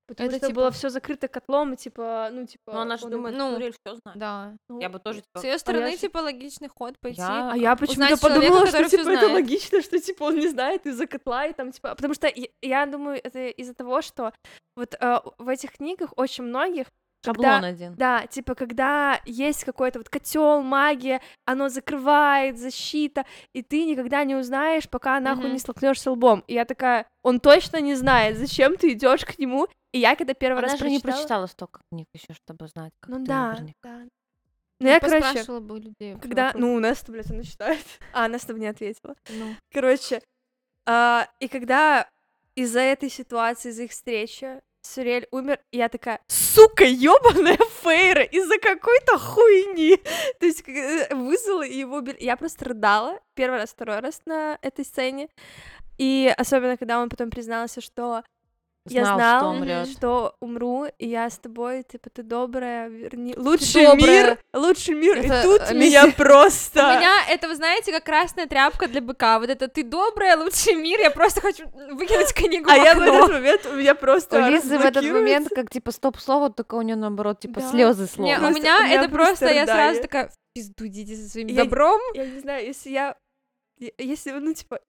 Потому
Это
что
типа-
было все закрыто котлом, и типа, ну, типа...
Но она же
он- ну,
думает,
ну,
что Турель все
А,
знает.
Да.
Я бы тоже, типа,
С ее стороны,
щас-
типа, логичный ход пойти.
Я-
А я почему-то
узнать человека,
подумала, что
который всё
типа это
знает.
логично, что типа он не знает из-за котла и там типа, потому что я, я думаю это из-за того, что вот э, в этих книгах очень многих когда-
шаблон один.
Да, типа, когда есть какой-то вот котел, магия, оно закрывает, защита, и ты никогда не узнаешь, пока нахуй
Мгм.
не столкнешься лбом. И я такая, он точно не знает, зачем ты идешь к нему. И я когда первый
Она
раз
же не
прочитала-
прочитала столько книг еще, чтобы знать, как
Ну
ты
да,
наверняка.
да. Ну,
Ну,
я, короче,
поспрашивала бы у людей.
когда...
вокруг.
Ну, Неста, блядь, она читает. А, Неста мне ответила.
Ну.
Короче, а, и когда из-за этой ситуации, из-за их встречи, Сюрель умер, и я такая, сука, ёбаная Фейра, из-за какой-то хуйни. То есть как, э, вызвала и его убили. Я просто рыдала первый раз, второй раз на этой сцене. И особенно, когда он потом признался, что я
Знал,
знал,
что
мгм,
умрет.
что умру, и я с тобой, типа, ты добрая, верни... Лучший
добрая.
мир, лучший мир,
Это,
и тут
э,
меня
миссия-
просто...
У меня это, вы знаете, как красная тряпка для быка. Вот это ты добрая, лучший мир. Я просто хочу выкинуть книгу.
А
в
я в
окно.
этот момент, у меня
У
просто
Лизы в этот
разблокируется.
момент как типа стоп слово, только у нее наоборот типа
Да.
слезы
Не,
Просто
у
слова.
у
меня
меня
это просто, я
просто
сразу
рыдание.
такая, «В пизду идите со своим
Я-
добром.
Я не знаю, если я... е- Если, ну, типа...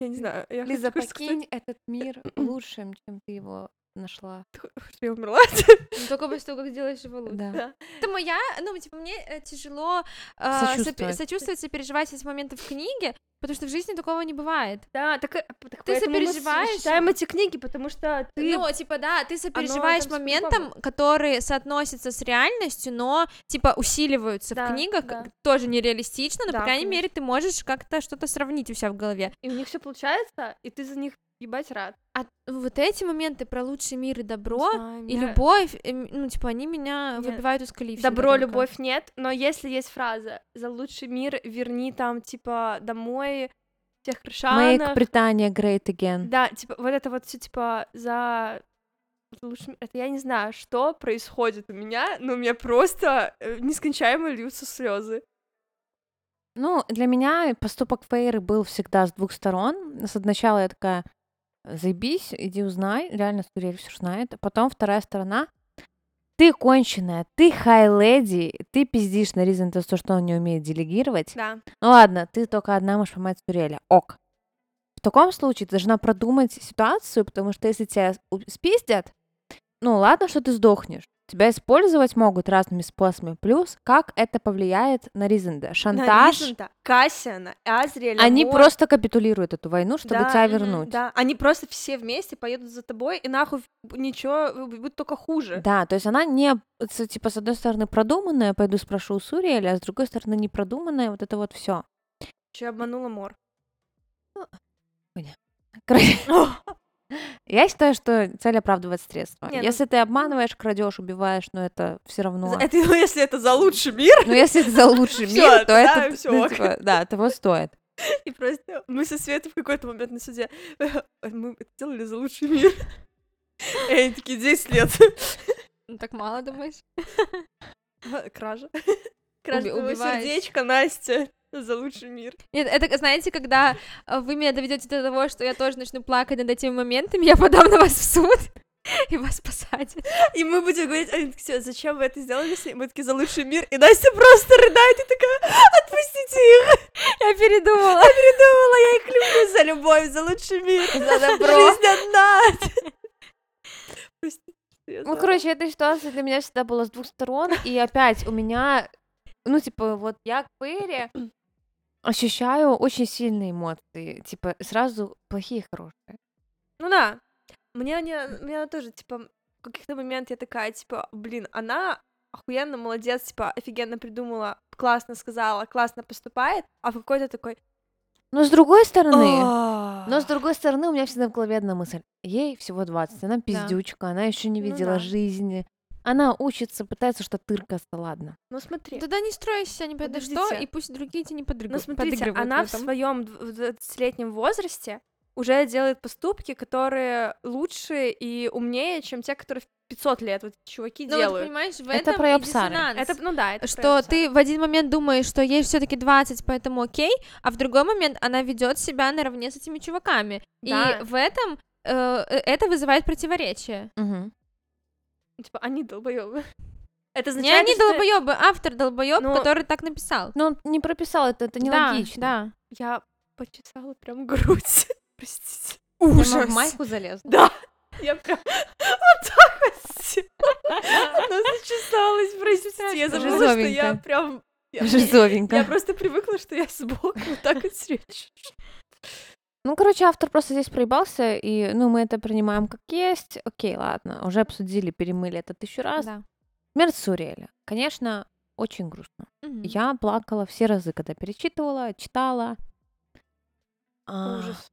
Я не знаю, я
Лиза,
хочу, сказать,
покинь этот мир лучшим, чем ты его нашла.
что я умерла.
Ну, Только после того, как делаешь его лучше.
Да.
Да.
Поэтому я, ну, типа, мне э, тяжело э,
Сочувствовать.
сопе- сочувствовать, сопереживать эти моменты в книге, потому что в жизни такого не бывает.
Да, так, э, п- так
Ты
поэтому мы с-
сопереживаешь?
читаем эти книги, потому что ты...
Ну, типа, да, ты сопереживаешь
там всё
моментам, которые соотносятся с реальностью, но, типа, усиливаются
Да,
в книгах,
да.
тоже нереалистично, но,
Да,
по крайней
конечно.
мере, ты можешь как-то что-то сравнить у себя в голове.
И у них все получается, и ты за них ебать рад.
А вот эти моменты про лучший мир и добро,
Знаю,
и
меня-
любовь, эм, ну, типа, они меня
Меня
выбивают из колеи. всегда
Добро,
только.
любовь нет, но если есть фраза «За лучший мир верни там, типа, домой всех
Make
крышанах»,
Британия great again.
Да, типа, вот это вот все, типа, за лучшим... Это я не знаю, что происходит у меня, но у меня просто э, нескончаемо льются слезы.
Ну, для меня поступок Фейры был всегда с двух сторон. С сначала я такая, заебись, иди узнай, реально Сурель все знает. А Потом вторая сторона, ты конченая, ты хай-леди, ты пиздишь на Ризен за то, что он не умеет делегировать.
Да.
Ну ладно, ты только одна можешь поймать Суреля. Ок. В таком случае ты должна продумать ситуацию, потому что если тебя у- спиздят, ну ладно, что ты сдохнешь. Тебя использовать могут разными способами. Плюс, как это повлияет на Ризенда? Шантаж.
Кассиана, Азриэль,
Они просто капитулируют эту войну, чтобы
Да,
тебя
мгм,
вернуть.
Да, они просто все вместе поедут за тобой, и нахуй ничего, будет только хуже.
Да, то есть она не, с- типа, с одной стороны продуманная, пойду спрошу у Суриэля, а с другой стороны непродуманная, вот это вот все.
Че обманула Мор.
Я считаю, что цель оправдывает средства.
Не, ну-
Если ты обманываешь, крадешь, убиваешь, но это все равно.
Это, ну, если это за лучший мир,
Ну, если это за лучший
Всё,
мир, то
да,
это,
всё
ну,
ок.
типа, да, того стоит.
и просто мы со Светой в какой-то момент на суде, мы это делали за лучший мир. И они такие, 10 лет.
Ну, так мало, думаешь?
А, Кража. Кража
Уби-
твоего
убиваешь.
сердечка, Настя. За лучший мир.
Нет, это, знаете, когда э, вы меня доведете до того, что я тоже начну плакать над этими моментами, я подам на вас в суд и вас посадят.
И мы будем говорить, они такие, «Всё, зачем вы это сделали, если мы такие за лучший мир? И Настя просто рыдает и такая, отпустите их,
Я передумала.
я передумала, я их люблю за любовь, за лучший мир. За добро. Жизнь одна. Простите, я
Ну,
знала.
короче, эта ситуация для меня всегда была с двух сторон, и опять у меня, ну, типа, вот я к Перри ощущаю очень сильные эмоции, типа, сразу плохие и хорошие.
Ну да. Мне, не, мне она тоже, типа, в каких-то момент я такая, типа, блин, она охуенно молодец, типа, офигенно придумала, классно сказала, классно поступает, а в какой-то такой...
Но с другой стороны,
Но
но с другой стороны, у меня всегда в голове одна мысль. Ей всего 20, она пиздючка, она еще не
Ну
видела
да.
жизни, она учится, пытается, что тыркаться, ладно.
Ну смотри,
Тогда не стройся, не понятно что,
Подождите.
и пусть другие тебе не подрыг-
ну смотрите,
подыгрывают
она
в
в
этом.
своем 20-летнем возрасте уже делает поступки, которые лучше и умнее, чем те, которые в 500 лет вот чуваки
Ну, вот,
делают.
понимаешь, в
Это
этом
про
и
ёпсары.
диссонанс.
это, ну да, это
что
проявляется.
ты в один момент думаешь, что ей все-таки 20, поэтому окей, а в другой момент она ведет себя наравне с этими чуваками.
Да.
И в этом э, э, это вызывает противоречие.
Мгм.
Типа, они долбоёбы.
Это
Не
означает,
они
что
долбоебы, автор долбоеб,
Ну,
который так написал.
Но он не прописал это, это
Да,
нелогично.
Да,
Я почесала прям грудь. Простите.
Прямо в майку залез.
Я прям вот так вот сделала. Она зачесалась, простите. Я забыла, что я
Жизовенько.
прям... Я я
Жизовенько.
просто привыкла, что я сбоку вот так вот сречу.
Ну, короче, автор просто здесь проебался, и, ну, мы это принимаем как есть. Окей, ладно, уже обсудили, перемыли это тысячу раз.
да.
Смерть Суриэля. Конечно, очень грустно.
Мгм.
Я плакала все разы, когда перечитывала, читала. А,
Ужас.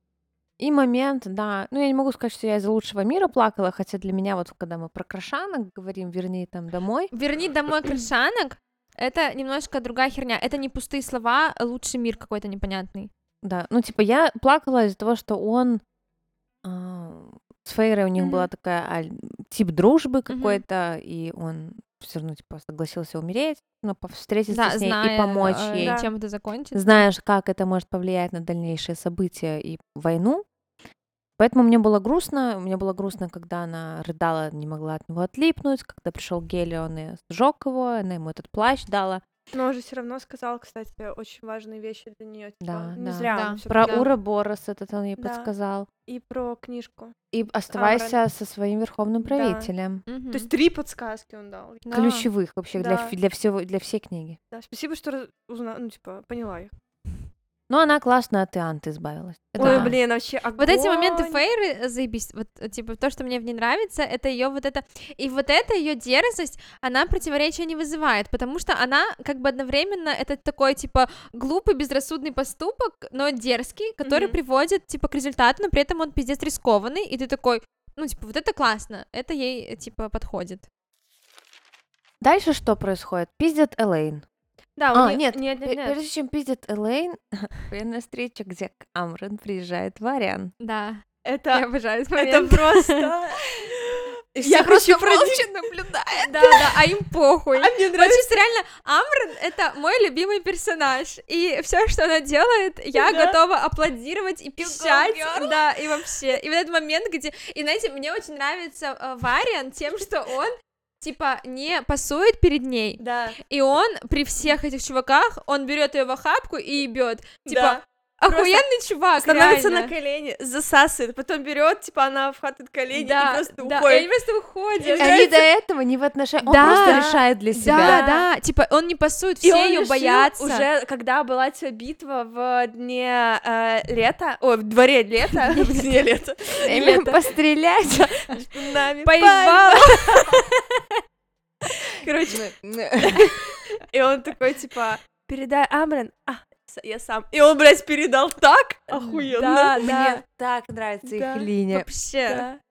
И момент, да. Ну, я не могу сказать, что я из лучшего мира плакала, хотя для меня вот, когда мы про крошанок говорим, вернее, там домой.
Верни домой крышанок. Это немножко другая херня. Это не пустые слова, а лучший мир какой-то непонятный.
Да, ну, типа, я плакала из-за того, что он а, с Фейрой у них была
Мгм.
такая аль- тип дружбы какой-то, и он все равно, типа, согласился умереть, но встретиться
да,
с ней
зная,
и помочь
э,
ей.
Да.
чем это закончится.
знаешь, как это может повлиять на дальнейшие события и войну. Поэтому мне было грустно. Мне было грустно, когда она рыдала, не могла от него отлипнуть. Когда пришел Гелион и сжег его, она ему этот плащ дала.
Но он же все равно сказал, кстати, очень важные вещи для нее.
Да,
не
да.
зря
Да.
он всё
Про
таки-
Уроборос этот он ей
Да.
подсказал.
И про книжку.
И оставайся со своим верховным
Да.
правителем.
Мгм.
То есть три подсказки он дал.
Да.
Ключевых вообще для,
Да.
фи- для всего, для всей книги.
Да, спасибо, что раз- узнала, ну, типа, поняла их.
Но она классно от Ианты избавилась. Это
Ой,
да.
блин, вообще огонь.
Вот эти моменты Фейры э, заебись, вот э, типа то, что мне в ней нравится, это ее вот это и вот эта ее дерзость, она противоречия не вызывает, потому что она как бы одновременно это такой типа глупый безрассудный поступок, но дерзкий, который
Мгм.
приводит типа к результату, но при этом он пиздец рискованный, и ты такой, ну типа вот это классно, это ей э, типа подходит.
Дальше что происходит? Пиздят Элейн.
Да,
А,
у неё-
нет,
нет, нет,
Пе-
нет.
Прежде чем пиздит Элейн, военная встреча, где к Амрен приезжает Варян.
Да, я
Это,
обожаю этот
это
момент.
просто...
все
Я хочу продать.
Да, да, а им похуй.
А мне
Вот
нравится.
чисто реально, Амрон — это мой любимый персонаж, и все, что она делает, я
Да.
готова аплодировать и пищать, да, и вообще, и вот этот момент, где, и знаете, мне очень нравится э, Вариан тем, что он, типа, не пасует перед ней,
Да.
и он при всех этих чуваках, он берет ее в охапку и ебет, типа,
Да.
охуенный чувак,
Становится на
реально.
колени, засасывает, потом берет, типа, она вхватывает колени и
да,
просто
да, и они
уходит.
просто уходят.
Они до этого не в отношениях, он
Да.
просто решает для себя.
Да, да, типа, он не пасует,
И
все
он
ее
решил
боятся.
Уже когда была эта битва в дне э, лета, ой, в дворе лета, в дне лета,
Или пострелять.
между нами
Поебал.
Короче,
Ну,
и он такой, типа, передай Амрен, а, с- я сам. И он, блядь, передал так охуенно.
Да, да.
Мне так нравится
Да.
их линия.
Вообще.
Да.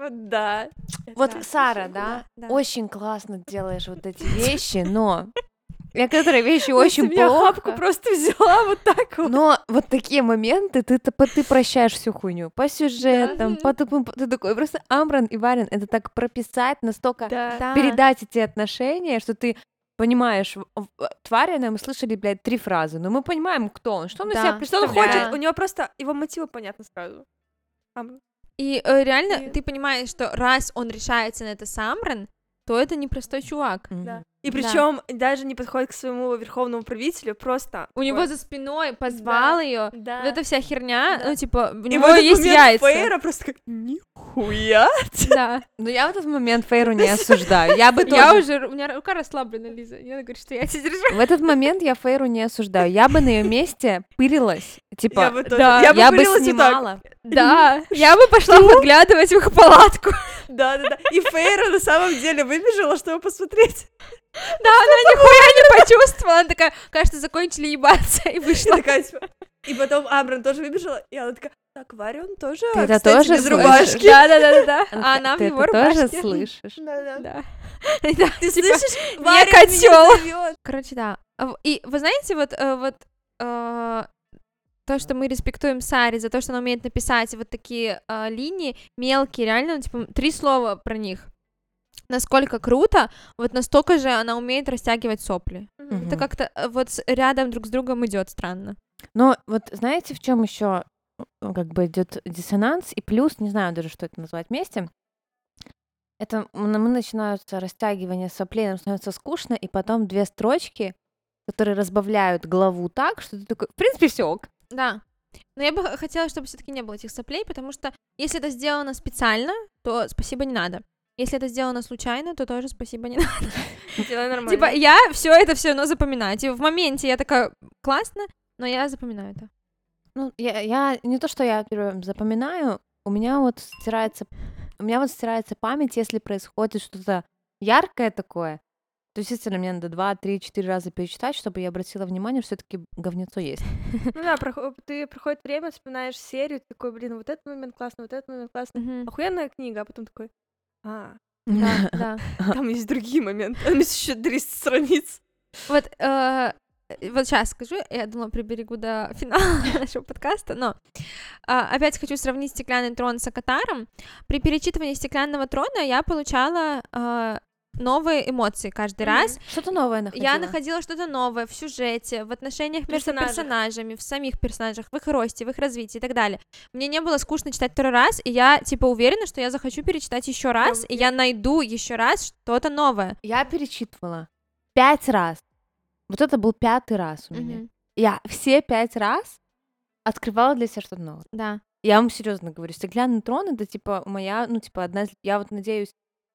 Вот, да.
Вот
Это-
Сара, да?
да.
Очень классно делаешь вот эти вещи, но некоторые вещи
Настя
очень
меня хапку
плохо.
просто взяла вот так вот.
Но вот такие моменты, ты, ты, ты прощаешь всю хуйню по сюжетам,
Да.
по тупым, ты такой просто Амран и Варен, это так прописать настолько
Да.
Да.
передать эти отношения, что ты понимаешь, в- э, в- тварина, мы слышали, блядь, три фразы, но мы понимаем, кто он, что он
Да.
из себя
Что он
представляет.
хочет? У него просто его мотивы понятны сразу. Амрен.
И э, реально,
И-
ты понимаешь, что раз он решается на это Самран, то это непростой чувак.
Мгм.
Да. И
Да.
причем даже не подходит к своему верховному правителю, просто.
У него за спиной позвал ее.
Да.
Вот эта вся херня,
Да.
ну, типа, у
И
него
в этот
есть
момент
яйца.
Фейра просто как нихуя.
Да.
Но я в этот момент Фейру не осуждаю. Я бы
Я
тоже...
уже, у меня рука расслаблена, Лиза. И она говорит, что я тебя держу.
В этот момент я Фейру не осуждаю. Я бы на ее месте пырилась. Типа,
Я бы тоже-
да,
я бы
я бы
пырилась вот так.
снимала.
Да, я бы пошла
Ну.
подглядывать в их палатку.
Да, да, да. И Фейра на самом деле выбежала, чтобы посмотреть.
Да, она нихуя не почувствовала. Она такая, кажется, закончили ебаться и
И
вышла.
такая, типа, И потом Абрам тоже выбежала, и она такая, так, Варион тоже,
Ты это
кстати,
тоже
без
слышишь?
рубашки.
Да-да-да-да. А
такая,
она в
Ты
его
это тоже
рубашке.
слышишь.
Да-да.
Да. Да,
Ты
типа,
слышишь?
не
Варя
котёл.
меня зовёт.
Короче, да. А в- И вы знаете, вот, э, вот э, то, что мы респектуем Саре за то, что она умеет написать вот такие э, линии мелкие, реально, ну, типа, три слова про них. Насколько круто, вот настолько же она умеет растягивать сопли. Это
Мгм.
как-то э, вот с- рядом друг с другом идет странно.
Но вот знаете, в чем еще ну, как бы идет диссонанс, и плюс, не знаю даже, что это назвать вместе, это м, мы начинаются растягивание соплей, нам становится скучно, и потом две строчки, которые разбавляют главу так, что ты такой, в принципе, все ок.
Да. Но я бы х- хотела, чтобы все-таки не было этих соплей, потому что если это сделано специально, то спасибо не надо. Если это сделано случайно, то тоже спасибо не надо.
Делай нормально.
Типа, я все это все равно запоминаю. Типа, в моменте я такая классно, но я запоминаю это.
Ну, я, я не то, что я прям запоминаю, у меня вот стирается, у меня вот стирается память, если происходит что-то яркое такое. То есть, действительно, мне надо два, три, четыре раза перечитать, чтобы я обратила внимание, что все-таки говнецо есть.
Ну да, прохо- ты проходит время, вспоминаешь серию, ты такой, блин, вот этот момент классный, вот этот момент классный. Охуенная книга, а потом такой, а,
Да, да.
там есть другие моменты, там есть еще 300 страниц.
Вот, э, вот сейчас скажу, я думала, приберегу до финала нашего подкаста, но а, опять хочу сравнить стеклянный трон с Акатаром. При перечитывании стеклянного трона я получала а, новые эмоции каждый раз.
Что-то новое находила.
Я находила что-то новое в сюжете, в отношениях между
Персонажах.
персонажами, в самих персонажах, в их росте, в их развитии и так далее. Мне не было скучно читать второй раз, и я типа уверена, что я захочу перечитать еще раз, и я найду еще раз что-то новое.
Я перечитывала пять раз. Вот это был пятый раз у меня.
Мгм.
Я все пять раз открывала для себя что-то новое.
Да.
Я вам серьезно говорю, стеклянный трон это типа моя, ну типа одна, из- я вот надеюсь,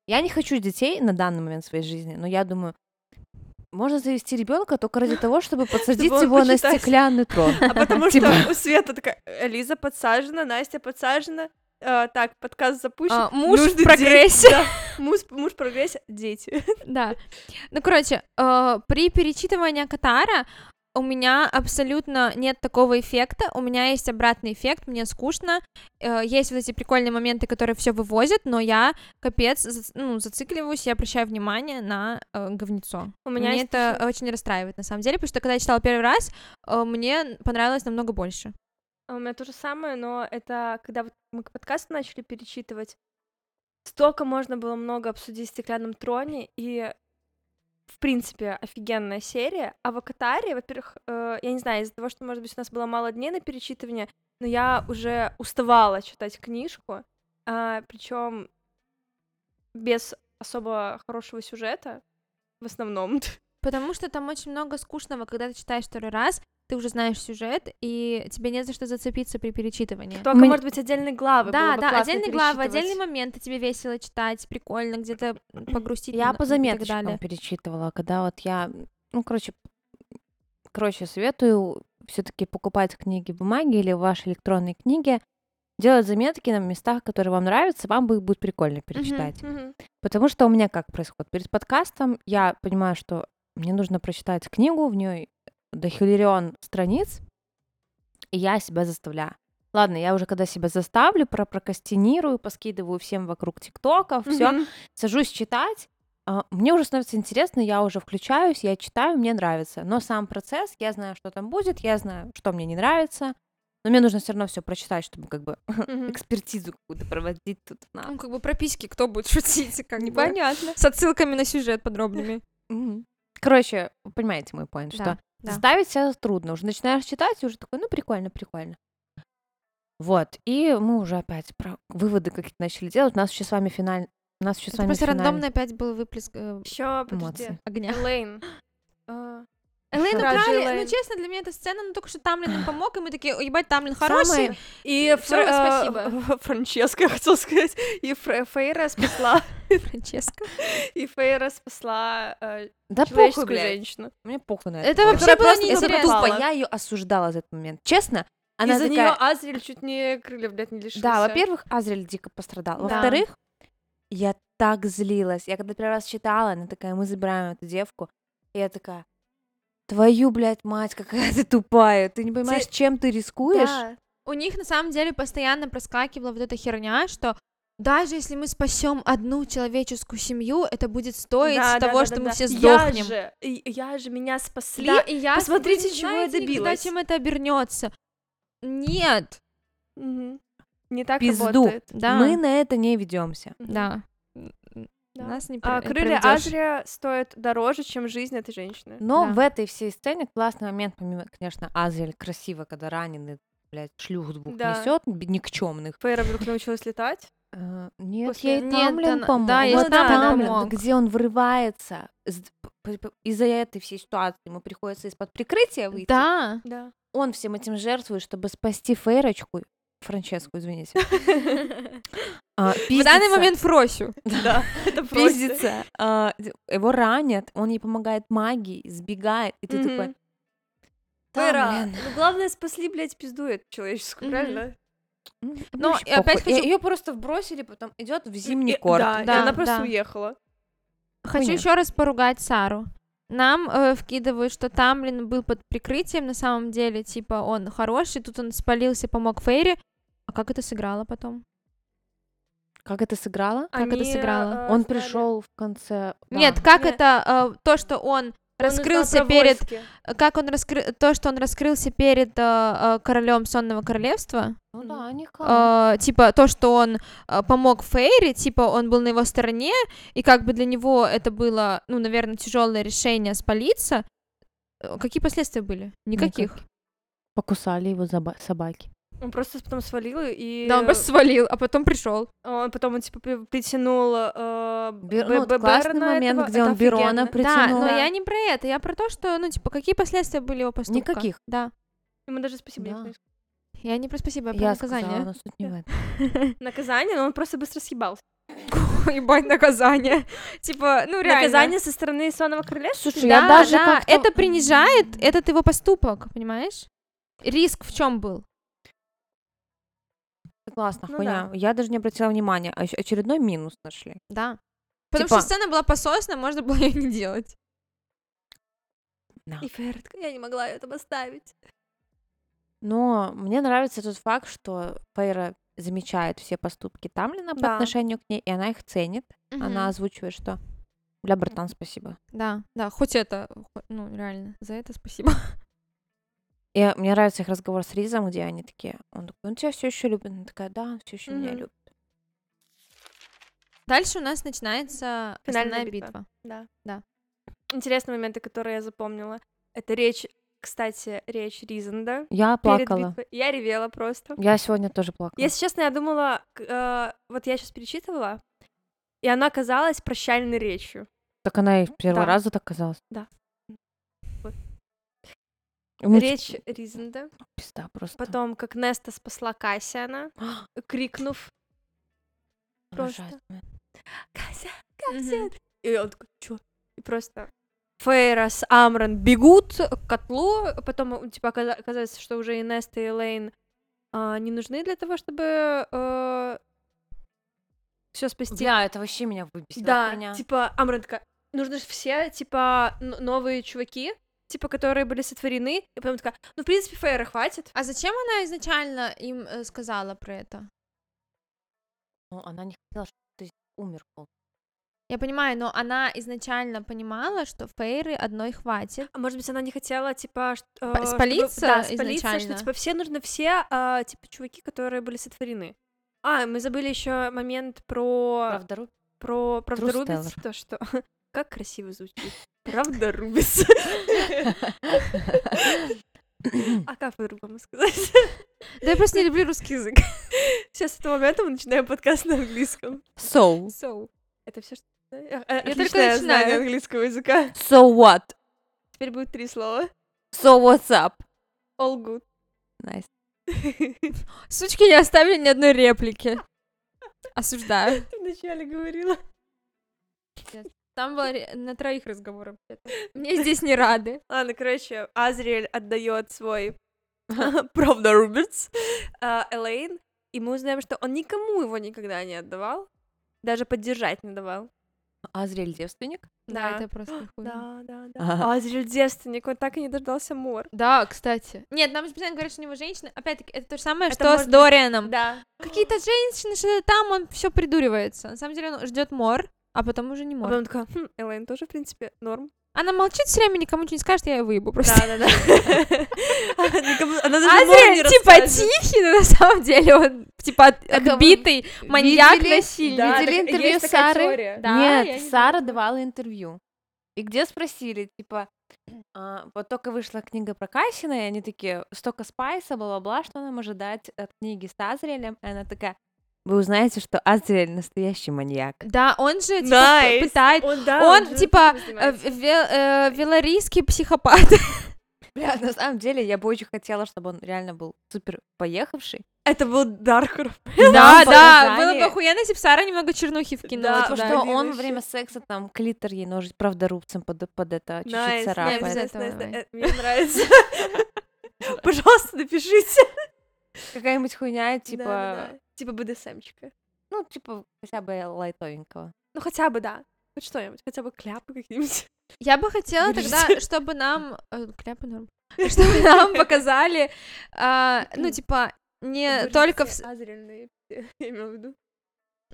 я не хочу детей на данный момент в своей жизни, но я думаю, можно завести ребенка только ради того, чтобы подсадить
он
его на
почитал.
стеклянный трон.
А потому что
Типа.
у Света такая, «Э, Лиза подсажена, Настя подсажена, э, так, подкаст запущен.
А, муж
нужно
в прогрессе.
дети». Да, Муж, муж в прогрессе, дети.
Да. Ну, короче, э, при перечитывании Катара у меня абсолютно нет такого эффекта. У меня есть обратный эффект, мне скучно. э, Есть вот эти прикольные моменты, которые все вывозят, но я капец зац- ну, зацикливаюсь, я обращаю внимание на э, говнецо.
У
Меня это очень расстраивает на самом деле, потому что когда я читала первый раз, э, мне понравилось намного больше.
А У меня то же самое, но это когда вот мы к подкасту начали перечитывать, столько можно было много обсудить в «Стеклянном троне», и, в принципе, офигенная серия. А в «Акатаре», во-первых, э, я не знаю, из-за того, что, может быть, у нас было мало дней на перечитывание, но я уже уставала читать книжку, причем без особо хорошего сюжета, в основном.
Потому что там очень много скучного, когда ты читаешь второй раз, ты уже знаешь сюжет, и тебе не за что зацепиться при перечитывании.
Только,
Мне-
может быть, отдельные главы было
Да,
бы
да,
классно
отдельные главы,
перечитывать.
отдельные моменты тебе весело читать, прикольно где-то погрустить. н-
Я по
И так
заметочкам
далее.
перечитывала, когда вот я, ну, короче, короче, советую все-таки покупать книги в бумаге или в вашей электронной книге, делать заметки на местах, которые вам нравятся, вам бы их будет прикольно перечитать.
Мгм.
Потому что у меня как происходит? Перед подкастом я понимаю, что мне нужно прочитать книгу, в ней дохиллерион страниц, и я себя заставляю. Ладно, я уже когда себя заставлю, пропрокастинирую, поскидываю всем вокруг тиктоков, все,
Мгм.
сажусь читать, а, мне уже становится интересно, я уже включаюсь, я читаю, мне нравится. Но сам процесс, я знаю, что там будет, я знаю, что мне не нравится, но мне нужно все равно все прочитать, чтобы как бы
Мгм.
экспертизу какую-то проводить тут. на.
Ну, как бы прописки, кто будет шутить, как бы.
Понятно.
С отсылками на сюжет подробными.
Мгм. Короче, вы понимаете мой поинт,
Да,
что
да.
заставить себя трудно. Уже начинаешь читать, и уже такой, ну, прикольно, прикольно. Вот, и мы уже опять про выводы какие-то начали делать. У нас еще с вами финаль... У нас еще с
Это
вами
просто
финаль-
рандомно опять был выплеск э,
Еще подожди.
эмоции.
огня.
Элейн. А,
Элейн
Раджи
украли, ну
Элейн.
честно, для меня эта сцена, ну только что Тамлин нам помог, и мы такие, «О, ебать, Тамлин
Самое-
хороший.
И
Всё,
Фр-
спасибо.
э, в- Франческа, я хотела сказать. И Фре- Фейра спасла.
Франческа.
И Фейра спасла э,
Да похуй,
человеческую
блядь.
женщину.
Мне похуй на это.
Это вообще
Которая
было
просто
Это тупо,
неинтересно.
попала.
я ее осуждала за этот момент. Честно, она
Из-за
такая...
нее Азрель чуть не крыльев, блядь, не лишился.
Да, во-первых, Азрель дико пострадал.
Да.
Во-вторых, я так злилась. Я когда первый раз читала, она такая, мы забираем эту девку. И я такая, твою, блядь, мать, какая ты тупая. Ты не понимаешь, чем ты рискуешь?
Да.
у них на самом деле постоянно проскакивала вот эта херня, что даже если мы спасем одну человеческую семью, это будет стоить
Да, да,
того,
да,
что
да,
мы
да.
все
Я
сдохнем.
же, и- я же, меня спасли.
Да, и я
Посмотрите,
вы не
чего я
знаете никогда,
добилась.
чем это обернется. Нет,
Мгм. Не так
Пизду.
работает.
да,
Мы на это не ведемся.
Мгм.
да.
Да.
Нас не
А
про- э,
крылья
проведёшь.
Азрия стоят дороже, чем жизнь этой женщины.
Но
Да.
в этой всей сцене классный момент, помимо, конечно, Азель красиво, когда раненый, блядь, шлюх двух
Да.
несет, никчемных.
Фейра вдруг научилась летать.
Э, Нет,
После-
ей
Нет,
Тамлин
она-
помог.
да, ей
Вот
Тамлин
Тамлин,
помог.
где он вырывается. С- п- п- Из-за этой всей ситуации ему приходится из-под прикрытия выйти.
Да.
Да.
Он всем этим жертвует, чтобы спасти Фейрочку, Франческу, извините. А,
В данный
пиздится.
момент Фросю.
Да, это просто.
пиздится, а, д- его ранят, он ей помогает магией, сбегает, и ты
Мгм.
такой, «А,
Фейра,
«Тамлин».
ну главное, спасли, блядь, пиздует человеческую,
Мгм.
Э,
правильно?
М,
Но
больше
и опять
ну, похуй.
хочу- Э,
Ее просто вбросили, потом идет в зимний
И-
корт.
э, Да, и
Да,
она просто
да.
уехала.
Хочу
Хуйня.
еще раз поругать Сару. Нам э, вкидывают, что Тамлин был под прикрытием, на самом деле, типа, он хороший, тут он спалился, помог Фейри. А как это сыграло потом?
Как это сыграла?
Как это
Они,
сыграло?
э,
Он
знали-
пришел в конце. а, да.
Нет, как
Нет.
это э, то, что он
Он
раскрылся
узнал про
перед...
войски.
Как он раскры... То, что он раскрылся перед э, э, королем Сонного Королевства,
Ну да, никак.
э, типа то, что он э, помог Фейри, типа он был на его стороне, и как бы для него это было, ну, наверное, тяжелое решение спалиться. Э, Какие последствия были? Никаких.
Покусали его заба- собаки.
Он просто потом свалил и...
Да, он просто свалил, а потом пришел.
Он потом, типа, при- притянул э,
Бер-
Б-
ну, вот
Б-
классный
Берна
момент,
этого,
где
это
он Берона
офигенно.
Да,
притянул.
но
Да.
я не про это, я про то, что, ну, типа, какие последствия были его поступка?
Никаких.
Да.
Ему даже спасибо
Да.
не сказали.
Я не про спасибо, я про
Я сказала,
наказание.
но суть не в этом.
Наказание, но он просто быстро съебался.
Ебать, наказание. Типа, ну, реально.
Наказание со стороны Сонного Королевства?
Слушай, я даже
да,
как-то-
это принижает этот его поступок, понимаешь? Риск в чем был?
Согласна,
Ну
хуйня. Я даже не обратила внимания. А ещё очередной минус нашли.
Да. Потому
Типа-
что сцена была пососна, можно было ее не делать.
И Фейра такая, я не могла ее там оставить.
Но мне нравится тот факт, что Фейра замечает все поступки Тамлина по
Да.
отношению к ней, и она их ценит. Она озвучивает, что «Бля, братан, спасибо».
Да, да, хоть это, хо- ну, реально, за это спасибо.
И а, мне нравится их разговор с Ризом, где они такие, он такой, он тебя все еще любит. Она такая, да, он все еще меня
Мгм.
любит.
Дальше у нас начинается
Финальная
финальная
битва.
битва.
Да.
Да.
Интересные моменты, которые я запомнила. Это речь, кстати, речь Ризанда.
Я
перед
плакала.
битвой. Я ревела просто.
Я сегодня тоже плакала.
Если честно, я думала, к- э, вот я сейчас перечитывала, и она казалась прощальной речью.
Так она и в первый
Да.
раз так казалась.
Да. Вот.
И мне
Речь
типа,
Ризанда.
Пизда просто.
Потом, как Неста спасла Кассиана, крикнув просто.
Обожаю этот момент.
«Кася,
Мгм.
И он такой, чё? И просто Фейра с Амрон бегут к котлу, потом, э, типа, оказа- оказывается, что уже и Неста, и Лейн а, не нужны для того, чтобы все спасти.
Бля, это вообще меня выбесило.
да,
хуйня.
типа, Амрон такая, нужны же все, типа, н- новые чуваки, типа, которые были сотворены, и потом такая, ну, в принципе, Фейра хватит.
А зачем она изначально им э, сказала про это?
Ну, она не хотела, чтобы ты умер.
А.
Пол.
Я понимаю, но она изначально понимала, что Фейры одной хватит.
А может быть, она не хотела, типа, ш- э, чтобы-
спалиться
да, спалиться, что,
изначально?
типа, все нужны все, а, типа, чуваки, которые были сотворены. А, мы забыли еще момент про...
Правда, ру-
Про... Правдорубец,
Stellar.
то, что... Как красиво звучит. Правдорубец. А как по-другому сказать?
Да я просто не люблю русский язык.
Сейчас с этого момента мы начинаем подкаст на английском.
So.
So.
Это все, что... ты знаешь? Э,
только
Отличное знание
начинаю.
английского языка.
So what?
Теперь будет три слова.
So what's up?
All good.
Nice.
Ты
Сучки не оставили ни одной реплики. Осуждаю.
вначале говорила.
Там было ре- на троих разговоров. Мне здесь не рады.
Ладно, короче, Азриэль отдает свой правда Руберс а, Элейн, и мы узнаем, что он никому его никогда не отдавал, даже поддержать не давал.
Азриэль девственник?
Да,
Да.
это просто хуйня.
Да, да, да.
Ага.
Азриэль девственник, он так и не дождался Мор.
Да, кстати. Нет, нам же постоянно говорят, что у него женщина. Опять-таки, это то же самое,
Это
что
может
с
быть-
Дорианом.
Да.
Какие-то женщины, что-то там, он все придуривается. На самом деле он ждет мор, а потом уже не
А
мор.
потом такая, «Хм, Элейн тоже, в принципе, норм.
Она молчит все время, никому ничего не скажет, я ее выебу просто.
да, да. Она даже Мор не
Азриэль, типа,
расскажет.
тихий, но на самом деле он, типа, от-
Это вы
отбитый маньяк,
видели?
насильник.
Да,
Видели
так
интервью
есть такая
Сары?
теория.
Да, я
Нет,
не
Сара давала интервью. И где спросили, типа, А, вот только вышла книга про Кассина, и они такие, столько спайса, бла-бла-бла, что нам ожидать от книги с Азриэлем? И она такая, вы узнаете, что Азриэль настоящий маньяк.
Да, он же типа, п-
Найс.
пытает.
Он,
он, типа, э, ве- э, велорийский психопат.
Бля, на самом деле, я бы очень хотела, чтобы он реально был супер поехавший.
Это был Даркур.
Да,
Нам
да, было
показали-
бы охуенно, если бы Сара немного чернухи вкинула.
Да,
типа,
да,
что
Что
блин,
он
вообще.
во время секса там клитор ей ножи, правда, рубцем под, под это чуть-чуть
Найс,
царапает.
найс, найс,
этого,
найс,
давай.
э, Мне нравится. Пожалуйста, напишите.
Какая-нибудь хуйня, типа,
Да-да-да. Типа БДСМчика.
ну, типа, хотя бы лайтовенького.
Ну, хотя бы, да. Хоть что-нибудь, хотя бы кляпы какие-нибудь.
Я бы хотела
Вырежете.
тогда, чтобы нам... э, Кляпы норм. Чтобы нам показали, а, ну, типа, не только, в, с-
Азрельные, я имела в виду.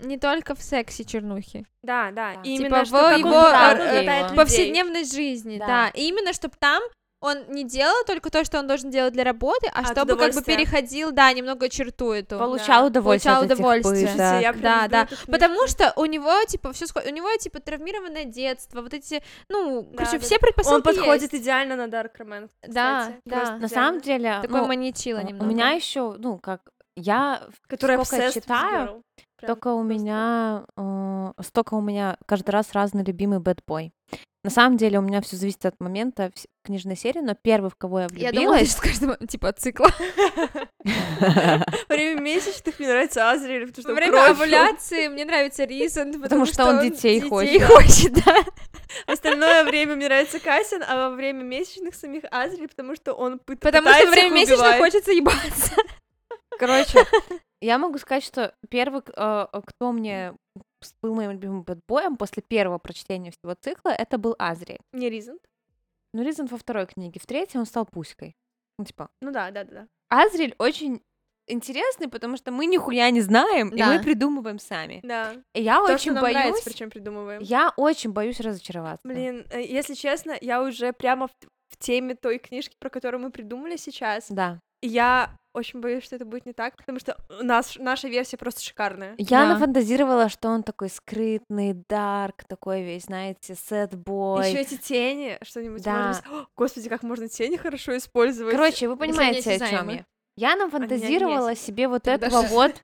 не только в сексе чернухи.
Да, да,
Да.
именно
Типа
что
в
как он
его,
правда
э, э,
пытает
В
людей.
повседневной жизни, да.
Да.
И именно, чтобы там он не делал только то, что он должен делать для работы, а,
От
чтобы как бы
удовольствия.
переходил, да, немного черту эту.
Получал удовольствие
Получал
от этих
удовольствие.
пыток.
Слушайте, я прям
Да,
жду
да.
эту книжку.
Потому что у него, типа, все у него, типа, травмированное детство, вот эти, ну,
Да,
короче,
да,
все предпосылки
он подходит
есть.
идеально на Dark Romance,
Да,
кстати.
да.
Просто
На самом
идеально.
деле,
Такое
ну,
маньячило
а,
немного.
у меня еще, ну, как, я
Который
сколько
obsessed with
читаю,
girl. Прям
Только у
просто.
меня, э, столько у меня каждый раз разный любимый бэтбой. На самом деле у меня все зависит от момента вс- книжной серии, но первый, в кого я
Я думала, ты
влюбилась,
сейчас скажешь, ну, типа, цикла.
Во время месячных мне нравится Азриэль, потому что
Во
он
время
кровь.
овуляции мне нравится Ризен, потому,
потому что он детей хочет.
хочет, да.
Остальное время мне нравится Кассин, а во время месячных самих Азриэль, потому что он пыт-
Потому
пытается
что
их
во время месячных
убивать.
хочется ебаться.
Короче, я могу сказать, что первый, к- э, кто мне с- был моим любимым бэтбоем после первого прочтения всего цикла, это был Азри.
Не Ризент.
Ну, Ризен во второй книге, в третьей он стал Пуськой. Ну, типа,
Ну да, да, да.
Азриль очень интересный, потому что мы нихуя не знаем, и
Да.
мы придумываем сами.
Да.
И я
То, что
очень
нам
боюсь,
нравится, причем придумываем.
Я очень боюсь разочароваться.
Блин, э, если честно, я уже прямо в, в теме той книжки, про которую мы придумали сейчас.
Да.
И я очень боюсь, что это будет не так, потому что нас, наша версия просто шикарная.
Я
Да.
нафантазировала, что он такой скрытный, дарк, такой весь, знаете,
Еще
сэтбой.
эти тени, что-нибудь.
Да.
может быть- О, Господи, как можно тени хорошо использовать.
Короче, вы понимаете, о чем
неосязаемы.
я. Я нафантазировала себе вот
Тогда
этого
что?
вот.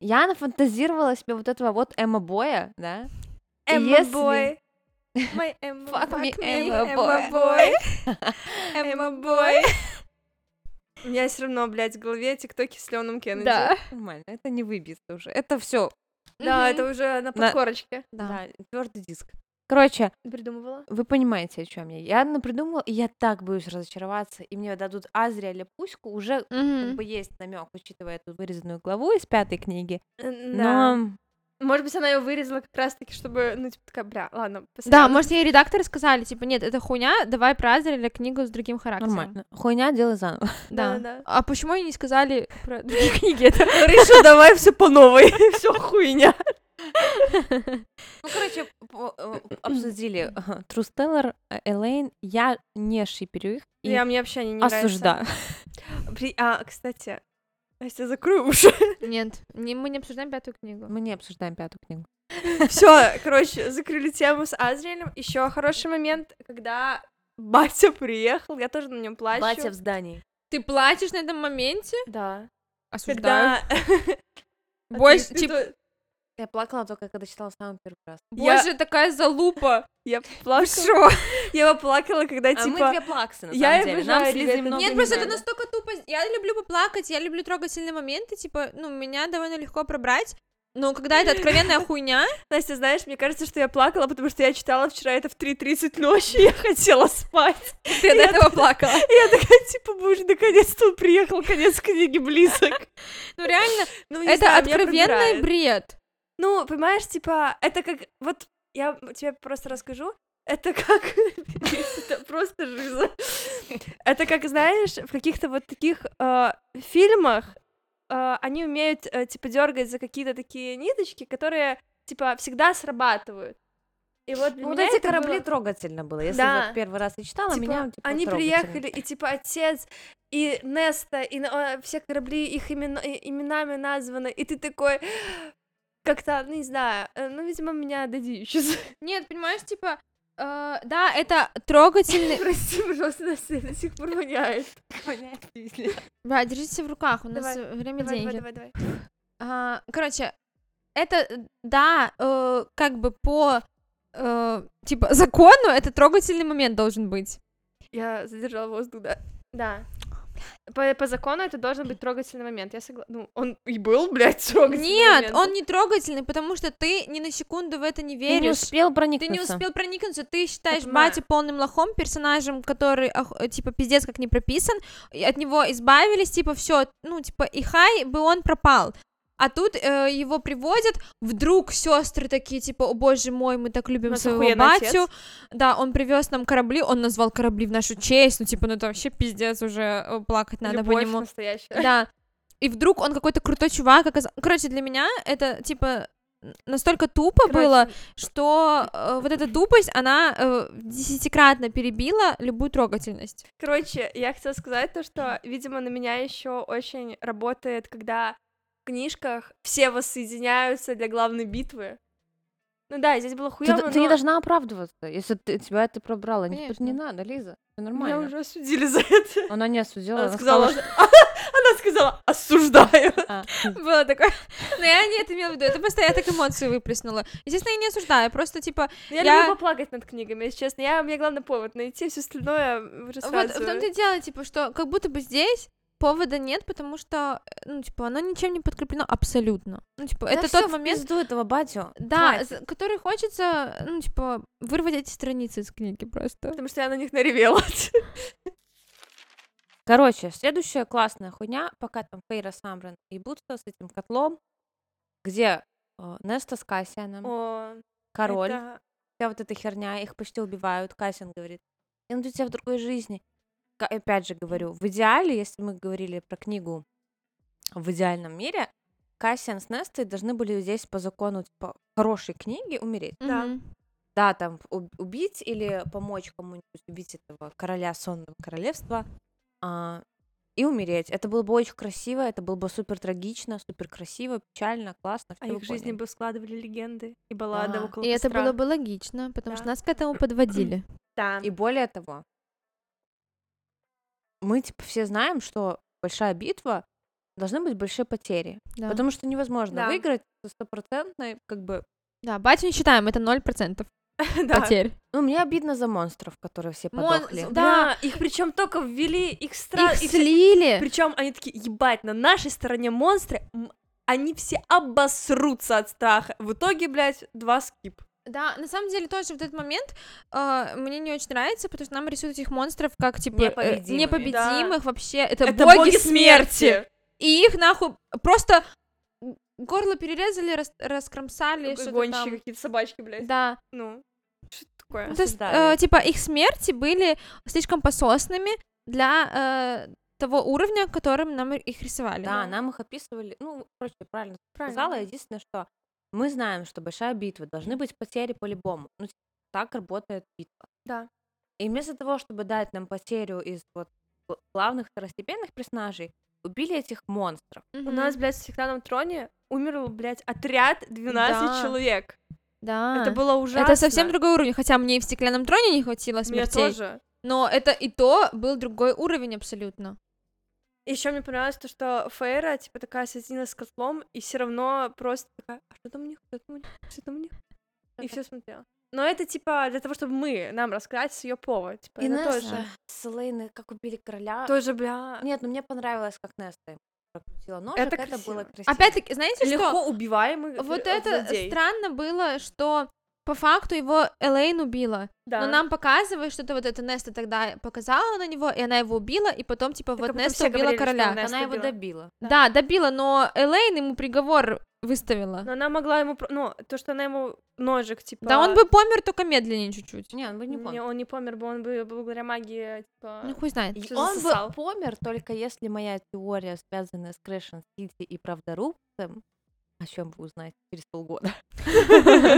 Я нафантазировала себе вот этого вот Эмма Боя, да? И
Эмма
если-
Бой. My Emma,
Fuck me, Emma boy.
Boy. Эмма Бой. У меня все равно, блядь, в голове тиктоки с Леоном Кеннеди.
Да.
Нормально, это не выбито уже. Это все.
Да,
Мгм.
это уже на
На-
подкорочке.
Да.
твердый диск. Короче,
Придумывала.
вы понимаете, о чем я. Я напридумывала, и я так боюсь разочароваться, и мне дадут Азрия или Пуську уже как
Мгм.
бы есть намек, учитывая эту вырезанную главу из пятой книги.
Да.
Но
Может быть, она ее вырезала как раз-таки, чтобы, ну, типа, такая, бля, ладно,
Да,
посмотрим.
может, ей редакторы сказали, типа, нет, это хуйня, давай про Азриэля книгу с другим характером.
нормально. Хуйня, делай заново.
Да.
Да-да-да.
А почему они не сказали про другие книги? Это-
Решил, давай все по новой, все хуйня.
Ну, короче, по- э, обсудили. Трустеллар, Элейн, э, я не шиперю их. И
Я мне вообще они не нравятся.
осуждаю.
При- А, кстати, а если я закрою уши?
Нет, не- мы не обсуждаем пятую книгу.
Мы не обсуждаем пятую книгу.
Все, короче, закрыли тему с Азриэлем. Еще хороший момент, когда батя приехал, я тоже на нем плачу.
А в здании.
Ты плачешь на этом моменте?
Да.
Осуждаю.
Когда...
Больше, типа,
Я плакала только, когда читала самый первый раз.
Я-
боже, такая залупа.
Я
Вы
плакала,
шо?
я поплакала, когда,
А мы
типа...
две плаксы, на
я
самом деле.
обожаю,
Нам с Лизой
ребята,
много
Нет,
не
просто это
надо.
настолько тупо. Я люблю поплакать, я люблю трогательные моменты, типа, ну, меня довольно легко пробрать. Но когда это откровенная хуйня,
Настя, знаешь, мне кажется, что я плакала, потому что я читала вчера это в 3.30 ночи, и я хотела спать.
ты до этого плакала.
И я такая, типа, боже, наконец-то он приехал, конец книги близок.
Ну, реально,
Ну, не
это
знаю, меня
откровенный
пробирает.
бред.
Ну, понимаешь, типа, это как... Вот я тебе просто расскажу. Это как... Это просто жиза. Это как, знаешь, в каких-то вот таких э, фильмах э, они умеют, э, типа, дергать за какие-то такие ниточки, которые, типа, всегда срабатывают. И вот для
Ну, Вот
меня
эти
это
корабли
было-
трогательно было. Если
Да.
вот первый раз я читала,
А,
Типа,
меня типа,
они
трогательно.
приехали, и типа отец, и Неста, и на- э, все корабли их имен- и- именами названы, и ты такой, как-то, ну, не знаю, э, ну, видимо, меня дадищут.
Нет, понимаешь, типа, э, Э, да, это трогательный...
Прости, пожалуйста, Настя, до сих пор воняет.
Бля, держите в руках, у нас э, время
Давай,
деньги.
давай, давай, давай.
А, короче, это, э, да, э, как бы по, э, типа, закону это трогательный момент должен быть.
Я задержала воздух, да. Да. По, по закону это должен быть трогательный момент, я согласна. Ну, он и был, блядь, трогательный
Нет,
момент.
он не трогательный, потому что ты ни на секунду в это не
Ты не
веришь.
успел
Ты не
проникнуться.
успел проникнуться, ты считаешь
Обман.
батю полным лохом, персонажем, который, ох- э, типа, пиздец как не прописан, и от него избавились, типа, все, ну, типа, и хай бы он пропал. А тут э, его приводят, вдруг сестры такие, типа, о боже мой, мы так любим
нас
своего
Ну, охуенный
батю.
отец».
Да, он привез нам корабли, он назвал корабли в нашу честь, ну, типа, ну, это вообще пиздец уже, э, плакать надо по
Любовь
нему.
настоящая.
Да. И вдруг он какой-то крутой чувак оказался. Короче, для меня это типа н- настолько тупо
Короче,
было, что э, вот эта тупость, она э, десятикратно перебила любую трогательность.
Короче, я хотела сказать то, что, видимо, на меня еще очень работает, когда в книжках все воссоединяются для главной битвы. Ну да, здесь было
Ты,
хуево,
ты не
но
должна оправдываться, если ты, тебя это пробрало. Не- Тут не
Конечно.
надо, Лиза. Все
меня
нормально.
уже осудили за это.
Она не осудила.
Она
она
сказала,
сказала, а,
что- она сказала, осуждаю.
Было такое. Но я не это имела в виду. Это просто я так эмоции выплеснула. Естественно, я не осуждаю. Просто типа
Я,
Я-
люблю поплакать над книгами, если честно. Я, мне главное повод найти, все остальное уже
вот в том-то и дело, типа, что как будто бы здесь повода нет, потому что, э, ну, типа, оно ничем не подкреплено абсолютно. Ну, типа, это тот момент,
пизду этого батю.
да, за- который хочется, ну, типа, вырвать эти страницы из книги просто.
Потому что я на них наревела.
Короче, следующая классная хуйня, пока там Фейра Самрен и Бутса с этим котлом, где э, Неста с Кассианом,
О,
король,
это-
вся вот эта херня, их почти убивают, Кассиан говорит, я найду тебя в другой жизни. К- опять же говорю, в идеале, если мы говорили про книгу в идеальном мире, Кассиан с Нестой должны были здесь по закону, типа, хорошей книги умереть.
Да.
Мгм.
Да, там уб- убить или помочь кому-нибудь убить этого короля сонного королевства а, и умереть. Это было бы очень красиво, это было бы супер трагично, супер красиво, печально, классно.
О
всё
А их жизни
поняли.
бы складывали легенды и баллады
Да.
около
И это
костра.
было бы логично, потому что
Да.
нас к этому подводили.
Да.
И более того, мы типа все знаем, что большая битва должны быть большие потери,
Да.
потому что невозможно
Да.
выиграть со стопроцентной как бы.
Да, батю не считаем, это 0%
Да.
потерь.
Ну мне обидно за монстров, которые все
Мон-
подохли.
Да.
Да, их причем только ввели, их страх.
Их слили.
Причем они такие, ебать, на нашей стороне монстры, м, они все обосрутся от страха. В итоге, блядь, два скип.
Да, на самом деле тоже вот этот момент э, мне не очень нравится, потому что нам рисуют этих монстров как типа э,
Непобедимыми.
непобедимых вообще. Это, боги, смерти. И их нахуй просто г- горло перерезали, рас- раскромсали,
Какой
что-то
Гонщики
там.
какие-то собачки, блядь.
Да.
Ну, что это такое?
Ну, То есть,
Осуждаю.
э, типа, их смерти были слишком пососными для э, того уровня, которым нам их рисовали.
Да, нам их описывали. Ну, короче, правильно ты сказала.
Правильно.
Единственное, что мы знаем, что большая битва должны быть потери по-любому. Ну, типа, так работает битва.
Да.
И вместо того, чтобы дать нам потерю из вот гла- главных второстепенных персонажей, убили этих монстров.
Мгм.
У нас, блядь, в секретном троне умер, блядь, отряд 12
Да.
человек.
Да.
Это было ужасно.
Это совсем другой уровень, хотя мне и в стеклянном троне не хватило
Мне
смертей.
тоже.
Но это и то был другой уровень абсолютно.
Еще мне понравилось то, что Фейра, типа, такая соединилась с котлом, и все равно просто такая, а что там у них, что там у них, что там у них? И все смотрела. Но это, типа, для того, чтобы мы, нам рассказать с ее пова. Типа,
И
это
Несса
тоже.
с Элейной, как убили короля.
Тоже, бля.
Нет, ну мне понравилось, как Неста ему прокрутила ножик. Это,
красиво.
было красиво.
Опять-таки, знаете
Легко убиваемый.
что? Вот
э,
это
злодей.
странно было, что по факту его Элейн убила.
Да.
Но нам показывают, что это вот эта Неста тогда показала на него, и она его убила, и потом, типа,
а
вот
потом
Неста
все
убила
говорили, что
короля.
Неста
Она его
убила.
добила.
Да, добила, но Элейн ему приговор выставила.
Но она могла ему, про- ну, то, что она ему ножик, типа...
Да он бы помер только медленнее чуть-чуть.
Не, он бы не помер.
не- Он не помер бы, он бы благодаря магии, типа...
Ну, хуй знает.
И
Всё
он
засосал.
бы помер, только если моя теория, связанная с Крэшем Сити и Правдорубцем, о чем вы узнаете через полгода,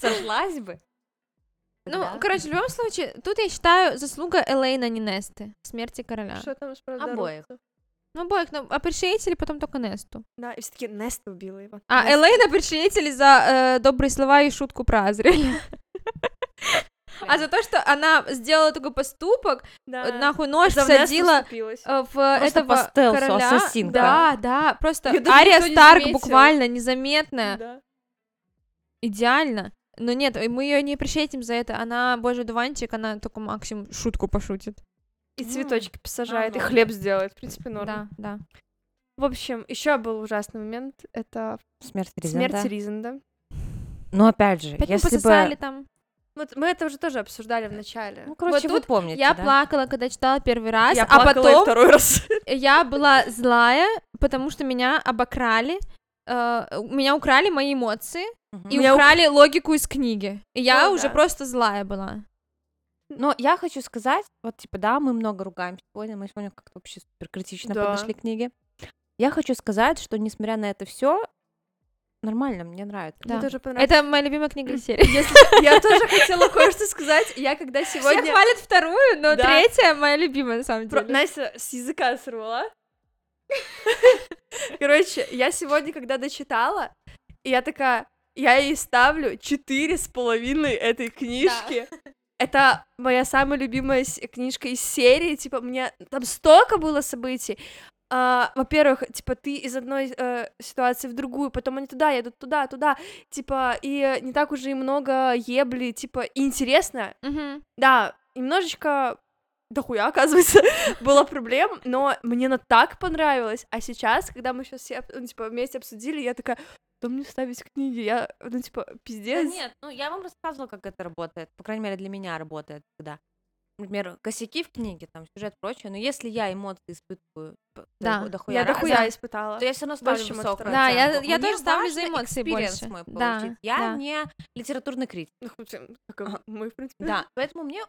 сошлась бы.
Ну,
тогда
короче, в любом случае, тут я считаю заслуга Элейна, не Несты. Смерти короля.
Что там с
Обоих.
Правдорубцем?
Ну, обоих, ну, опричинители потом только Несту.
Да, и все таки Неста убила его.
А
Неста.
Элейна причинители за э, добрые слова и шутку про Азриэля. а за то, что она сделала такой поступок,
Да.
нахуй нож
За Внессу
всадила
вступилась.
э, в
Просто
этого
по стелсу,
короля.
ассасинка.
Да, да, просто
Её даже
Ария
никто не
Старк
заметил.
буквально незаметная,
Да.
идеально. Но нет, э, мы ее не прищетим за это. Она, боже, дуванчик, она только максимум шутку пошутит.
И
М,
цветочки посажает, и
норм.
хлеб сделает. В принципе, норм.
Да, да.
В общем, еще был ужасный момент. Это
Смерть
смерть
Ризенда.
Ризенда.
Но опять же,
Опять мы
если
пососали
бы...
там.
Вот мы это уже тоже обсуждали в начале.
Ну, короче,
Вот
вы
тут
помните,
я
да?
плакала, когда читала первый раз,
Я
а
плакала и
потом
второй раз.
я была злая, потому что меня обокрали, э, у меня украли мои эмоции
Мгм.
и
Меня ук-
украли логику из книги. И я
О,
уже
да.
просто злая была.
Но я хочу сказать, вот типа, да, мы много ругаемся сегодня, мы сегодня как-то вообще супер критично
Да.
подошли к книге. Я хочу сказать, что несмотря на это все, нормально, мне нравится.
Да.
Мне тоже понравилось.
Это моя любимая книга из серии.
Я тоже хотела кое-что сказать. Я когда
Все
сегодня...
хвалят вторую, но
Да.
третья моя любимая на самом
Про-
деле.
Настя с языка сорвала. Короче, я сегодня, когда дочитала, я такая, я ей ставлю четыре с половиной этой книжки. Это моя самая любимая с- книжка из серии, типа, мне там столько было событий. А, во-первых, типа, ты из одной э, ситуации в другую, потом они туда едут, туда, туда, типа, и э, не так уже и много ебли, типа, и интересно,
Мгм.
да, немножечко дохуя, оказывается, было проблем, но мне она так понравилась. А сейчас, когда мы сейчас все ну, типа, вместе обсудили, я такая, да мне ставить книги, я, ну, типа,
Да
пиздец.
нет, ну я вам рассказывала, как это работает. По крайней мере, для меня работает когда. Например, косяки в книге, там сюжет прочее, но если я эмоции испытываю п-
Да.
дохуя
я
раз,
дохуя испытала.
то я все равно
Больше,
ставлю
чем
высокую
отстроить.
Да, я-
оценку.
я
Мне
тоже ставлю за
важно
эмоции
experience
больше.
мой
Да,
получить. я
да.
не литературный критик.
Ну, хоть, э, как, э, мы, в принципе.
Да, поэтому мне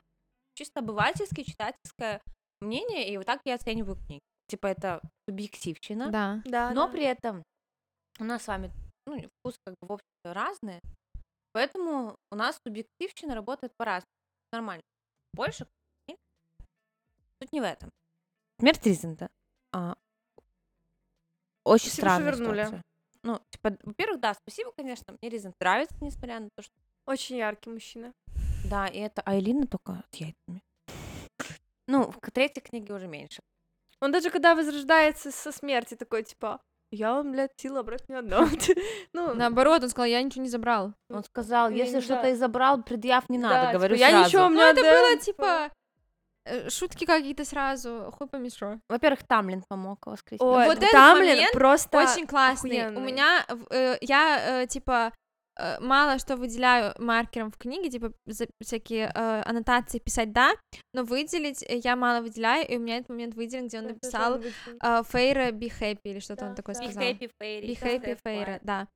чисто обывательское, читательское мнение, и вот так я оцениваю книги. Типа это субъективщина,
Да.
Да,
но
да.
при этом у нас с вами ну, вкус как бы в общем-то разные, поэтому у нас субъективщина работает по-разному. Нормально. Больше книг. Тут не в этом. Смерть Ризента. а, очень
Спасибо, что
странная
вернули.
ситуация. Ну, типа, во-первых, да, спасибо, конечно, мне Ризент нравится, несмотря на то, что
Очень яркий мужчина.
да, и это Айлина только с яйцами. Ну, в к- третьей книге уже меньше.
Он даже когда возрождается со смерти, такой, типа, я вам, блядь, сила брать не отдам. Ну,
Наоборот, он сказал, я ничего не забрал.
Он сказал,
я
если
не
что-то
знаю.
и забрал, предъяв не надо,
да, типа,
говорю
Я
сразу.
ничего вам
Ну,
не
это
отдам,
было типа э, шутки какие-то сразу, хуй помешо.
Во-первых, Тамлин помог воскресить.
Ой,
Вот
вот
этот момент
типа, просто...
Очень классный. У
охуенный.
меня в- э, я э, типа э, мало что выделяю маркером в книге, типа за- всякие э, аннотации писать да, но выделить э, я мало выделяю, и у меня этот момент выделен, где он
Это же
написал
он выделил.
э, Фейра be happy или что-то
Да,
он такое
да. Be
сказал. Be happy, Фейра, да.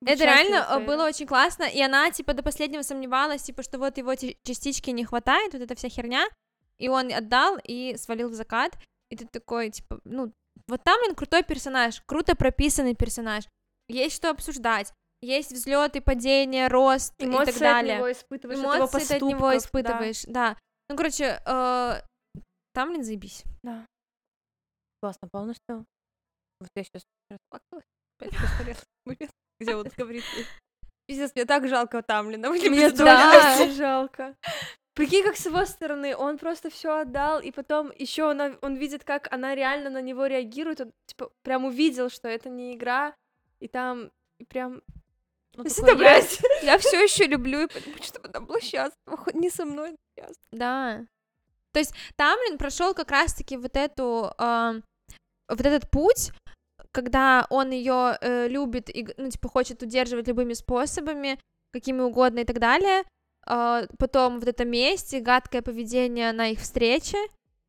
Быть
Это реально э,
счастливой,
было очень классно, и она, типа, до последнего сомневалась, типа, что вот его те- частички не хватает, вот эта вся херня, и он отдал и свалил в закат, и ты такой, типа, ну, вот там он крутой персонаж, круто прописанный персонаж, есть что обсуждать, есть взлеты, падения, рост и так
Эмоции от
далее.
него испытываешь, от его
Эмоции ты от
поступков,
него
да.
испытываешь, да. Ну, короче, э, там, блин, заебись.
Классно, полностью. Вот я сейчас расплакалась. Опять постарела момент, Где он говорит, пиздец, мне так жалко Тамлина. блин,
Мне
пиздец».
тоже
Да.
очень жалко. Прикинь, как с его стороны, он просто все отдал, и потом еще он, он видит, как она реально на него реагирует, он типа прям увидел, что это не игра, и там и прям...
Ну,
Если
такой,
ты,
«Я-
блядь,
Я все еще люблю, и потому что она была счастлива, хоть не со мной. но счастлива».
Да. То есть Тамлин прошел как раз-таки вот эту эм, вот этот путь, когда он ее любит и г- ну типа хочет удерживать любыми способами, какими угодно и так далее. Э, потом вот это месть и гадкое поведение на их встрече,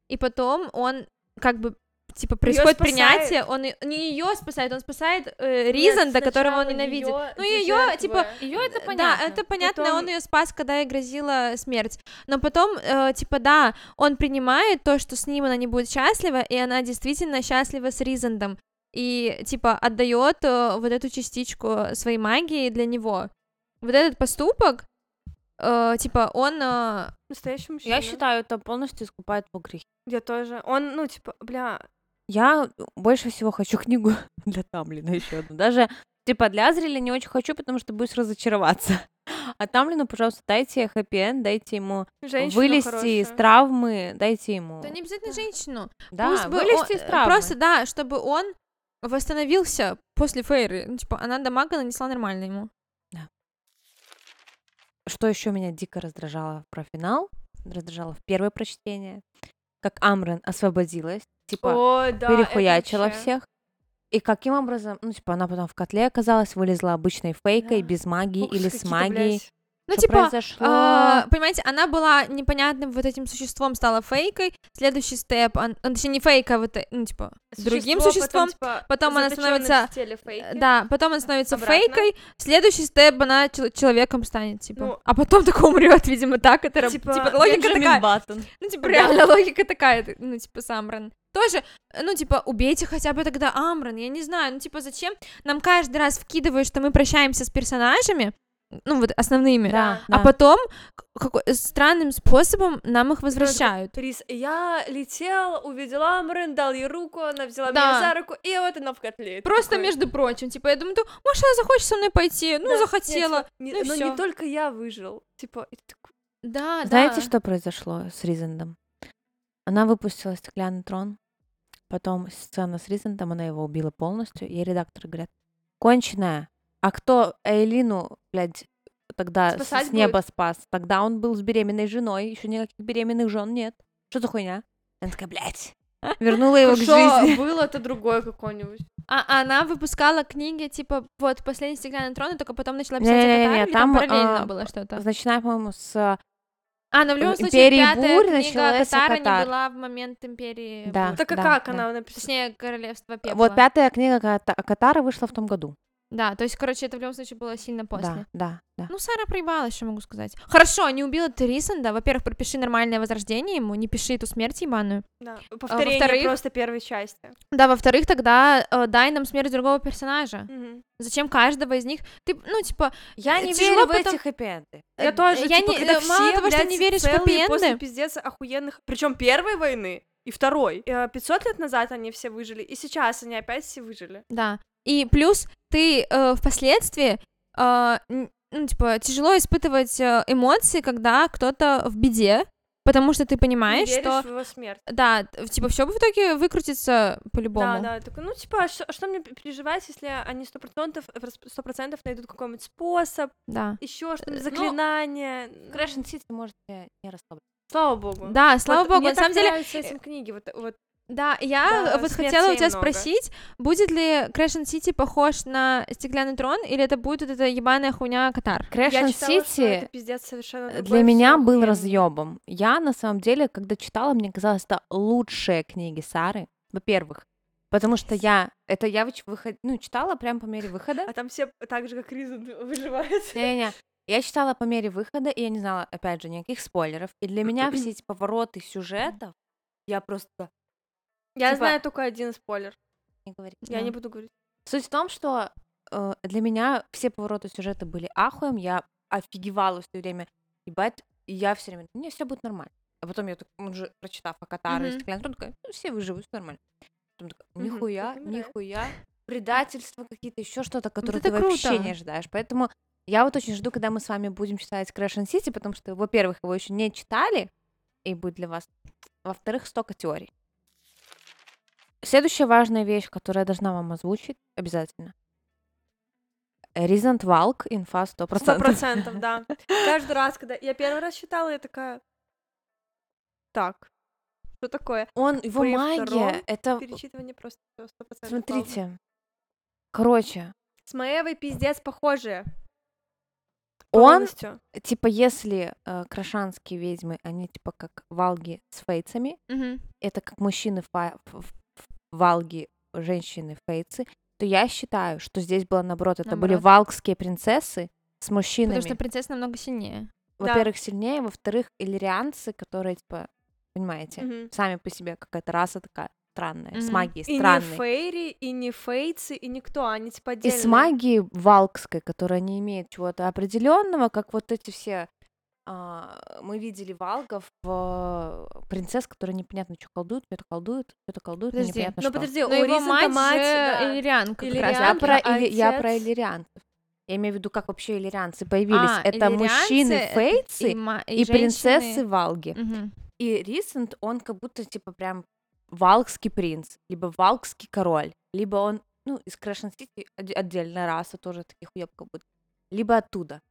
и потом он как бы типа происходит
спасает.
принятие, он и- не ее спасает, он спасает э, Ризанда, которого он ненавидит. Ну, её, типа,
Ее это
Да, это понятно,
Потом-
он ее спас, когда ей грозила смерть. Но потом, э, типа, да, он принимает то, что с ним она не будет счастлива, и она действительно счастлива с Ризандом. И, типа, отдает э, вот эту частичку своей магии для него. Вот этот поступок, э, типа, он... э,
Настоящий мужчина.
Я считаю, это полностью искупает его грехи.
Я тоже. Он, ну, типа, бля,
Я больше всего хочу книгу для Тамлина еще одну. Даже типа для Азриля не очень хочу, потому что будешь разочароваться. А там, Лена, пожалуйста, дайте хэппи дайте ему
Женщина
вылезти
хорошая.
из травмы, дайте ему.
Да не обязательно женщину.
Ну, Да,
Пусть бы
вылезти
он-
э,
э,
из травмы.
Просто, да, чтобы он восстановился после фейры. Ну, типа, она дамага нанесла нормально ему.
Что еще меня дико раздражало про финал, раздражало в первое прочтение, как Амрен освободилась, типа
О, да, это
перехуячила
вообще.
всех. И каким образом, ну, типа, она потом в котле оказалась, вылезла обычной фейкой,
Да.
без магии
Ух,
или с
какие-то,
магией.
блядь.
Ну,
Что
типа,
произошло?
а, понимаете, она была непонятным вот этим существом, стала фейкой. Следующий степ, он, он, точнее, не фейк, а вот, э, ну, типа, другим
Существо
существом.
типа,
потом она
заточённое в
становится-
теле
Э,
фейки.
Да, потом он становится
Обратно.
фейкой, следующий степ она чел- человеком станет, типа.
Ну,
а потом так умрет, видимо, так это раб-
типа,
типа логика такая. Ну, типа,
Да.
реально логика такая, ты- ну, типа, с Амран. Тоже, э, ну, типа, убейте хотя бы тогда Амран, я не знаю, ну, типа, зачем нам каждый раз вкидывают, что мы прощаемся с персонажами, ну, вот, основными,
Да,
а
да.
потом к- какой- э, странным способом нам их возвращают.
Рис, я летел, увидела Амрен, дал ей руку, она взяла
Да.
меня за руку, и вот она в котле. И ты
Просто,
такой,
между прочим, типа, я думаю, ну, может, она захочет со мной пойти, ну,
«Да,
захотела.
не,
ну
типа,
и
не- но
всё».
не только я выжил. Типа, и ты такой,
Да,
Знаете,
да.
что произошло с Ризендом? Она выпустила стеклянный трон, потом сцена с Ризендом, она его убила полностью, и редакторы говорят, конченая, а кто Эйлину, блядь, тогда с-
Спасать
с неба спас? Тогда он был с беременной женой, еще никаких беременных жен нет. Что за хуйня? Она такая, блядь,
Э,
вернула его к
«Хорошо,
жизни.
было-то другое какое-нибудь.
А она выпускала книги, типа, вот, «Последний стеклянный трон», и только потом начала писать
Не-не-не,
«Аватар», или Э, там
там,
параллельно
а,
было что-то?
Начиная, по-моему, с...
А, ну в любом
Э,
случае,
«Империи
пятая
бурь»
книга
началась
Катара не
«Аватар».
была в момент империи.
Да,
бурь.
Так а
да,
как
да.
она написала?
Точнее, королевство пепла.
Вот пятая книга Ката- Катары вышла в том году.
Да, то есть, короче, это в любом случае было сильно после.
Да, да, да.
Ну, Сара проебалась, что могу сказать. Хорошо, не убила ты Рисанда. Во-первых, пропиши нормальное возрождение ему, не пиши эту смерть ебаную.
Да. Повторение
а, во-вторых-
просто первой части.
Да, во-вторых, тогда э, дай нам смерть другого персонажа.
Мгм.
Зачем каждого из них? Ты, ну, типа,
Я
не
не
Тяжело верю
верю
в
в
потом-
эти хэппи-энды.
Я тоже,
я
типа,
не-
когда
э, мало
все,
того, что
блядь,
не веришь в
целые после
хэппи-энды.
пиздец охуенных, причем первой войны и второй. Э, 500 лет назад они все выжили, и сейчас они опять все выжили.
да. И плюс ты э, впоследствии, э, н- ну, типа, тяжело испытывать э, эмоции, когда кто-то в беде, потому что ты
Не
понимаешь,
веришь
что...
в его смерть.
Да, т- типа, все в итоге выкрутится по-любому.
Да, да, такой, ну, типа, а что, что мне п- переживать, если они сто процентов, сто процентов найдут какой-нибудь способ,
Да.
еще что-нибудь,
ну,
заклинание.
Crash and City можете не расслабляться.
Слава богу.
Да, слава
Типа, Вот
богу,
мне
на
так
самом деле,
нравятся этим книги, вот, вот
да, я
Да,
э, вот
смертей
хотела у тебя
много.
спросить, будет ли Crash and City похож на Стеклянный трон, или это будет вот эта ебаная хуйня Катар?
Crash
я
and
читала, что это
City
пиздец совершенно
для
другое,
меня
всё
был
охуенно.
разъебом. Я, на самом деле, когда читала, мне казалось, это лучшие книги Сары, во-первых, потому что я, это я выч- выход- ну, читала прям по мере выхода.
А там все так же, как Риза выживает.
Не-не-не. Я читала по мере выхода, и я не знала, опять же, никаких спойлеров. И для меня все эти повороты сюжетов, я просто
Я
Типа-
знаю только один спойлер.
не говорю.
Я не буду говорить.
Суть в том, что э, для меня все повороты сюжета были ахуем, я офигевала все время, ебать, и я все время, мне все будет нормально. А потом я так, ну, уже прочитав Акатара и
Мгм.
Стеклянный трон, такая, ну, все выживут, всё нормально. Потом такая,
Мгм.
нихуя,
Потом умирает.
нихуя, предательство какие-то, еще что-то,
Ну,
которое
это
ты вообще
круто.
не ожидаешь. Поэтому я вот очень жду, когда мы с вами будем читать Crash and City, потому что, во-первых, его еще не читали, и будет для вас. Во-вторых, столько теорий. Следующая важная вещь, которую я должна вам озвучить, обязательно. Резент Валк, инфа 100%.
Сто процентов, да. Каждый раз, когда я первый раз читала, я такая... Так, что такое?
Он, его
При втором
магия,
Ну,
это...
Перечитывание просто всё 100%. Вау.
Смотрите. Короче,
С Маевой пиздец похожие.
он,
Полностью.
типа, если э, крашанские ведьмы, они, типа, как валги с фейцами,
Мгм.
это как мужчины фа- ф- ф- валги, женщины фейцы, то я считаю, что здесь было наоборот, это были
Наоборот.
валкские принцессы с мужчинами.
Потому что принцесса намного сильнее.
Да.
во-первых, сильнее, во-вторых, иллирианцы, которые, типа, понимаете,
Мгм.
сами по себе какая-то раса такая странная, с
Мгм.
магией
И не
странной.
Фейри, и не Фейцы, и никто, они типа
И
отдельные.
с магией валкской, которая не имеет чего-то определенного, как вот эти все... а, мы видели валгов, в, э, принцесс, которые непонятно, что колдуют, что-то колдуют, что-то колдуют, но
Подожди,
непонятно
Но
что.
ну, подожди,
Но
у
его
Риза
мать,
мать,
же
да.
Иллириан как
Иллириан,
раз.
Я
Иллирианки,
про, или- я
отец.
про иллирианцев. Я имею в виду, как вообще иллирианцы появились.
А,
это мужчины
иллирианцы,
фейцы
И, ма-
и,
женщины.
принцессы Валги.
Мгм.
И Рисент, он как будто типа прям валгский принц, либо валгский король, либо он, ну, из Крэшен Сити оде- отдельная раса тоже таких уебков будет, либо оттуда.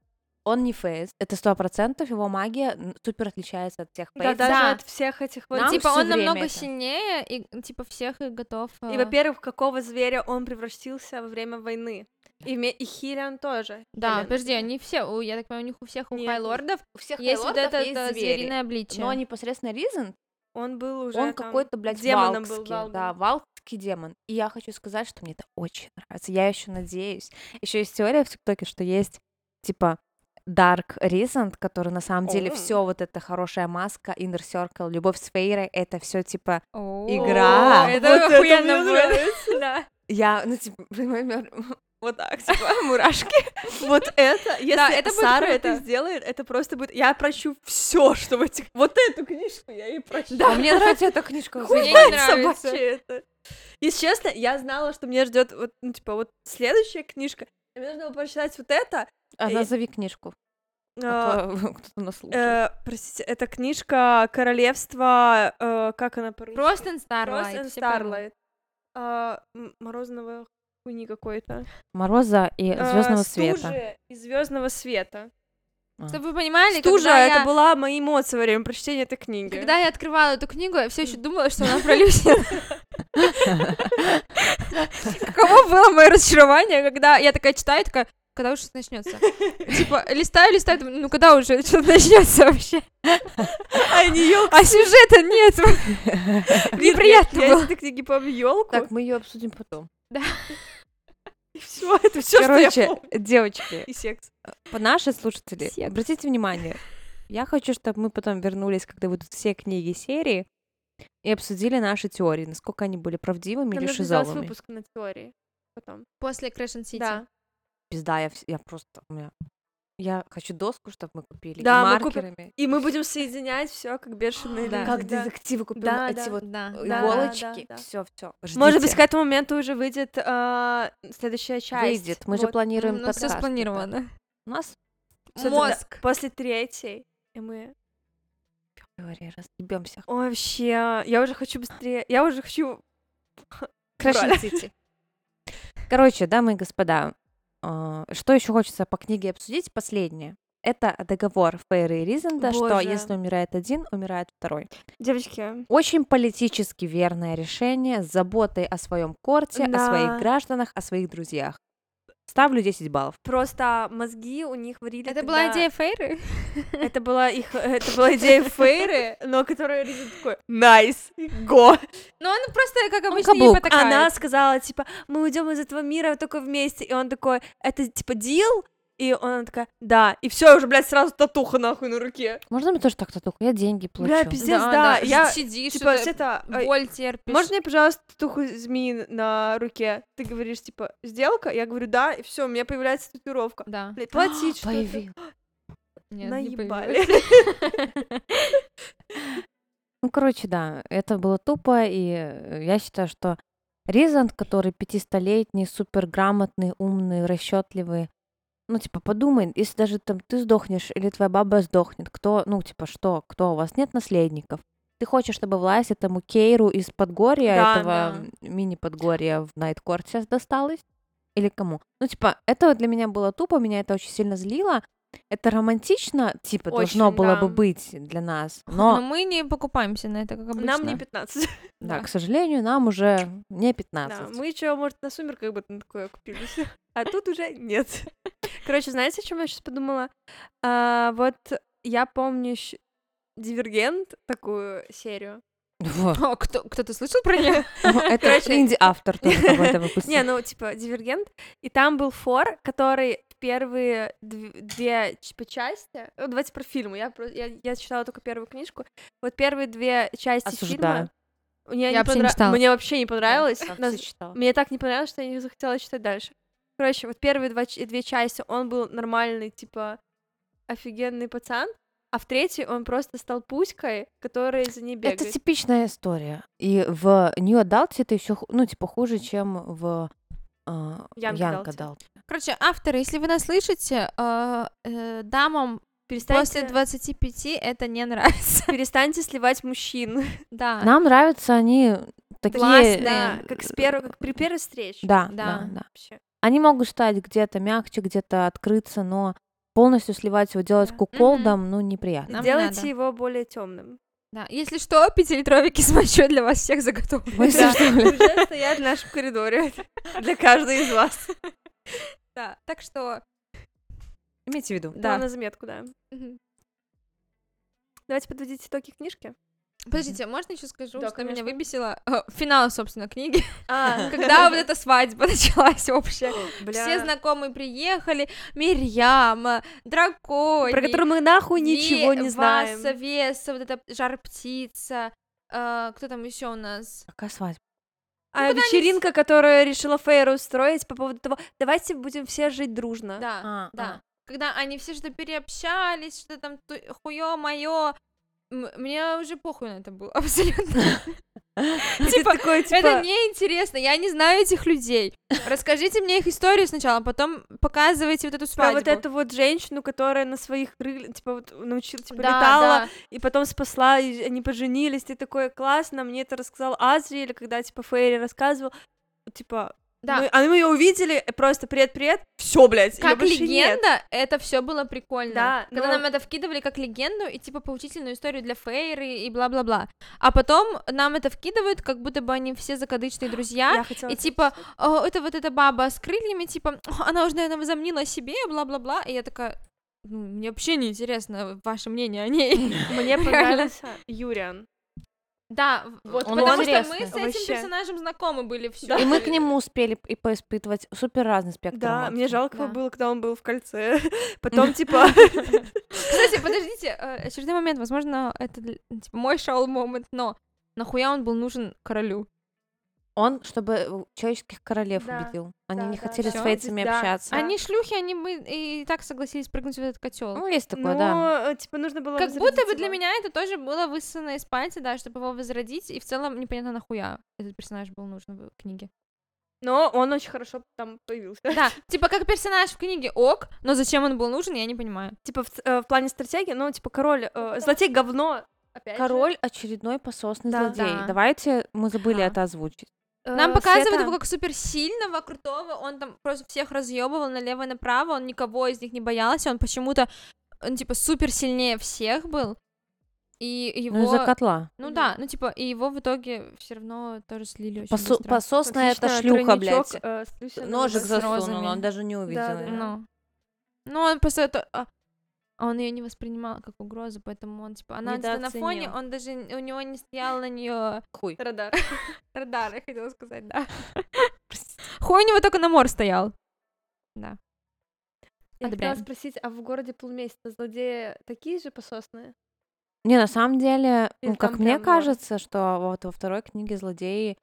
Он не фейс, это сто процентов, его магия м, супер отличается от всех
Да,
фейс.
даже
Да.
от всех этих вот...
Нам
типа
всё
он
время
намного
это.
сильнее и типа всех и готов.
И,
э,
во-первых, в какого зверя он превратился во время войны. И, вме- и Хилиан тоже.
Да,
Хелен.
подожди, они все, у- я так понимаю, у них у всех у
Нет,
хайлордов
У всех
есть вот
хайлордов
это
есть
э,
звери,
звериное обличие.
Но непосредственно Ризент,
Он был уже
он
там-
какой-то, блядь,
демоном
валкский,
был, Валгом.
да, валкский демон. И я хочу сказать, что мне это очень нравится. Я еще надеюсь. Еще есть теория в ТикТоке, что есть типа Dark Reason, который на самом деле
О.
все вот эта хорошая маска, Inner Circle, любовь с Фейрой, это все типа
О,
игра.
это охуенно будет.
Да.
Я, ну типа, понимаю, вот так, типа, мурашки.
Вот это, если
Да, это будет
Сара
круто.
это сделает, это просто будет... Я прощу все, что в этих... Вот эту книжку я ей прощу.
Да, мне нравится эта книжка.
Мне
вообще.
не нравится.
собачье это. Если честно, я знала, что меня ждет вот, ну, типа, вот следующая книжка. И Мне нужно было прочитать вот это.
А, Назови книжку.
А,
а то Кто-то нас слушает.
Э, э, простите, это книжка Королевство, э, как она по-русски?
Просто
Frost
Starlight.
and
все поймут.
Starlight. А, м- Морозного хуйни какой-то.
Мороза и
А,
звездного
«Стужи»
света. А.
и звездного света.
Чтобы вы понимали,
Стужа,
когда
это
я-
была мои эмоции во время прочтения этой книги.
Когда я открывала эту книгу, я все еще думала, что она про Люсин. Каково было мое разочарование, когда я такая читаю, такая, когда уже что-то начнется? Типа, листаю, листаю, думаю, ну когда уже что-то начнется вообще?
А не ёлка.
А сюжета нет. Неприятно
Я
было.
из этой книги помню елку.
Так, мы ее обсудим потом.
и все, это все, что я
Короче,
помню.
девочки,
И секс.
по- наши слушатели,
Секс.
обратите внимание, я хочу, чтобы мы потом вернулись, когда будут все книги серии, и обсудили наши теории, насколько они были правдивыми
Нам
или
нужно сделать
шизовыми.
выпуск на теории потом.
После Крэшен Сити.
Да.
Пизда, я, вс- я просто... у меня- Я хочу доску, чтобы мы купили. и
Да, мы купим.
маркерами.
И мы будем соединять все как бешеные
Да.
люди,
Как
да.
детективы купим
Да,
эти
да.
вот
Да.
э,
да,
иголочки.
да, да.
Все, все.
Может быть, к этому моменту уже выйдет а, следующая часть. Ну,
Выйдет. Мы же
Вот.
планируем
У нас все
подкаст, ребят.
спланировано.
У нас
Всё, тогда
Мозг.
После третьей. И мы...
теории разъебемся.
Ой, вообще, я уже хочу быстрее. Я уже хочу...
Крэшен Сити. Короче, дамы и господа, а, что еще хочется по книге обсудить? Последнее. Это договор Фейра и Ризенда, что
Боже.
если умирает один, умирает второй.
Девочки,
Очень политически верное решение с заботой о своем корте, о
Да.
своих гражданах, о своих друзьях. Ставлю 10 баллов.
просто мозги у них варили
Это
тогда-
была идея Фейры?
Это была их... Это была идея Фейры, но которая Ризин такой... Найс! Го!
Ну, она просто, как обычно, не
каблук.
потакает.
Она сказала, типа, мы уйдем из этого мира только вместе. И он такой, это, типа, дил? И она такая, да. И все, уже, блядь, сразу татуха нахуй на руке.
Можно мне тоже так-то только? Я деньги плачу.
Бля, пиздец, да. Я,
сидишь,
типа,
это
всё это... э,
боль терпишь.
Можно мне, пожалуйста, татуху змеи на руке? Ты говоришь, типа, сделка? Я говорю, да, и все, у меня появляется татуировка.
Да. А,
Блядь, платить что-то.
Появилась.
Нет, не
Наебали.
появилось.
Ну, короче, да, это было тупо, и э, я считаю, что Ризант, который пятистолетний, суперграмотный, умный, расчетливый, ну, типа, подумай, если даже там ты сдохнешь или твоя баба сдохнет, кто, ну, типа, что, кто, у вас нет наследников? Ты хочешь, чтобы власть этому Кейру из Подгорья,
Да,
этого
да.
м, мини-Подгорья в Найткорт сейчас досталась? Или кому? Ну, типа, это вот для меня было тупо, меня это очень сильно злило. Это романтично, типа, должно
Очень,
было
да. Ну,
бы быть для нас.
Но
Но
мы не покупаемся на это, как обычно.
Нам не 15.
да,
Да.
к сожалению, нам уже не 15.
Да, мы еще, может, на сумерках бы на такое купились. А тут уже нет. Короче, знаете, о чем я сейчас подумала? А, вот я помню щ- Дивергент, такую серию.
Вот.
О, А, кто, кто-то слышал про нее?
Это
Короче-
инди-автор тоже какой-то выпустил.
Не, ну, типа, Дивергент. И там был Фор, который в первые дв- две ч- по части... Ну, давайте про фильмы. Я, про- я, я читала только первую книжку. Вот первые две части фильма...
Осуждаю.
Мне,
Я
не
вообще не
понра-
читала.
Мне вообще не понравилось. но
Все читала.
Мне так не понравилось, что я не захотела читать дальше. Короче, вот первые два, ч- две части он был нормальный, типа, офигенный пацан, а в третьей он просто стал пуськой, который за ней бегает.
Это типичная история. И в New Adult это еще, ну, типа, хуже, чем в а,
Янка
Янка
Далти.
дал.
Короче, авторы, если вы нас слышите, э, э, дамам после
Перестаньте,
25 это не нравится.
перестаньте сливать мужчин. А.
Да.
Нам нравятся они такие...
Классные.
Да,
э,
как с первой, как при первой встрече.
Да,
Да.
да, да.
Вообще.
Они могут стать где-то мягче, где-то открыться, но полностью сливать его, делать
Да.
куколдом, ну, неприятно.
Нам
Делайте
надо.
его более темным.
Да. Если что, пятилитровики с мочой для вас всех заготовлены.
Вы что, что ли?
Уже стоят в нашем коридоре для каждой из вас.
Да. Так что,
Имейте в виду.
Да,
да.
на заметку, да.
Мгм.
Давайте подводить итоги книжки.
Подождите, а можно еще скажу,
Да,
что меня
конечно.
выбесило э, финал, собственно, книги,
А,
когда вот эта свадьба началась общая. Все
бля,
знакомые приехали, Мирьям, дракони,
про которую мы нахуй ничего не знаем.
Васа, Веса, вот эта жар-птица, э, кто там еще у нас?
Какая свадьба?
Ну,
А вечеринка, которую решила Фейра устроить по поводу того, давайте будем все жить дружно.
Да,
А,
да.
а.
Когда они все что-то переобщались, что там ту- хуё мое мне уже похуй на это было абсолютно.
И ты
Типа,
такой, типа,
Это неинтересно, я не знаю этих людей. Расскажите мне их историю сначала, а потом показывайте вот эту
про
свадьбу.
вот эту вот женщину, которая на своих крыльях, типа, вот научила, типа,
Да,
летала,
да.
и потом спасла, и они поженились, ты такой, классно, мне это рассказал Азри, или когда, типа, Фейри рассказывал, типа,
Да.
мы, а мы ее увидели, э, просто привет-привет, все, блядь, её
как
больше нет.
легенда, это все было прикольно.
Да,
Когда
но-
нам это вкидывали как легенду и типа поучительную историю для Фейры и бла-бла-бла. А потом нам это вкидывают, как будто бы они все закадычные друзья.
Я хотела
И
сказать,
типа, «О, это вот эта баба с крыльями, типа, «О, она уже, наверное, возомнила о себе, бла-бла-бла. И я такая, ну, мне вообще не интересно ваше мнение о ней.
мне понравился Юриан.
Да, вот,
Он
потому что мы
интересный.
с этим
Вообще.
персонажем знакомы были все.
Да.
а. И мы к нему успели п- и поиспытывать супер разный спектр
Да, мне
эмоций.
жалко
Да.
было, когда он был в кольце. Потом, типа,
Кстати, подождите, э, очередной момент, возможно, это для- типа, мой шоу момент, но нахуя он был нужен королю?
Он, чтобы э, человеческих королев
Да,
убедил. Они
да,
не
да,
хотели
да.
с фейцами
Да.
общаться.
Да.
Они шлюхи, они бы и так согласились прыгнуть в этот котел.
Ну, есть такое,
ну,
да.
э, типа, нужно было
Как
возродить
будто бы для
его.
меня это тоже было высосано из пальца, да, чтобы его возродить, и в целом непонятно нахуя этот персонаж был нужен в книге.
Но он очень хорошо там появился.
Да, типа как персонаж в книге ок, но зачем он был нужен, я не понимаю.
Типа, в, ц- э, в плане стратегии, ну, типа, король, э, злотей говно. Опять же.
Король очередной пососный
Да.
злодей.
Да.
Давайте мы забыли
Да.
это озвучить.
э,
Нам показывают его
как...
как суперсильного, крутого, он там просто всех разъебывал налево и направо, он никого из них не боялся, он почему-то, он типа супер сильнее всех был, и его...
Ну, из-за котла.
Ну да, ну типа, и его в итоге все равно тоже слили очень
Посо-
быстро.
Пососная это шлюха, блядь.
э,
Ножик
с
засунул,
розами.
он даже не увидел.
Да, да, да.
её.
Ну. Ну, он просто это... а, а он ее не воспринимал как угрозу, поэтому он, типа, она где-то на фоне,
Недооценил.
он даже, н- у него не стоял на нее
Хуй.
Радар.
радар, я хотела сказать, да. Хуй у него только на мор стоял.
Я хотела
Одобряем.
спросить, а в городе полумесяца злодеи такие же пососные?
Не, на самом деле,
Или
ну, как
там
мне
прям норм?
кажется, что вот во второй книге злодеи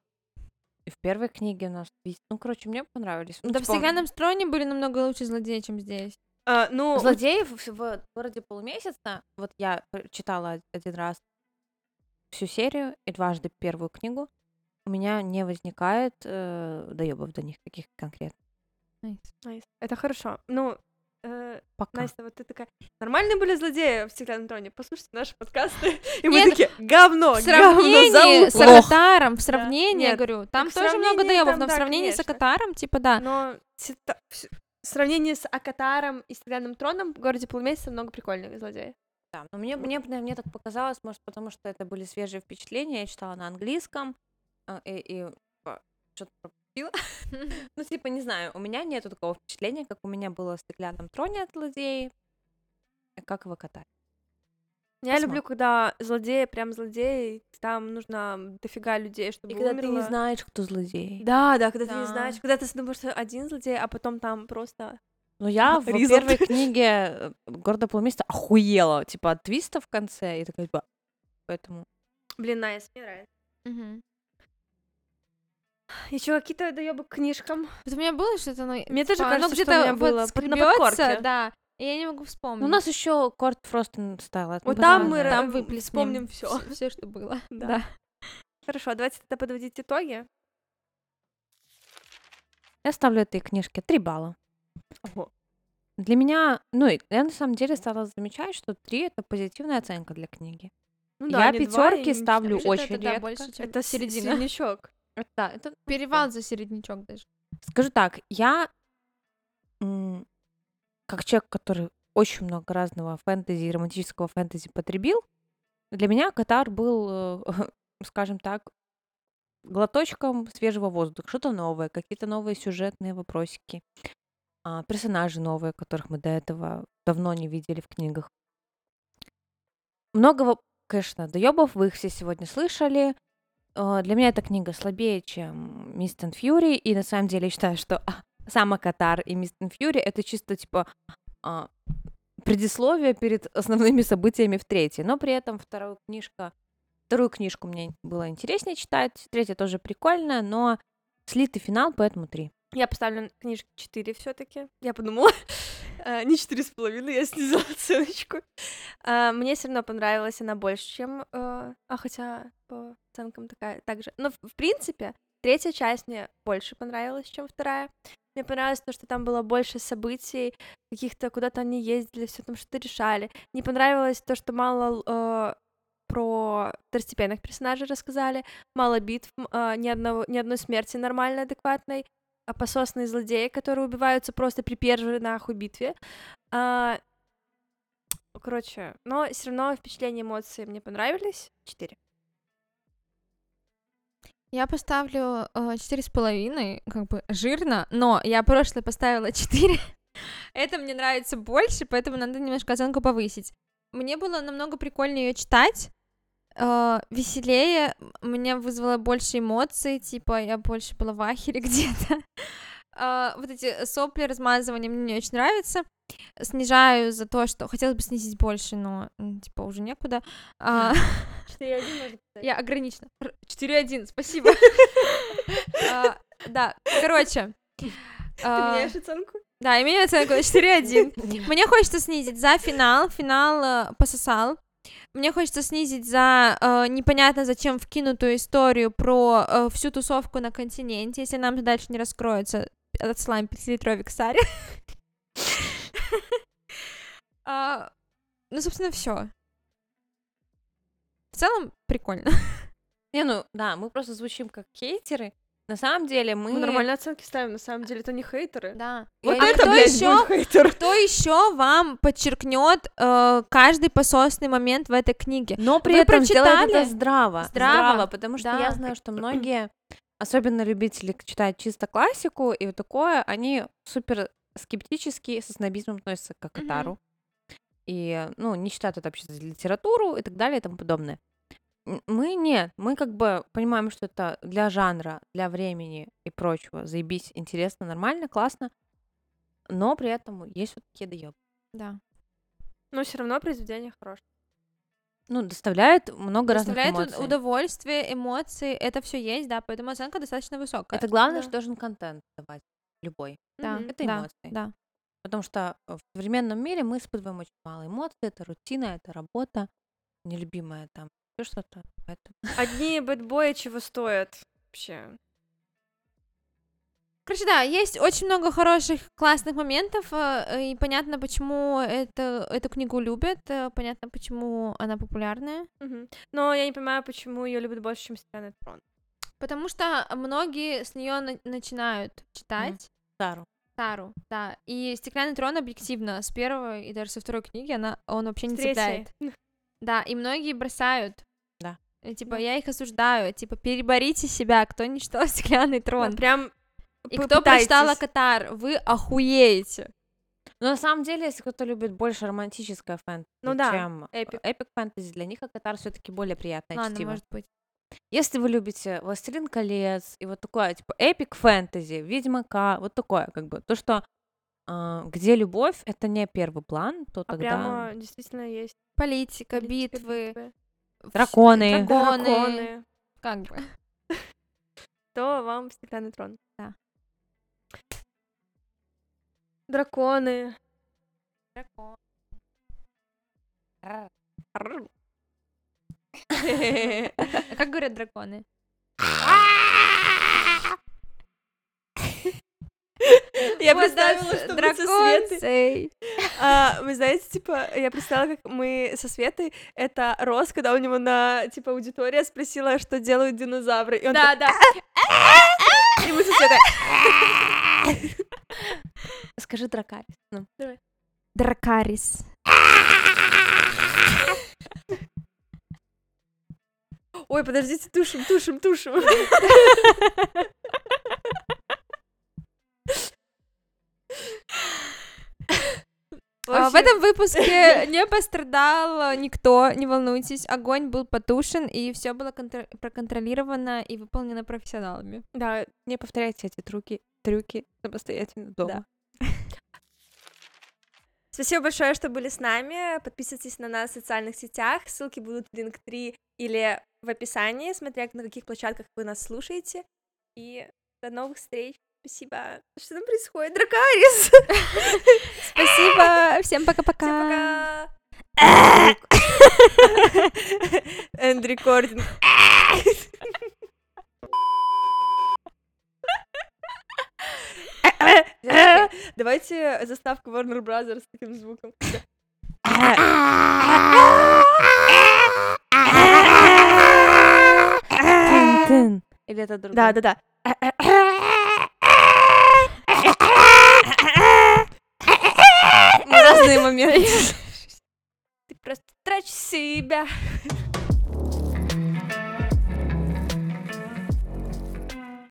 и в первой книге у нас есть- Ну, короче, мне понравились. Ну,
Да в
типа,
стеклянном строне были намного лучше злодеи, чем здесь.
А, ну,
Злодеев в, в городе полумесяца, вот я пр- читала од- один раз всю серию и дважды первую книгу, у меня не возникает э, доебов до них каких конкретно.
Найс. это хорошо. Ну, э,
Пока.
Настя, вот ты такая, нормальные были злодеи в «Стеклянном троне», послушайте наши подкасты, и мы
Нет,
такие, говно,
в
говно,
сравнении с
залупа».
Акатаром, в сравнении, я
Нет.
говорю, там
в
тоже много
сравнении
доебов,
там,
но в
да,
сравнении с
конечно.
Акатаром, типа, да.
Но все та- всё- в сравнении с Акатаром и «Стеклянным троном» в городе полумесяца много прикольных злодеев.
Да, но ну, мне, мне, мне так показалось, может, потому что это были свежие впечатления, я читала на английском, э, и, и типа, что-то пропустила. Ну, типа, не знаю, у меня нету такого впечатления, как у меня было в «Стеклянном троне» от злодеев, и как его катать.
Я
Посмотрим.
люблю, когда злодеи, прям злодеи, там нужно дофига людей, чтобы умерло.
знаешь, кто злодей.
Да, да, когда ты
Да.
не знаешь, когда ты думаешь, что один злодей, а потом там просто...
Ну, я в
Ризот.
первой книге э, «Города полумесяца» охуела, типа, от твиста в конце, и такая, типа, поэтому...
Блин, Найс, мне нравится.
Мгм.
Еще какие-то доебы к книжкам.
Вот у меня было что-то, но...
Мне тоже
типа, оно
кажется, что у
где-то
меня
вот
было под- на
скребётся,
подкорке.
да, и я не могу вспомнить.
Ну, у нас еще Корт Фростен стала.
Вот там мы
Ладно,
ра-
там выплеснем
вспомним всё.
Все, что было.
Да.
Да.
Хорошо, давайте тогда подводить итоги.
Я ставлю этой книжке 3 балла. Для меня, ну, и я на самом деле стала замечать, что 3 это позитивная оценка для книги.
Ну
я
не два,
пятерки
и не
ставлю
четыре.
очень
это, да,
редко.
больше, чем
Это середина.
середина.
Среднячок.
Это да, это
Перевал за середнячок даже.
Скажу так, я м, как человек, который очень много разного фэнтези и романтического фэнтези потребил, для меня Катар был, э, скажем так, глоточком свежего воздуха, что-то новое, какие-то новые сюжетные вопросики, а, персонажи новые, которых мы до этого давно не видели в книгах. Много, воп- конечно, доебов, вы их все сегодня слышали, Э, для меня эта книга слабее, чем Мисс Тен Фьюри, и на самом деле я считаю, что а, сама Катар и Мисс Тен Фьюри это чисто типа а, предисловие перед основными событиями в третьей, но при этом вторую книжка, вторую книжку мне было интереснее читать, третья тоже прикольная, но слитый финал, поэтому три.
Я поставлю книжке 4 все таки Я подумала. Э, Не четыре с половиной, я снизила оценочку. А, Мне все равно понравилась она больше, чем... э, А хотя по оценкам такая также. Но в- в принципе, третья часть мне больше понравилась, чем вторая. Мне понравилось то, что там было больше событий, каких-то куда-то они ездили, все там что-то решали. Не понравилось то, что мало э, про второстепенных персонажей рассказали, мало битв, м, а, ни, одного, ни одной смерти нормальной, адекватной а, пососные злодеи, которые убиваются просто при первой нахуй битве. А, короче, но все равно впечатления, эмоции мне понравились. Четыре.
Я поставлю э, четыре с половиной, как бы жирно, но я прошлое поставила 4. Это мне нравится больше, поэтому надо немножко оценку повысить. Мне было намного прикольнее ее читать, э, веселее, м- меня вызвало больше эмоций, типа я больше была в ахере где-то. Э, вот эти сопли, размазывания мне не очень нравятся. Снижаю за то, что хотелось бы снизить больше, но м, типа уже некуда. А,
Четыре один может
я ограничена. Р- 4-1, спасибо. А, Да, короче. а,
оценку?
Да, я меняю оценку на 4-1. Мне хочется снизить за финал. Финал э, пососал. Мне хочется снизить за э, непонятно зачем вкинутую историю про э, всю тусовку на континенте, если нам дальше не раскроется. Отсылаем 5-литровик Саре. А, Ну, собственно, все. В целом, прикольно.
Не, ну да, мы просто звучим как хейтеры. На самом деле мы...
Мы нормальные оценки ставим, на самом деле, это не хейтеры.
Да.
Вот
а
это,
кто
блядь,
еще кто еще вам подчеркнет э, каждый пососный момент в этой книге?
Но при
Вы
этом сделать
прочитали?
это здраво.
Здраво,
потому что
да.
я знаю, что многие, особенно любители к- читать чисто классику и вот такое, они супер скептически со снобизмом относятся к
Мгм.
Катару. И, ну, не считают это вообще за литературу и так далее и тому подобное. М, Мы нет, мы как бы понимаем, что это для жанра, для времени и прочего. Заебись, интересно, нормально, классно. Но при этом есть вот такие доебы.
Да.
Но все равно произведение хорошее.
Ну, доставляет много
Доставляет
разных
уд-
эмоций.
удовольствие, эмоции, это все есть, да, поэтому оценка достаточно высокая.
Это главное,
Да.
что должен контент давать. Любой.
да,
Мгм.
это
да,
эмоции.
Да.
Потому что э, в современном мире мы испытываем очень мало эмоций. Это рутина, это работа, нелюбимая там, еще что-то. Поэтому...
Одни бэтбои чего стоят вообще.
Короче, да, есть очень много хороших, классных моментов, э, и понятно, почему это, эту книгу любят, э, понятно, почему она популярная.
Мгм. Но я не понимаю, почему ее любят больше, чем Стена Трон.
Потому что многие с нее начинают читать,
Тару.
Тару, да. И «Стеклянный трон» объективно с первой и даже со второй книги она, он вообще не
С третьей.
цепляет. Да, и многие бросают.
Да.
И, типа, я их осуждаю, типа, переборите себя, кто не читал «Стеклянный
Да,
трон».
Прям
И
п-
кто прочитала
пытайтесь.
Катар, вы охуеете.
Но на самом деле, если кто-то любит больше романтическое фэнтези,
Ну да,
чем э,
эпик.
эпик. фэнтези, для них Акатар все-таки более приятное
Ладно,
чтиво.
может быть.
Если вы любите «Властелин колец» и вот такое, типа, эпик фэнтези, «Ведьмака», вот такое, как бы, то, что а, где любовь, это не первый план, то
А
тогда...
прямо действительно есть.
Политика,
политика,
битвы, вс-
Драконы.
драконы,
драконы.
Как бы.
то вам стеклянный трон.
Да.
Драконы.
А Как говорят драконы?
Я
Вот,
представила,
да,
что мы со
дракон
Светой.
сей.
А, вы знаете, типа, я представила, как мы со Светой, это Рос, когда у него на, типа, аудитория спросила, что делают динозавры, и он
Да, да.
так, и мы со Светой,
Скажи дракарь.
Дракарис.
ой, подождите, тушим, тушим, тушим.
А, В этом выпуске не пострадал э, никто, не волнуйтесь. Огонь был потушен, и все было контр- проконтролировано и выполнено профессионалами.
Да,
Не повторяйте эти трюки, трюки самостоятельно дома.
Спасибо большое, что были с нами. Подписывайтесь на нас в социальных сетях. Ссылки будут в Linktree или в описании, смотря на каких площадках вы нас слушаете. И до новых встреч. Спасибо. Что там происходит? Дракарис!
Спасибо, всем пока-пока.
Всем пока! Энд рекординг. Давайте заставку Warner Brothers с таким звуком.
Тын-тын. Или это другое?
Да, да, да.
Мы разные моменты.
Ты просто трачь себя.